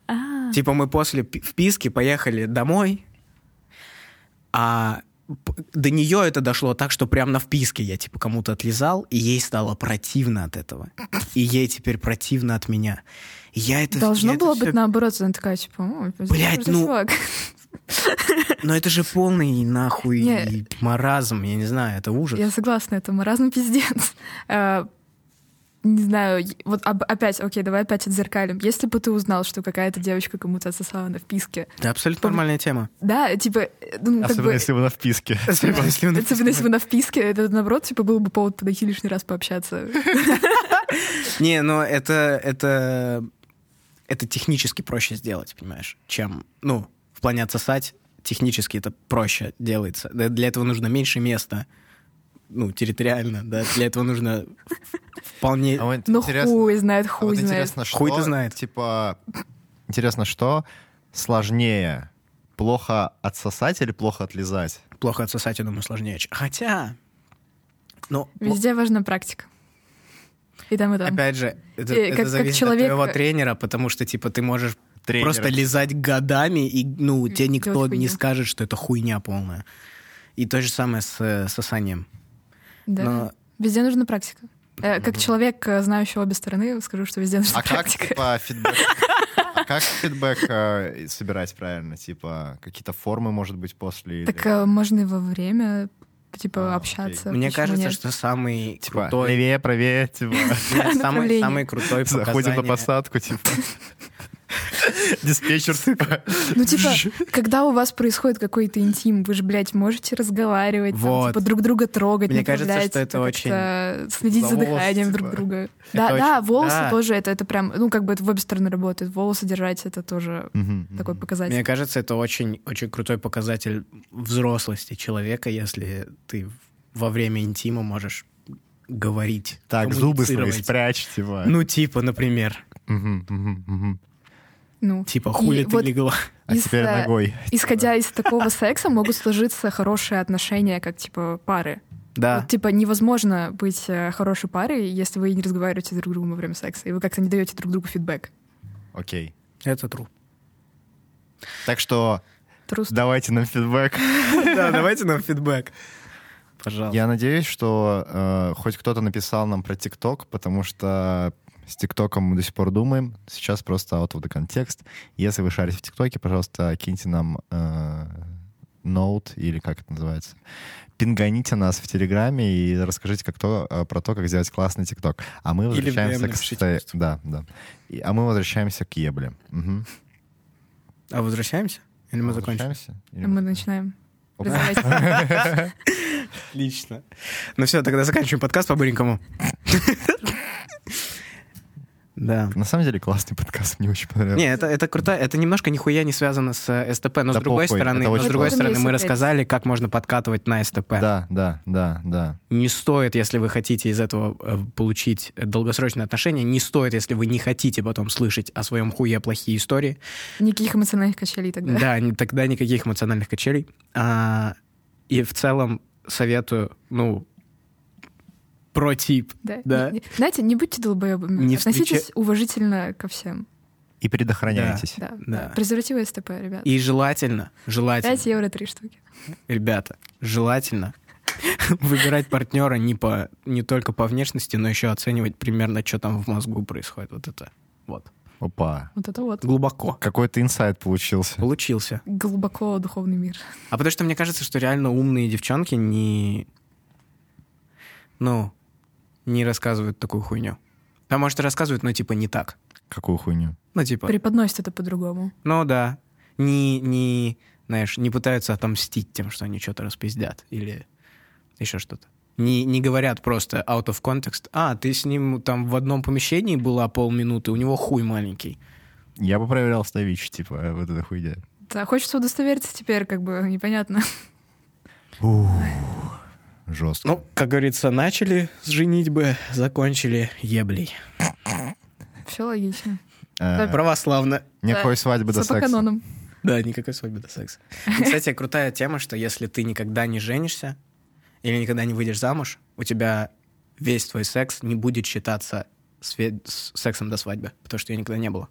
Speaker 3: А,
Speaker 1: Типа мы после пи- вписки поехали домой, а п- до нее это дошло так, что прям на вписке я типа кому-то отлизал, и ей стало противно от этого. И ей теперь противно от меня. И Я это
Speaker 3: Должно
Speaker 1: я это
Speaker 3: было
Speaker 1: всё-
Speaker 3: быть наоборот, она такая, типа, «О,
Speaker 1: Блядь,
Speaker 3: просто
Speaker 1: ну,
Speaker 3: чувак».
Speaker 1: Но это же полный нахуй
Speaker 3: Не.
Speaker 1: маразм, я не знаю, это ужас.
Speaker 3: Я согласна, это маразм пиздец. Э, Не знаю, е- вот об- опять, окей, давай опять отзеркалим. Если бы ты узнал, что какая-то девочка кому-то отсосала на вписке,
Speaker 1: Это абсолютно нормальная тема.
Speaker 3: да, типа, э, ну, как
Speaker 2: Особенно
Speaker 3: бы,
Speaker 2: если вы на вписке.
Speaker 1: Особенно, если он-
Speaker 3: особенно если бы на вписке, это, наоборот, типа, был бы повод подойти лишний раз пообщаться.
Speaker 1: Не, но это, это, это технически проще сделать, понимаешь, чем, ну, в плане отсосать технически это проще делается. Да, Для этого нужно меньше места, ну, территориально, да, для этого нужно вполне...
Speaker 2: А вот
Speaker 3: Ну,
Speaker 2: интересно-
Speaker 3: хуй знает,
Speaker 2: а вот
Speaker 3: хуй знает.
Speaker 2: интересно, что...
Speaker 1: Хуй ты знает.
Speaker 2: Типа, интересно, что сложнее? Плохо отсосать или плохо отлизать?
Speaker 1: Плохо отсосать, я думаю, сложнее. чем- Хотя, ну,
Speaker 3: Везде важна практика. И там, и там.
Speaker 1: опять же, это,
Speaker 3: Э,
Speaker 1: это
Speaker 3: как- как
Speaker 1: зависит
Speaker 3: человек- э,
Speaker 1: от твоего тренера, потому что, типа, ты можешь
Speaker 2: Тренер.
Speaker 1: просто лизать годами, и, ну, тебе
Speaker 3: Делать
Speaker 1: никто не
Speaker 3: хуйню.
Speaker 1: скажет, что это хуйня полная. И то же самое с э, сосанием.
Speaker 3: Да.
Speaker 1: Но-
Speaker 3: Везде нужна практика. Э, Как человек, э, знающий обе стороны, скажу, что везде нужна
Speaker 2: А как,
Speaker 3: практика.
Speaker 2: типа, фидбэк? А как фидбэк э, собирать правильно? Типа, какие-то формы, может быть, после? или-
Speaker 3: Так э, можно и во время типа
Speaker 2: А,
Speaker 3: общаться.
Speaker 1: Мне
Speaker 3: почему
Speaker 1: кажется,
Speaker 3: нет?
Speaker 1: что самый
Speaker 2: Типа,
Speaker 1: крутой...
Speaker 2: левее, правее, типа,
Speaker 1: Нет, самый,
Speaker 3: направление.
Speaker 1: самый крутой
Speaker 2: заходим на
Speaker 1: показание-
Speaker 2: посадку, типа. Диспетчер, типа.
Speaker 3: Ну, типа, когда у вас происходит какой-то интим, вы же, блядь, можете разговаривать, там,
Speaker 1: Вот.
Speaker 3: типа, друг друга трогать,
Speaker 1: Мне кажется,
Speaker 3: направлять,
Speaker 1: что это
Speaker 3: типа, как-то Следить
Speaker 2: За
Speaker 3: за
Speaker 2: волосы,
Speaker 3: дыханием друг
Speaker 2: типа.
Speaker 3: друга. Да,
Speaker 1: очень-
Speaker 3: да, волосы
Speaker 1: да.
Speaker 3: тоже, это, это прям, ну, как бы это в обе стороны работает. Волосы держать, это тоже такой показатель.
Speaker 1: Мне кажется, это очень, очень крутой показатель взрослости человека, если ты во время интима можешь говорить.
Speaker 2: Так, зубы свои
Speaker 1: коммуницировать.
Speaker 2: спрячь, типа.
Speaker 1: Ну, типа, например.
Speaker 2: Мгм, мгм, мгм.
Speaker 3: Ну,
Speaker 1: Типа,
Speaker 3: И
Speaker 1: хули ты
Speaker 3: вот
Speaker 1: легла.
Speaker 2: А
Speaker 3: Из,
Speaker 2: теперь
Speaker 3: э,
Speaker 2: ногой.
Speaker 3: исходя из такого секса могут сложиться хорошие отношения, как, типа, пары.
Speaker 1: Да.
Speaker 3: Вот, типа, невозможно быть э, хорошей парой, если вы не разговариваете друг с другом во время секса, и вы как-то не даете друг другу фидбэк.
Speaker 2: Окей.
Speaker 1: Это true.
Speaker 2: Так что
Speaker 3: Трус.
Speaker 2: давайте нам фидбэк.
Speaker 1: Да, давайте нам фидбэк. Пожалуйста.
Speaker 2: Я надеюсь, что э, хоть кто-то написал нам про ТикТок, потому что с ТикТоком мы до сих пор думаем. Сейчас просто out of the context. Если вы шарите в ТикТоке, пожалуйста, киньте нам э, ноут или как это называется. Пинганите нас в Телеграме и расскажите как то, э, про то, как сделать классный ТикТок. А мы
Speaker 1: Или в
Speaker 2: возвращаемся
Speaker 1: DM
Speaker 2: к...
Speaker 1: напишите
Speaker 2: сто-
Speaker 1: просто.
Speaker 2: Да, да. И- а мы возвращаемся к Ебле. Мгм.
Speaker 1: А возвращаемся? Или мы закончим?
Speaker 2: Возвращаемся? Или
Speaker 3: Мы начинаем.
Speaker 2: Опа.
Speaker 3: развивать.
Speaker 1: Отлично. Ну все, тогда заканчиваем подкаст по-быренькому. Да.
Speaker 2: На самом деле классный подкаст, мне очень понравился.
Speaker 1: Не, это, это круто. Это немножко нихуя не связано с э, СТП. Но
Speaker 2: Да
Speaker 1: с другой
Speaker 2: похуй,
Speaker 1: стороны,
Speaker 2: это
Speaker 1: но с
Speaker 2: очень
Speaker 1: другой
Speaker 3: классно.
Speaker 1: стороны, мы
Speaker 3: Есть
Speaker 1: рассказали, как можно подкатывать на СТП.
Speaker 2: Да, да, да, да.
Speaker 1: Не стоит, если вы хотите из этого э, получить э, долгосрочные отношения, не стоит, если вы не хотите потом слышать о своем хуе плохие истории.
Speaker 3: Никаких эмоциональных качелей тогда.
Speaker 1: Да, ни- тогда никаких эмоциональных качелей. А, и в целом советую, ну, про тип. Да.
Speaker 3: Не- не- Знаете, не будьте долбоебами.
Speaker 1: Не
Speaker 3: Относитесь
Speaker 1: встреча-
Speaker 3: уважительно ко всем.
Speaker 2: И предохраняйтесь.
Speaker 3: Да.
Speaker 1: Да.
Speaker 3: да. Презервативы СТП, ребят.
Speaker 1: И желательно, желательно.
Speaker 3: 5 евро три штуки.
Speaker 1: ребята, желательно выбирать партнера не, по, не только по внешности, но еще оценивать примерно, что там в мозгу происходит. Вот это. Вот.
Speaker 2: Опа.
Speaker 3: Вот это вот.
Speaker 1: Глубоко.
Speaker 2: Какой-то инсайт получился.
Speaker 1: Получился.
Speaker 3: Глубоко духовный мир.
Speaker 1: А потому что мне кажется, что реально умные девчонки не... Ну, не рассказывают такую хуйню. А может, и рассказывают, но типа не так.
Speaker 2: Какую хуйню.
Speaker 1: Ну, типа,
Speaker 3: Преподносит это по-другому.
Speaker 1: ну да. Не, не, знаешь, не пытаются отомстить тем, что они что-то распиздят или еще что-то. Не, не говорят просто out of context. А, ты с ним там в одном помещении была полминуты, у него хуй маленький.
Speaker 2: Я бы проверял Ставич, типа, э, вот эта хуйня.
Speaker 3: Да, хочется удостовериться теперь, как бы непонятно.
Speaker 2: Жестко.
Speaker 1: Ну, как говорится, начали с женитьбы, закончили еблей.
Speaker 3: Все логично.
Speaker 2: Э,
Speaker 1: Православно.
Speaker 2: Никакой свадьбы до
Speaker 3: Все по
Speaker 2: секса.
Speaker 3: канонам.
Speaker 1: Да, никакой свадьбы до секса. И, кстати, крутая тема, что если ты никогда не женишься или никогда не выйдешь замуж, у тебя весь твой секс не будет считаться све- с сексом до свадьбы, потому что ее никогда не было.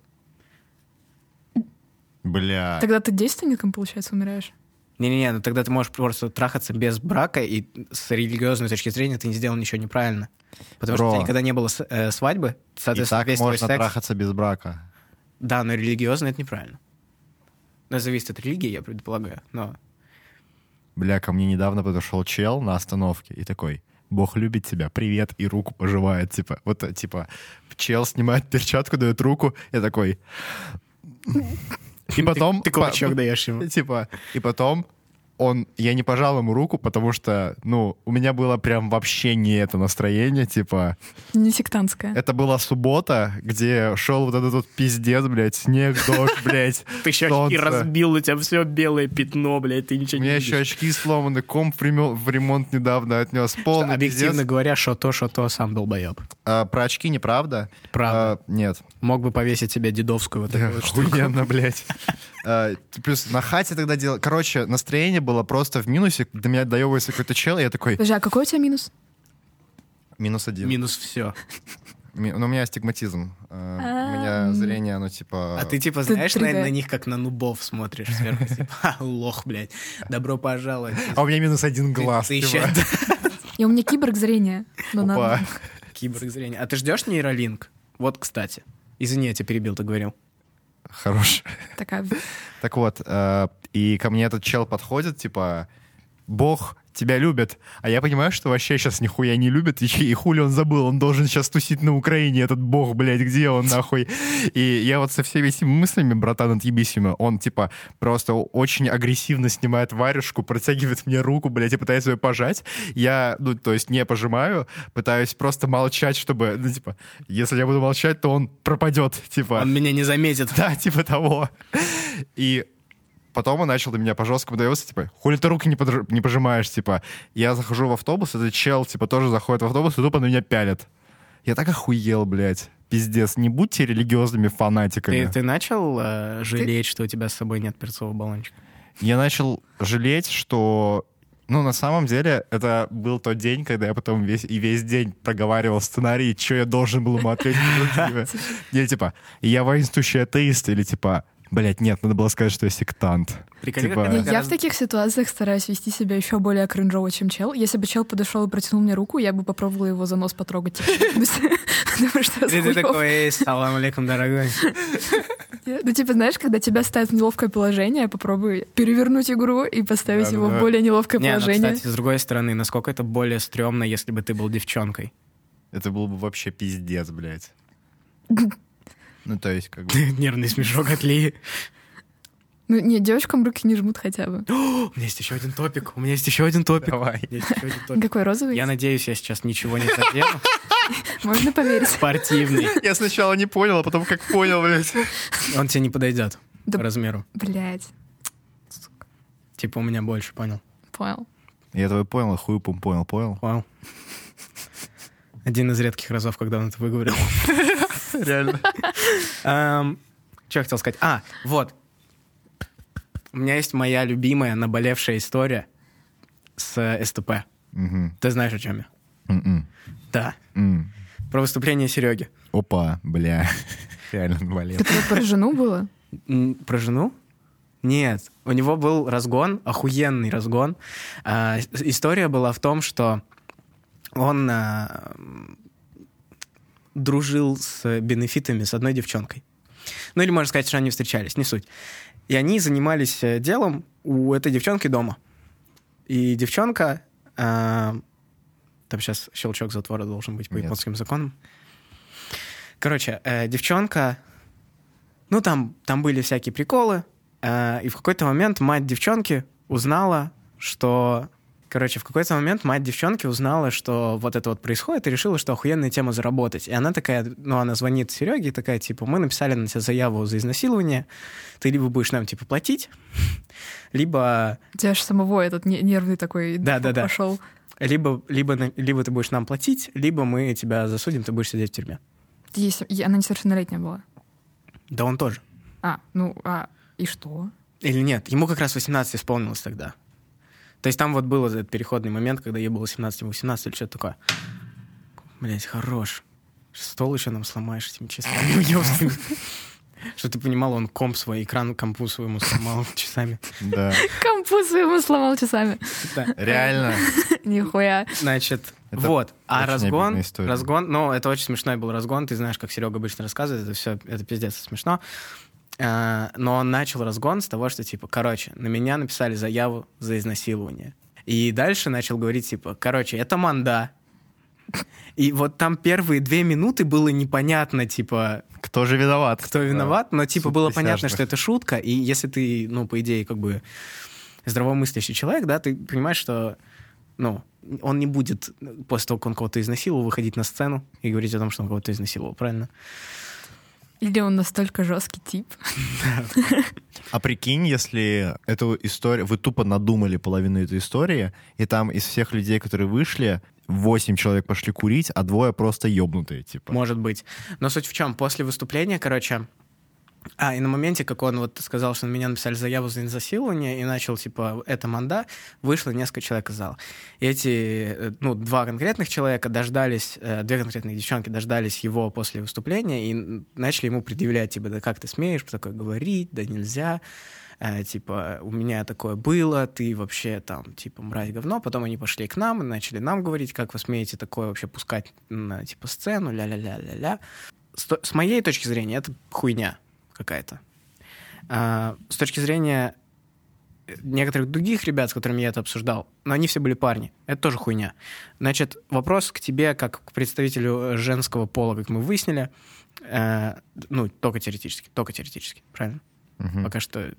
Speaker 2: Бля.
Speaker 3: Тогда ты действенником, получается, умираешь.
Speaker 1: Не-не-не, ну тогда ты можешь просто трахаться без брака, и с религиозной точки зрения ты не сделал ничего неправильно. Потому что
Speaker 2: Бро.
Speaker 1: у тебя никогда не было с- э, свадьбы,
Speaker 2: И
Speaker 1: соответственно,
Speaker 2: так
Speaker 1: весь твой
Speaker 2: можно
Speaker 1: секс...
Speaker 2: трахаться без брака.
Speaker 1: Да, но религиозно это неправильно. Но это зависит от религии, я предполагаю. Но
Speaker 2: Бля, ко мне недавно подошел чел на остановке и такой, Бог любит тебя, привет, и руку пожимает, типа, вот, э, типа, чел снимает перчатку, дает руку, я такой, и потом...
Speaker 1: ты кулачок
Speaker 2: по-
Speaker 1: даешь ему.
Speaker 2: Типа, и потом он, я не пожал ему руку, потому что, ну, у меня было прям вообще не это настроение, типа,
Speaker 3: Не сектантская.
Speaker 2: это была суббота, где шел вот этот вот пиздец, блядь, снег, дождь, блядь,
Speaker 1: Ты еще
Speaker 2: солнце.
Speaker 1: у тебя все белое пятно, блядь, ты
Speaker 2: У
Speaker 1: ничего
Speaker 2: меня еще очки сломаны, комп в ремё- в ремонт недавно отнес. Полный
Speaker 1: Объективно
Speaker 2: пиздец.
Speaker 1: говоря, что то, что то сам долбоеб.
Speaker 2: А, про очки неправда?
Speaker 1: Правда.
Speaker 2: А, нет.
Speaker 1: Мог бы повесить себе дедовскую вот эту вот штуку.
Speaker 2: Охуенно, блядь. А, т- Плюс на хате тогда делал... Короче, настроение было просто в минусе. До меня доебывается какой-то чел, и я такой...
Speaker 3: Подожди, а какой у тебя минус?
Speaker 2: Минус один.
Speaker 1: Минус все.
Speaker 2: Ми- Ну, у меня астигматизм. А, У
Speaker 3: Ам.
Speaker 2: меня зрение, оно типа...
Speaker 1: А ты типа
Speaker 3: Ты
Speaker 1: знаешь, на,
Speaker 3: 3D.
Speaker 1: на них как на нубов смотришь сверху, типа, «Ха, лох, блядь, добро пожаловать.
Speaker 2: А у меня минус один
Speaker 1: Ты-
Speaker 2: глаз.
Speaker 1: ты
Speaker 2: типа.
Speaker 1: еще
Speaker 3: И у меня киборг зрения. Но
Speaker 2: Опа.
Speaker 3: надо.
Speaker 1: киборг зрения. А ты ждешь нейролинк? Вот, кстати. Извини, я тебя перебил, ты говорил.
Speaker 2: Хорош.
Speaker 3: Такая.
Speaker 2: Так вот, э, и ко мне этот чел подходит, типа, бог тебя любит. А я понимаю, что вообще сейчас нихуя не любит, и, чи- и хули он забыл, он должен сейчас тусить на Украине, этот бог, блядь, где он нахуй? И я вот со всеми этими мыслями, братан, отъебисимо, он, типа, просто очень агрессивно снимает варежку, протягивает мне руку, блядь, и пытается ее пожать. Я, ну, то есть не пожимаю, пытаюсь просто молчать, чтобы, ну, типа, если я буду молчать, то он пропадет, типа.
Speaker 1: Он меня не заметит.
Speaker 2: Да, типа того. И потом он начал до меня по жесткому доебаться, типа, хули ты руки не, подр- не пожимаешь, типа. Я захожу в автобус, этот чел, типа, тоже заходит в автобус и тупо на меня пялит. Я так охуел, блядь. Пиздец, не будьте религиозными фанатиками.
Speaker 1: Ты, ты начал э, жалеть, что у тебя с собой нет перцового баллончика?
Speaker 2: Я начал жалеть, что... Ну, на самом деле, это был тот день, когда я потом весь и весь день проговаривал сценарий, что я должен был ему ответить. Я типа, я воинствующий атеист, или типа, блядь, нет, надо было сказать, что я сектант.
Speaker 1: Приколи,
Speaker 2: Типа-
Speaker 1: как
Speaker 3: Не,
Speaker 1: это
Speaker 3: Я в
Speaker 1: гораздо-
Speaker 3: таких ситуациях стараюсь вести себя еще более кринжово, чем чел. Если бы чел подошел и протянул мне руку, я бы попробовала его за нос потрогать. типа, Потому что я
Speaker 1: И ты
Speaker 3: хуёв.
Speaker 1: такой, эй, салам алейкум, дорогой.
Speaker 3: Я- Ну, типа, знаешь, когда тебя ставят в неловкое положение, попробуй перевернуть игру и поставить его в
Speaker 2: Да-да-да.
Speaker 3: более неловкое
Speaker 1: Не, ну,
Speaker 3: положение.
Speaker 1: кстати, с другой стороны, насколько это более стрёмно, если бы ты был девчонкой?
Speaker 2: Это был бы вообще пиздец, блядь. Ну, то есть, как бы...
Speaker 1: Нервный смешок от Ли.
Speaker 3: Ну, не, девочкам руки не жмут хотя бы.
Speaker 1: У меня есть еще один топик. У меня есть еще один топик.
Speaker 2: Давай.
Speaker 1: У меня есть ещё один топик.
Speaker 3: Какой розовый?
Speaker 1: Я надеюсь, я сейчас ничего не задену.
Speaker 3: Можно поверить.
Speaker 1: Спортивный.
Speaker 2: Я сначала не понял, а потом как понял, блядь.
Speaker 1: Он тебе не подойдет по
Speaker 3: Да.
Speaker 1: размеру.
Speaker 3: Блять,
Speaker 1: Типа у меня больше, понял?
Speaker 3: понял.
Speaker 2: Я твой понял, и хуй пум понял, понял.
Speaker 1: Вау. Один из редких разов, когда он это выговорил.
Speaker 2: Реально.
Speaker 1: Эм, Что я хотел сказать? А, вот. У меня есть моя любимая наболевшая история с э, СТП.
Speaker 2: Мгм.
Speaker 1: Ты знаешь, о чем я?
Speaker 2: М-м.
Speaker 1: Да.
Speaker 2: М.
Speaker 1: Про выступление Сереги.
Speaker 2: Опа, бля. Реально болел.
Speaker 3: Это про жену было?
Speaker 1: М, Про жену? Нет, у него был разгон, охуенный разгон. А, с- история была в том, что он а, м, дружил с бенефитами с одной девчонкой. Ну или можно сказать, что они встречались, не суть. И они занимались э, делом у этой девчонки дома. И девчонка... э, там сейчас щелчок затвора должен быть по
Speaker 2: Нет.
Speaker 1: японским законам. Короче, э, девчонка... Ну, там, там были всякие приколы. э, и в какой-то момент мать девчонки узнала, что... Короче, в какой-то момент мать девчонки узнала, что вот это вот происходит, и решила, что охуенная тема заработать. И она такая, ну, она звонит Сереге и такая, типа, мы написали на тебя заяву за изнасилование, ты либо будешь нам, типа, платить, либо,
Speaker 3: У тебя же самого этот не- нервный такой
Speaker 1: Да-да-да.
Speaker 3: пошел.
Speaker 1: либо, либо, на- либо ты будешь нам платить, либо мы тебя засудим, ты будешь сидеть в тюрьме.
Speaker 3: Есть, и она несовершеннолетняя была.
Speaker 1: Да он тоже.
Speaker 3: А, ну, а и что?
Speaker 1: Или нет, ему как раз 18 исполнилось тогда. То есть там вот был этот переходный момент, когда ей было 17 ему 18 или что-то такое. Блять, хорош. Стол еще нам сломаешь этими часами. ёбаный. Что ты понимал, он комп свой, экран компу своему сломал часами.
Speaker 2: Да.
Speaker 3: Компуз ему сломал часами.
Speaker 1: Да.
Speaker 2: Реально.
Speaker 3: Нихуя.
Speaker 1: Значит,
Speaker 2: Это
Speaker 1: вот. А
Speaker 2: очень
Speaker 1: разгон,
Speaker 2: обидная история.
Speaker 1: разгон, ну, это очень смешной был разгон. Ты знаешь, как Серега обычно рассказывает, это все, это пиздец смешно. А, Но он начал разгон с того, что, типа, короче, на меня написали заяву за изнасилование. И дальше начал говорить, типа, короче, это манда. И вот там первые две минуты было непонятно, типа,
Speaker 2: Кто же виноват?
Speaker 1: кто виноват, но типа
Speaker 2: Суд
Speaker 1: было
Speaker 2: присяжных.
Speaker 1: понятно, что это шутка, и если ты, ну, по идее, как бы здравомыслящий человек, да, ты понимаешь, что, ну, он не будет после того, как он кого-то изнасиловал, выходить на сцену и говорить о том, что он кого-то изнасиловал, правильно?
Speaker 3: Или он настолько жесткий тип.
Speaker 2: А прикинь, если эту историю... Вы тупо надумали половину этой истории, и там из всех людей, которые вышли, восемь человек пошли курить, а двое просто ёбнутые, типа.
Speaker 1: Может быть. Но суть в чем? После выступления, короче, а, и на моменте, как он вот сказал, что на меня написали заяву за изнасилование, и начал, типа, это манда, вышло несколько человек из зала. И эти, э, ну, два конкретных человека дождались, э, две конкретных девчонки дождались его после выступления и н- начали ему предъявлять, типа, да как ты смеешь такое говорить, да нельзя, э, типа, у меня такое было, ты вообще там, типа, мразь говно. Потом они пошли к нам и начали нам говорить, как вы смеете такое вообще пускать на, типа, сцену, ля-ля-ля-ля-ля. С, то- с моей точки зрения, это хуйня какая-то. А, с точки зрения э, некоторых других ребят, с которыми я это обсуждал, но они все были парни. Это тоже хуйня. Значит, вопрос к тебе, как к представителю э, женского пола, как мы выяснили, э, ну, только теоретически, только теоретически, правильно?
Speaker 2: Мгм.
Speaker 1: Пока что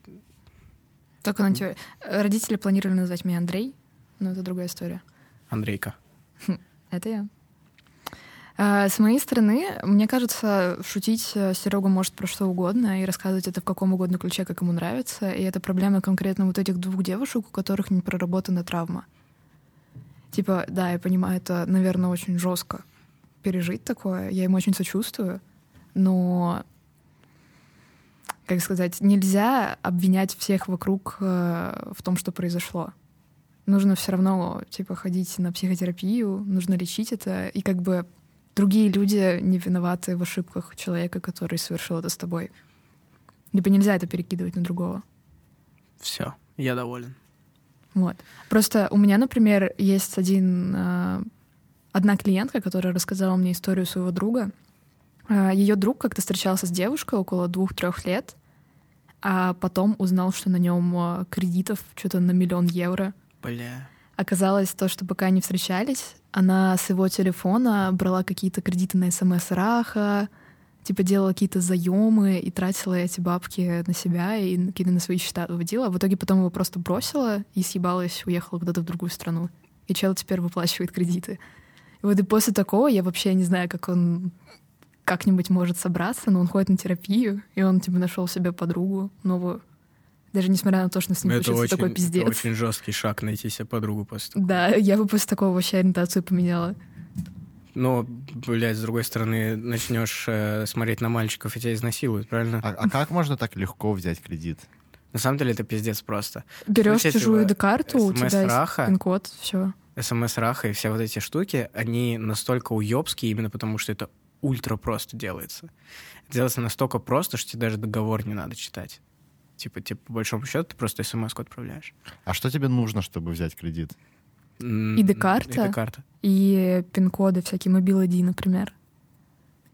Speaker 3: Только на тебя. Родители планировали назвать меня Андрей, но это другая история.
Speaker 1: Андрейка.
Speaker 3: Это я. А, С моей стороны, мне кажется, шутить э, Серега может про что угодно и рассказывать это в каком угодно ключе, как ему нравится. И это проблема конкретно вот этих двух девушек, у которых не проработана травма. Типа, да, я понимаю, это, наверное, очень жестко пережить такое. Я им очень сочувствую. Но, как сказать, нельзя обвинять всех вокруг э, в том, что произошло нужно все равно, типа, ходить на психотерапию, нужно лечить это, и как бы другие люди не виноваты в ошибках человека, который совершил это с тобой. Либо нельзя это перекидывать на другого.
Speaker 1: Все, я доволен.
Speaker 3: Вот. Просто у меня, например, есть один, э, одна клиентка, которая рассказала мне историю своего друга. Ее друг как-то встречался с девушкой около двух-трех лет, а потом узнал, что на нем кредитов что-то на миллион евро.
Speaker 1: Бля.
Speaker 3: Оказалось то, что пока они встречались, она с его телефона брала какие-то кредиты на смс Раха, типа делала какие-то заемы и тратила эти бабки на себя и на какие-то на свои счета выводила. А В итоге потом его просто бросила и съебалась, уехала куда-то в другую страну. И чел теперь выплачивает кредиты. И вот и после такого я вообще не знаю, как он как-нибудь может собраться, но он ходит на терапию, и он типа нашел себе подругу новую. Даже несмотря на то, что с ним
Speaker 1: Ну, это
Speaker 3: случился
Speaker 1: очень,
Speaker 3: такой пиздец.
Speaker 1: это очень жесткий шаг найти себе подругу после. такого.
Speaker 3: Да, я бы после такого вообще ориентацию поменяла.
Speaker 1: Но, блядь, с другой стороны, начнешь э, смотреть на мальчиков, и тебя изнасилуют, правильно?
Speaker 2: А, а как можно так легко взять кредит?
Speaker 1: На самом деле это пиздец просто.
Speaker 3: Берешь
Speaker 1: Вообще,
Speaker 3: чужую
Speaker 1: типа,
Speaker 3: карту, у тебя есть
Speaker 1: SMS-раха.
Speaker 3: пин-код, все.
Speaker 1: СМС-раха и все вот эти штуки, они настолько уебские, именно потому что это ультра просто делается. Делается настолько просто, что тебе даже договор не надо читать. Типа, тебе по большому счету ты просто смс-ку отправляешь.
Speaker 2: А что тебе нужно, чтобы взять кредит?
Speaker 1: М,
Speaker 3: ID-карта?
Speaker 1: ID-карта.
Speaker 3: И пин-коды всякие, мобил ID, например.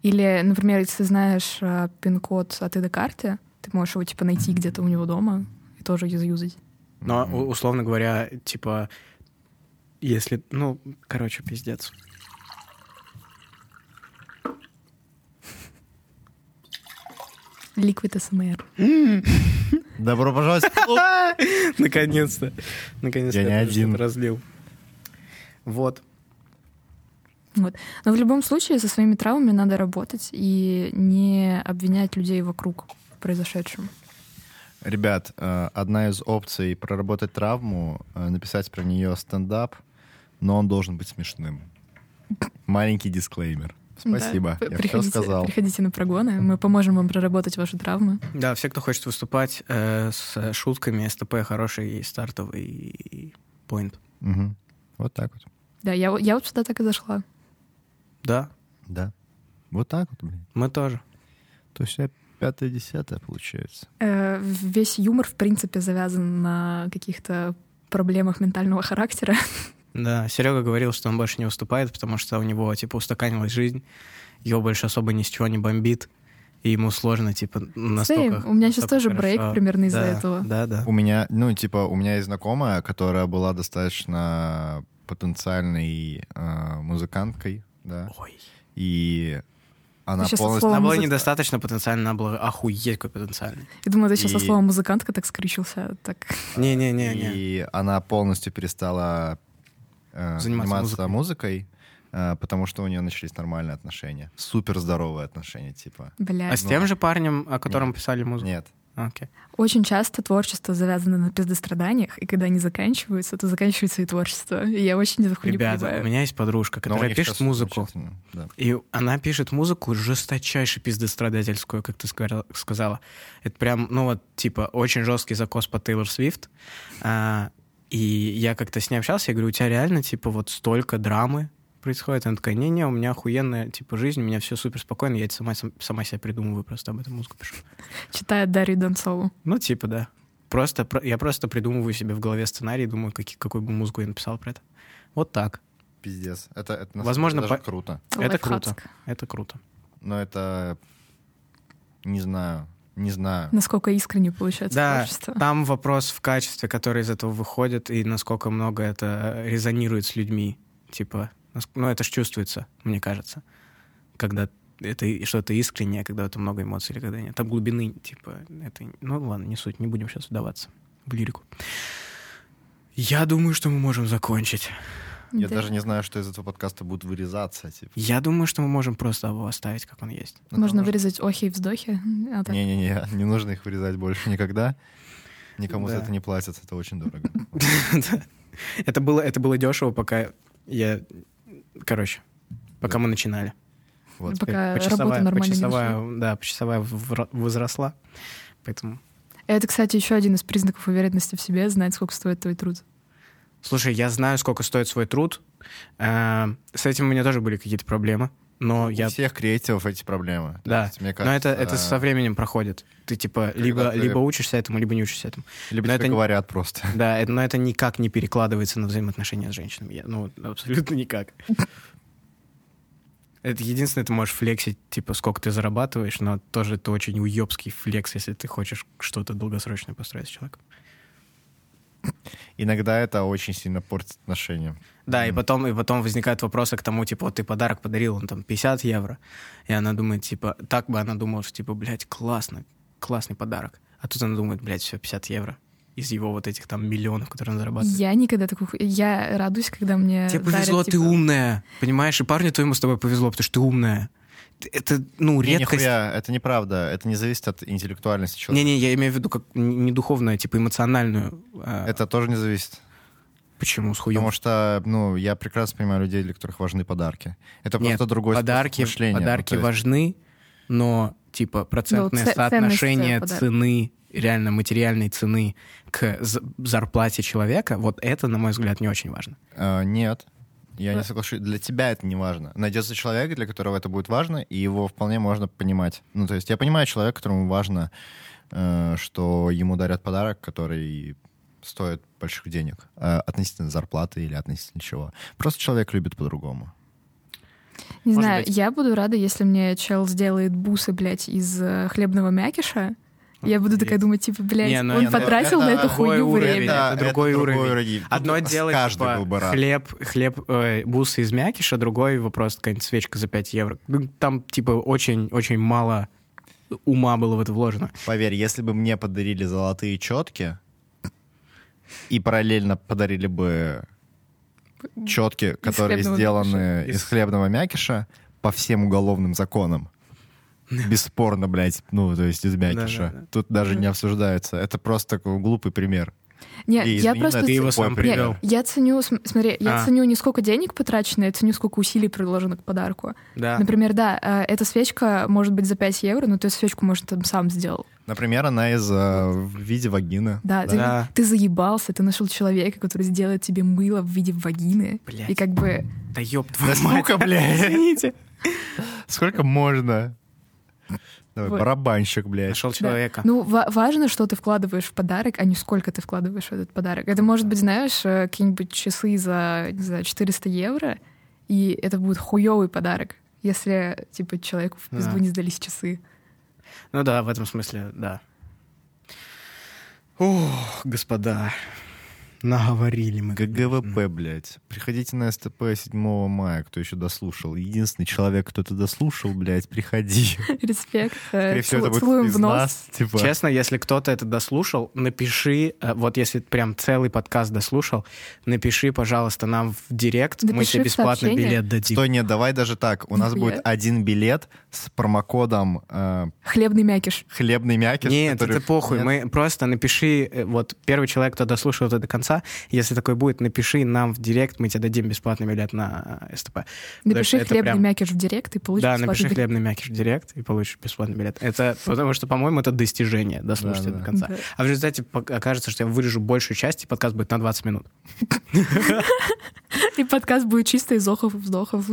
Speaker 3: Или, например, если ты знаешь э, пин-код от Ида карте, ты можешь его типа найти где-то у него дома и тоже заюзать.
Speaker 1: Но, у- условно говоря, типа, если... Ну, короче, пиздец.
Speaker 3: Liquid SMR.
Speaker 2: Добро пожаловать в клуб.
Speaker 1: Наконец-то. Наконец-то
Speaker 2: Я не
Speaker 1: тоже
Speaker 2: один.
Speaker 1: что-то разлил. Вот.
Speaker 3: Но в любом случае со своими травмами надо работать и не обвинять людей вокруг в произошедшем.
Speaker 2: Ребят, э, одна из опций проработать травму, э, написать про нее стендап, но он должен быть смешным. Маленький дисклеймер. Спасибо,
Speaker 3: Да,
Speaker 2: я все
Speaker 3: приходите-
Speaker 2: сказал.
Speaker 3: Приходите на прогоны, мы поможем вам проработать ваши травмы.
Speaker 1: Да, все, кто хочет выступать э, с шутками, СТП хороший стартовый поинт.
Speaker 2: Мгм. Вот так вот.
Speaker 3: Да, я, вот- я вот сюда так и зашла.
Speaker 1: Да,
Speaker 2: Да. Вот так вот, блин.
Speaker 1: мы тоже.
Speaker 2: То есть пятое-десятое получается.
Speaker 3: Э, весь юмор, в принципе, завязан на каких-то проблемах ментального характера.
Speaker 1: Да, Серега говорил, что он больше не выступает, потому что у него, типа, устаканилась жизнь, его больше особо ни с чего не бомбит, и ему сложно, типа, настолько...
Speaker 3: Same. У меня сейчас
Speaker 1: настолько
Speaker 3: тоже
Speaker 1: хорошо.
Speaker 3: брейк примерно из-за
Speaker 1: Да,
Speaker 3: этого.
Speaker 1: Да, да.
Speaker 2: У меня, ну, типа, у меня есть знакомая, которая была достаточно потенциальной э, музыканткой, да,
Speaker 1: Ой.
Speaker 2: и она
Speaker 3: Сейчас от
Speaker 2: полностью...
Speaker 3: слова
Speaker 1: Она была
Speaker 3: музыка-
Speaker 1: недостаточно потенциальна, она была охуеть какой потенциальной.
Speaker 3: Я думаю, ты сейчас со
Speaker 2: И-
Speaker 3: словом музыкантка так скрючился. Так.
Speaker 1: Не-не-не-не.
Speaker 2: И она полностью перестала э,
Speaker 1: Заниматься
Speaker 2: заниматься, музыкой, э, потому что у нее начались нормальные отношения. Супер здоровые отношения, типа.
Speaker 1: А
Speaker 3: Бля.
Speaker 1: с тем же парнем, о котором писали музыку? А,
Speaker 2: Нет.
Speaker 1: Окей.
Speaker 3: Очень часто творчество завязано на пиздостраданиях, и когда они заканчиваются, то заканчивается и творчество. И я очень эту хуйню
Speaker 1: Ребята, у
Speaker 3: понимаю.
Speaker 1: меня есть подружка,
Speaker 2: Но у
Speaker 1: которая
Speaker 2: них
Speaker 1: пишет
Speaker 2: сейчас
Speaker 1: музыку.
Speaker 2: замечательно, да.
Speaker 1: И она пишет музыку жесточайше пиздострадательскую, как ты скара- сказала. Это прям, ну вот, типа, очень жесткий закос по Тейлор Свифт. А, и я как-то с ней общался, я говорю, у тебя реально, типа, вот столько драмы происходит? Она такая, не-не, у меня охуенная, типа, жизнь, у меня все супер спокойно, я это сама, сам- сама себя придумываю, просто об этом музыку пишу.
Speaker 3: Читает Дарью Донцову.
Speaker 1: Ну, типа, да. Просто, про- я просто придумываю себе в голове сценарий, думаю, какие- какую бы музыку я написал про это. Вот так.
Speaker 2: Пиздец. Это, это на самом
Speaker 1: Возможно,
Speaker 2: деле даже
Speaker 1: по-
Speaker 2: круто.
Speaker 1: Это
Speaker 3: Лайфхакск.
Speaker 1: круто. Это круто.
Speaker 2: Но это... Не знаю. Не знаю.
Speaker 3: Насколько искренне получается
Speaker 1: Да.
Speaker 3: творчество.
Speaker 1: Там вопрос в качестве, который из этого выходит, и насколько много это э, резонирует с людьми. Типа, наск- ну, это ж чувствуется, мне кажется. Когда это и- что-то искреннее, когда это много эмоций или когда нет. Там глубины, типа, это... Ну, ладно, не суть, не будем сейчас вдаваться в лирику. Я думаю, что мы можем закончить.
Speaker 2: Я
Speaker 3: Да.
Speaker 2: даже не знаю, что из этого подкаста будет вырезаться. Типа.
Speaker 1: Я думаю, что мы можем просто его оставить, как он есть.
Speaker 2: Это
Speaker 3: Можно
Speaker 2: нужно.
Speaker 3: вырезать охи и вздохи. а так-
Speaker 2: Не-не-не, не нужно их вырезать больше никогда. Никому за
Speaker 1: Да.
Speaker 2: это не платят, это очень дорого.
Speaker 1: Это было, это было дешево, пока я... Короче, пока
Speaker 2: Да.
Speaker 1: мы начинали.
Speaker 2: Вот.
Speaker 3: Пока
Speaker 1: Теперь
Speaker 3: работа нормально не
Speaker 1: почасовая, да, почасовая вра- возросла, поэтому.
Speaker 3: Это, кстати, еще один из признаков уверенности в себе, знать, сколько стоит твой труд.
Speaker 1: Слушай, я знаю, сколько стоит свой труд. Э, С этим у меня тоже были какие-то проблемы, но Ну, я,
Speaker 2: У всех креативов эти проблемы. То
Speaker 1: да,
Speaker 2: есть, Ну, мне
Speaker 1: но это
Speaker 2: кажется, э,
Speaker 1: это со временем проходит. Ты типа либо
Speaker 2: ты-
Speaker 1: либо учишься этому, либо не учишься этому.
Speaker 2: Либо
Speaker 1: Но
Speaker 2: тебе
Speaker 1: это не-
Speaker 2: говорят просто.
Speaker 1: Да, это, но это никак не перекладывается на взаимоотношения с женщинами. Я- ну абсолютно никак. Это единственное, ты можешь флексить, типа, сколько ты зарабатываешь, но тоже это очень уебский флекс, если ты хочешь что-то долгосрочное построить с человеком.
Speaker 2: Иногда это очень сильно портит отношения.
Speaker 1: Да, и
Speaker 2: Мгм.
Speaker 1: потом, и потом возникают вопросы к тому, типа, вот ты подарок подарил, он там 50 евро, и она думает, типа, так бы она думала, что, типа, блядь, классно, классный подарок. А тут она думает, блядь, все, 50 евро из его вот этих там миллионов, которые он зарабатывает.
Speaker 3: Я никогда такую... ху- Я радуюсь, когда мне
Speaker 1: Тебе
Speaker 3: дарят,
Speaker 1: повезло, ты
Speaker 3: типа,
Speaker 1: умная, понимаешь? И парню твоему с тобой повезло, потому что ты умная. Т- Это, ну,
Speaker 2: Не,
Speaker 1: редкость.
Speaker 2: нихуя, это неправда. Это не зависит от интеллектуальности человека.
Speaker 1: Не-не, я имею в виду как н- не духовную, а типа эмоциональную. а,
Speaker 2: Это тоже не зависит.
Speaker 1: Почему с хуем?
Speaker 2: Потому что, ну, я прекрасно понимаю людей, для которых важны подарки. Это
Speaker 1: Нет,
Speaker 2: просто другой способ
Speaker 1: подарки,
Speaker 2: мышления.
Speaker 1: подарки
Speaker 2: Ну, то есть-
Speaker 1: важны, но типа процентное
Speaker 3: Ну, ц-
Speaker 1: соотношение
Speaker 3: ценность, э, подарка.
Speaker 1: цены, реально материальной цены к з- зарплате человека, вот это, на мой взгляд, не очень важно.
Speaker 2: А, Нет. Я
Speaker 3: Да.
Speaker 2: не соглашусь. Для тебя это не важно. Найдется человек, для которого это будет важно, и его вполне можно понимать. Ну, то есть я понимаю человека, которому важно, э, что ему дарят подарок, который стоит больших денег. э, Относительно зарплаты или относительно чего. Просто человек любит по-другому.
Speaker 3: Не
Speaker 1: Может
Speaker 3: знаю,
Speaker 1: быть.
Speaker 3: я буду рада, если мне чел сделает бусы, блядь, из э, хлебного мякиша. Я буду такая думать, типа, блядь,
Speaker 1: Не, ну,
Speaker 3: он
Speaker 1: не, ну,
Speaker 3: потратил
Speaker 2: это
Speaker 3: на эту
Speaker 1: другой
Speaker 3: хуйню
Speaker 1: уровень.
Speaker 3: время.
Speaker 1: Это другой уровень. Одно
Speaker 2: Тут
Speaker 1: дело,
Speaker 2: Каждый
Speaker 1: типа,
Speaker 2: был бы рад.
Speaker 1: хлеб, хлеб э, бусы из мякиша, другой вопрос, какая-нибудь свечка за 5 евро. Ну, Там, типа, очень-очень мало ума было в это вложено.
Speaker 2: Поверь, если бы мне подарили золотые четки и параллельно подарили бы четки, которые
Speaker 3: хлебного
Speaker 2: сделаны
Speaker 1: мякиша.
Speaker 2: из хлебного мякиша по всем уголовным законам. Бесспорно, блядь, ну, то есть из мякиша.
Speaker 1: Да-да-да.
Speaker 2: Тут даже не обсуждается. Это просто такой глупый пример.
Speaker 3: Нет,
Speaker 2: И,
Speaker 3: я
Speaker 2: извини,
Speaker 3: просто...
Speaker 2: но это
Speaker 1: Ты его
Speaker 2: тупой
Speaker 1: сам
Speaker 2: пример.
Speaker 1: привёл.
Speaker 3: Я ценю, см- смотри, я
Speaker 1: А.
Speaker 3: ценю не сколько денег потрачено, я ценю, сколько усилий приложено к подарку.
Speaker 1: Да.
Speaker 3: Например, да, э, эта свечка может быть за 5 евро, но ты свечку, может, там сам сделал.
Speaker 2: Например, она из э, в виде вагины.
Speaker 3: Да, ты-
Speaker 1: Да.
Speaker 3: Ты, заебался, ты нашел человека, который сделает тебе мыло в виде вагины.
Speaker 1: Блядь.
Speaker 3: И как бы...
Speaker 1: Да ёб
Speaker 2: Да
Speaker 1: твою мать.
Speaker 2: сука, блядь.
Speaker 1: Извините.
Speaker 2: Сколько можно? Давай,
Speaker 3: Вот.
Speaker 2: барабанщик, блядь.
Speaker 1: Нашел
Speaker 3: да.
Speaker 1: человека.
Speaker 3: Ну, ва- важно, что ты вкладываешь в подарок, а не сколько ты вкладываешь в этот подарок.
Speaker 1: Ну
Speaker 3: Это может быть, знаешь, э, какие-нибудь часы за, не знаю, 400 евро, и это будет хуёвый подарок, если, типа, человеку в пизду
Speaker 1: Да.
Speaker 3: не сдались часы.
Speaker 1: Ну да, в этом смысле, да. Ох, господа, наговорили мы.
Speaker 2: ГГВП, блядь. Приходите на СТП 7 мая, кто еще дослушал. Единственный человек, кто это дослушал, блядь, приходи.
Speaker 3: Респект.
Speaker 2: Скорее
Speaker 3: э,
Speaker 2: всего, это будет
Speaker 3: целу- Целуем
Speaker 2: из
Speaker 3: в нос.
Speaker 2: нас. Типа,
Speaker 1: Честно, если кто-то это дослушал, напиши, э, вот если прям целый подкаст дослушал, напиши, пожалуйста, нам в директ, мы
Speaker 3: Напиши
Speaker 1: тебе
Speaker 3: в
Speaker 1: бесплатно
Speaker 3: сообщение.
Speaker 1: билет дадим.
Speaker 2: Стой, нет, давай даже так. У нас
Speaker 3: Нихуя.
Speaker 2: будет один билет с промокодом э,
Speaker 3: Хлебный мякиш.
Speaker 2: хлебный мякиш.
Speaker 1: Нет,
Speaker 2: который-
Speaker 1: это похуй.
Speaker 2: Нет?
Speaker 1: Мы просто напиши, э, вот первый человек, кто дослушал это до конца, если такой будет, напиши нам в директ, мы тебе дадим бесплатный билет на э, СТП. Потому что
Speaker 3: Напиши
Speaker 1: это
Speaker 3: хлебный
Speaker 1: прям-
Speaker 3: мякиш в директ и получишь
Speaker 1: Да,
Speaker 3: бесплатный
Speaker 1: напиши
Speaker 3: билет.
Speaker 1: хлебный мякиш в директ и получишь бесплатный билет. Это потому что, по-моему, это достижение. Дослушайте
Speaker 2: Да-да-да.
Speaker 1: до конца.
Speaker 3: Да.
Speaker 1: А в результате пок- окажется, что я вырежу большую часть, и подкаст будет на 20 минут.
Speaker 3: И подкаст будет чисто из охов и вздохов.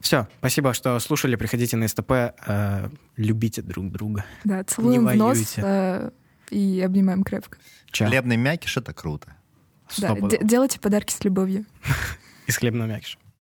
Speaker 1: Все, спасибо, что слушали. Приходите на СТП. э, любите друг друга.
Speaker 3: Да, целуем в нос
Speaker 1: воюйте.
Speaker 3: э, и обнимаем крепко.
Speaker 1: Чао.
Speaker 2: Хлебный мякиш — это круто.
Speaker 3: Да,
Speaker 1: Стопудово.
Speaker 3: де- делайте подарки с любовью.
Speaker 1: Из хлебного мякиша.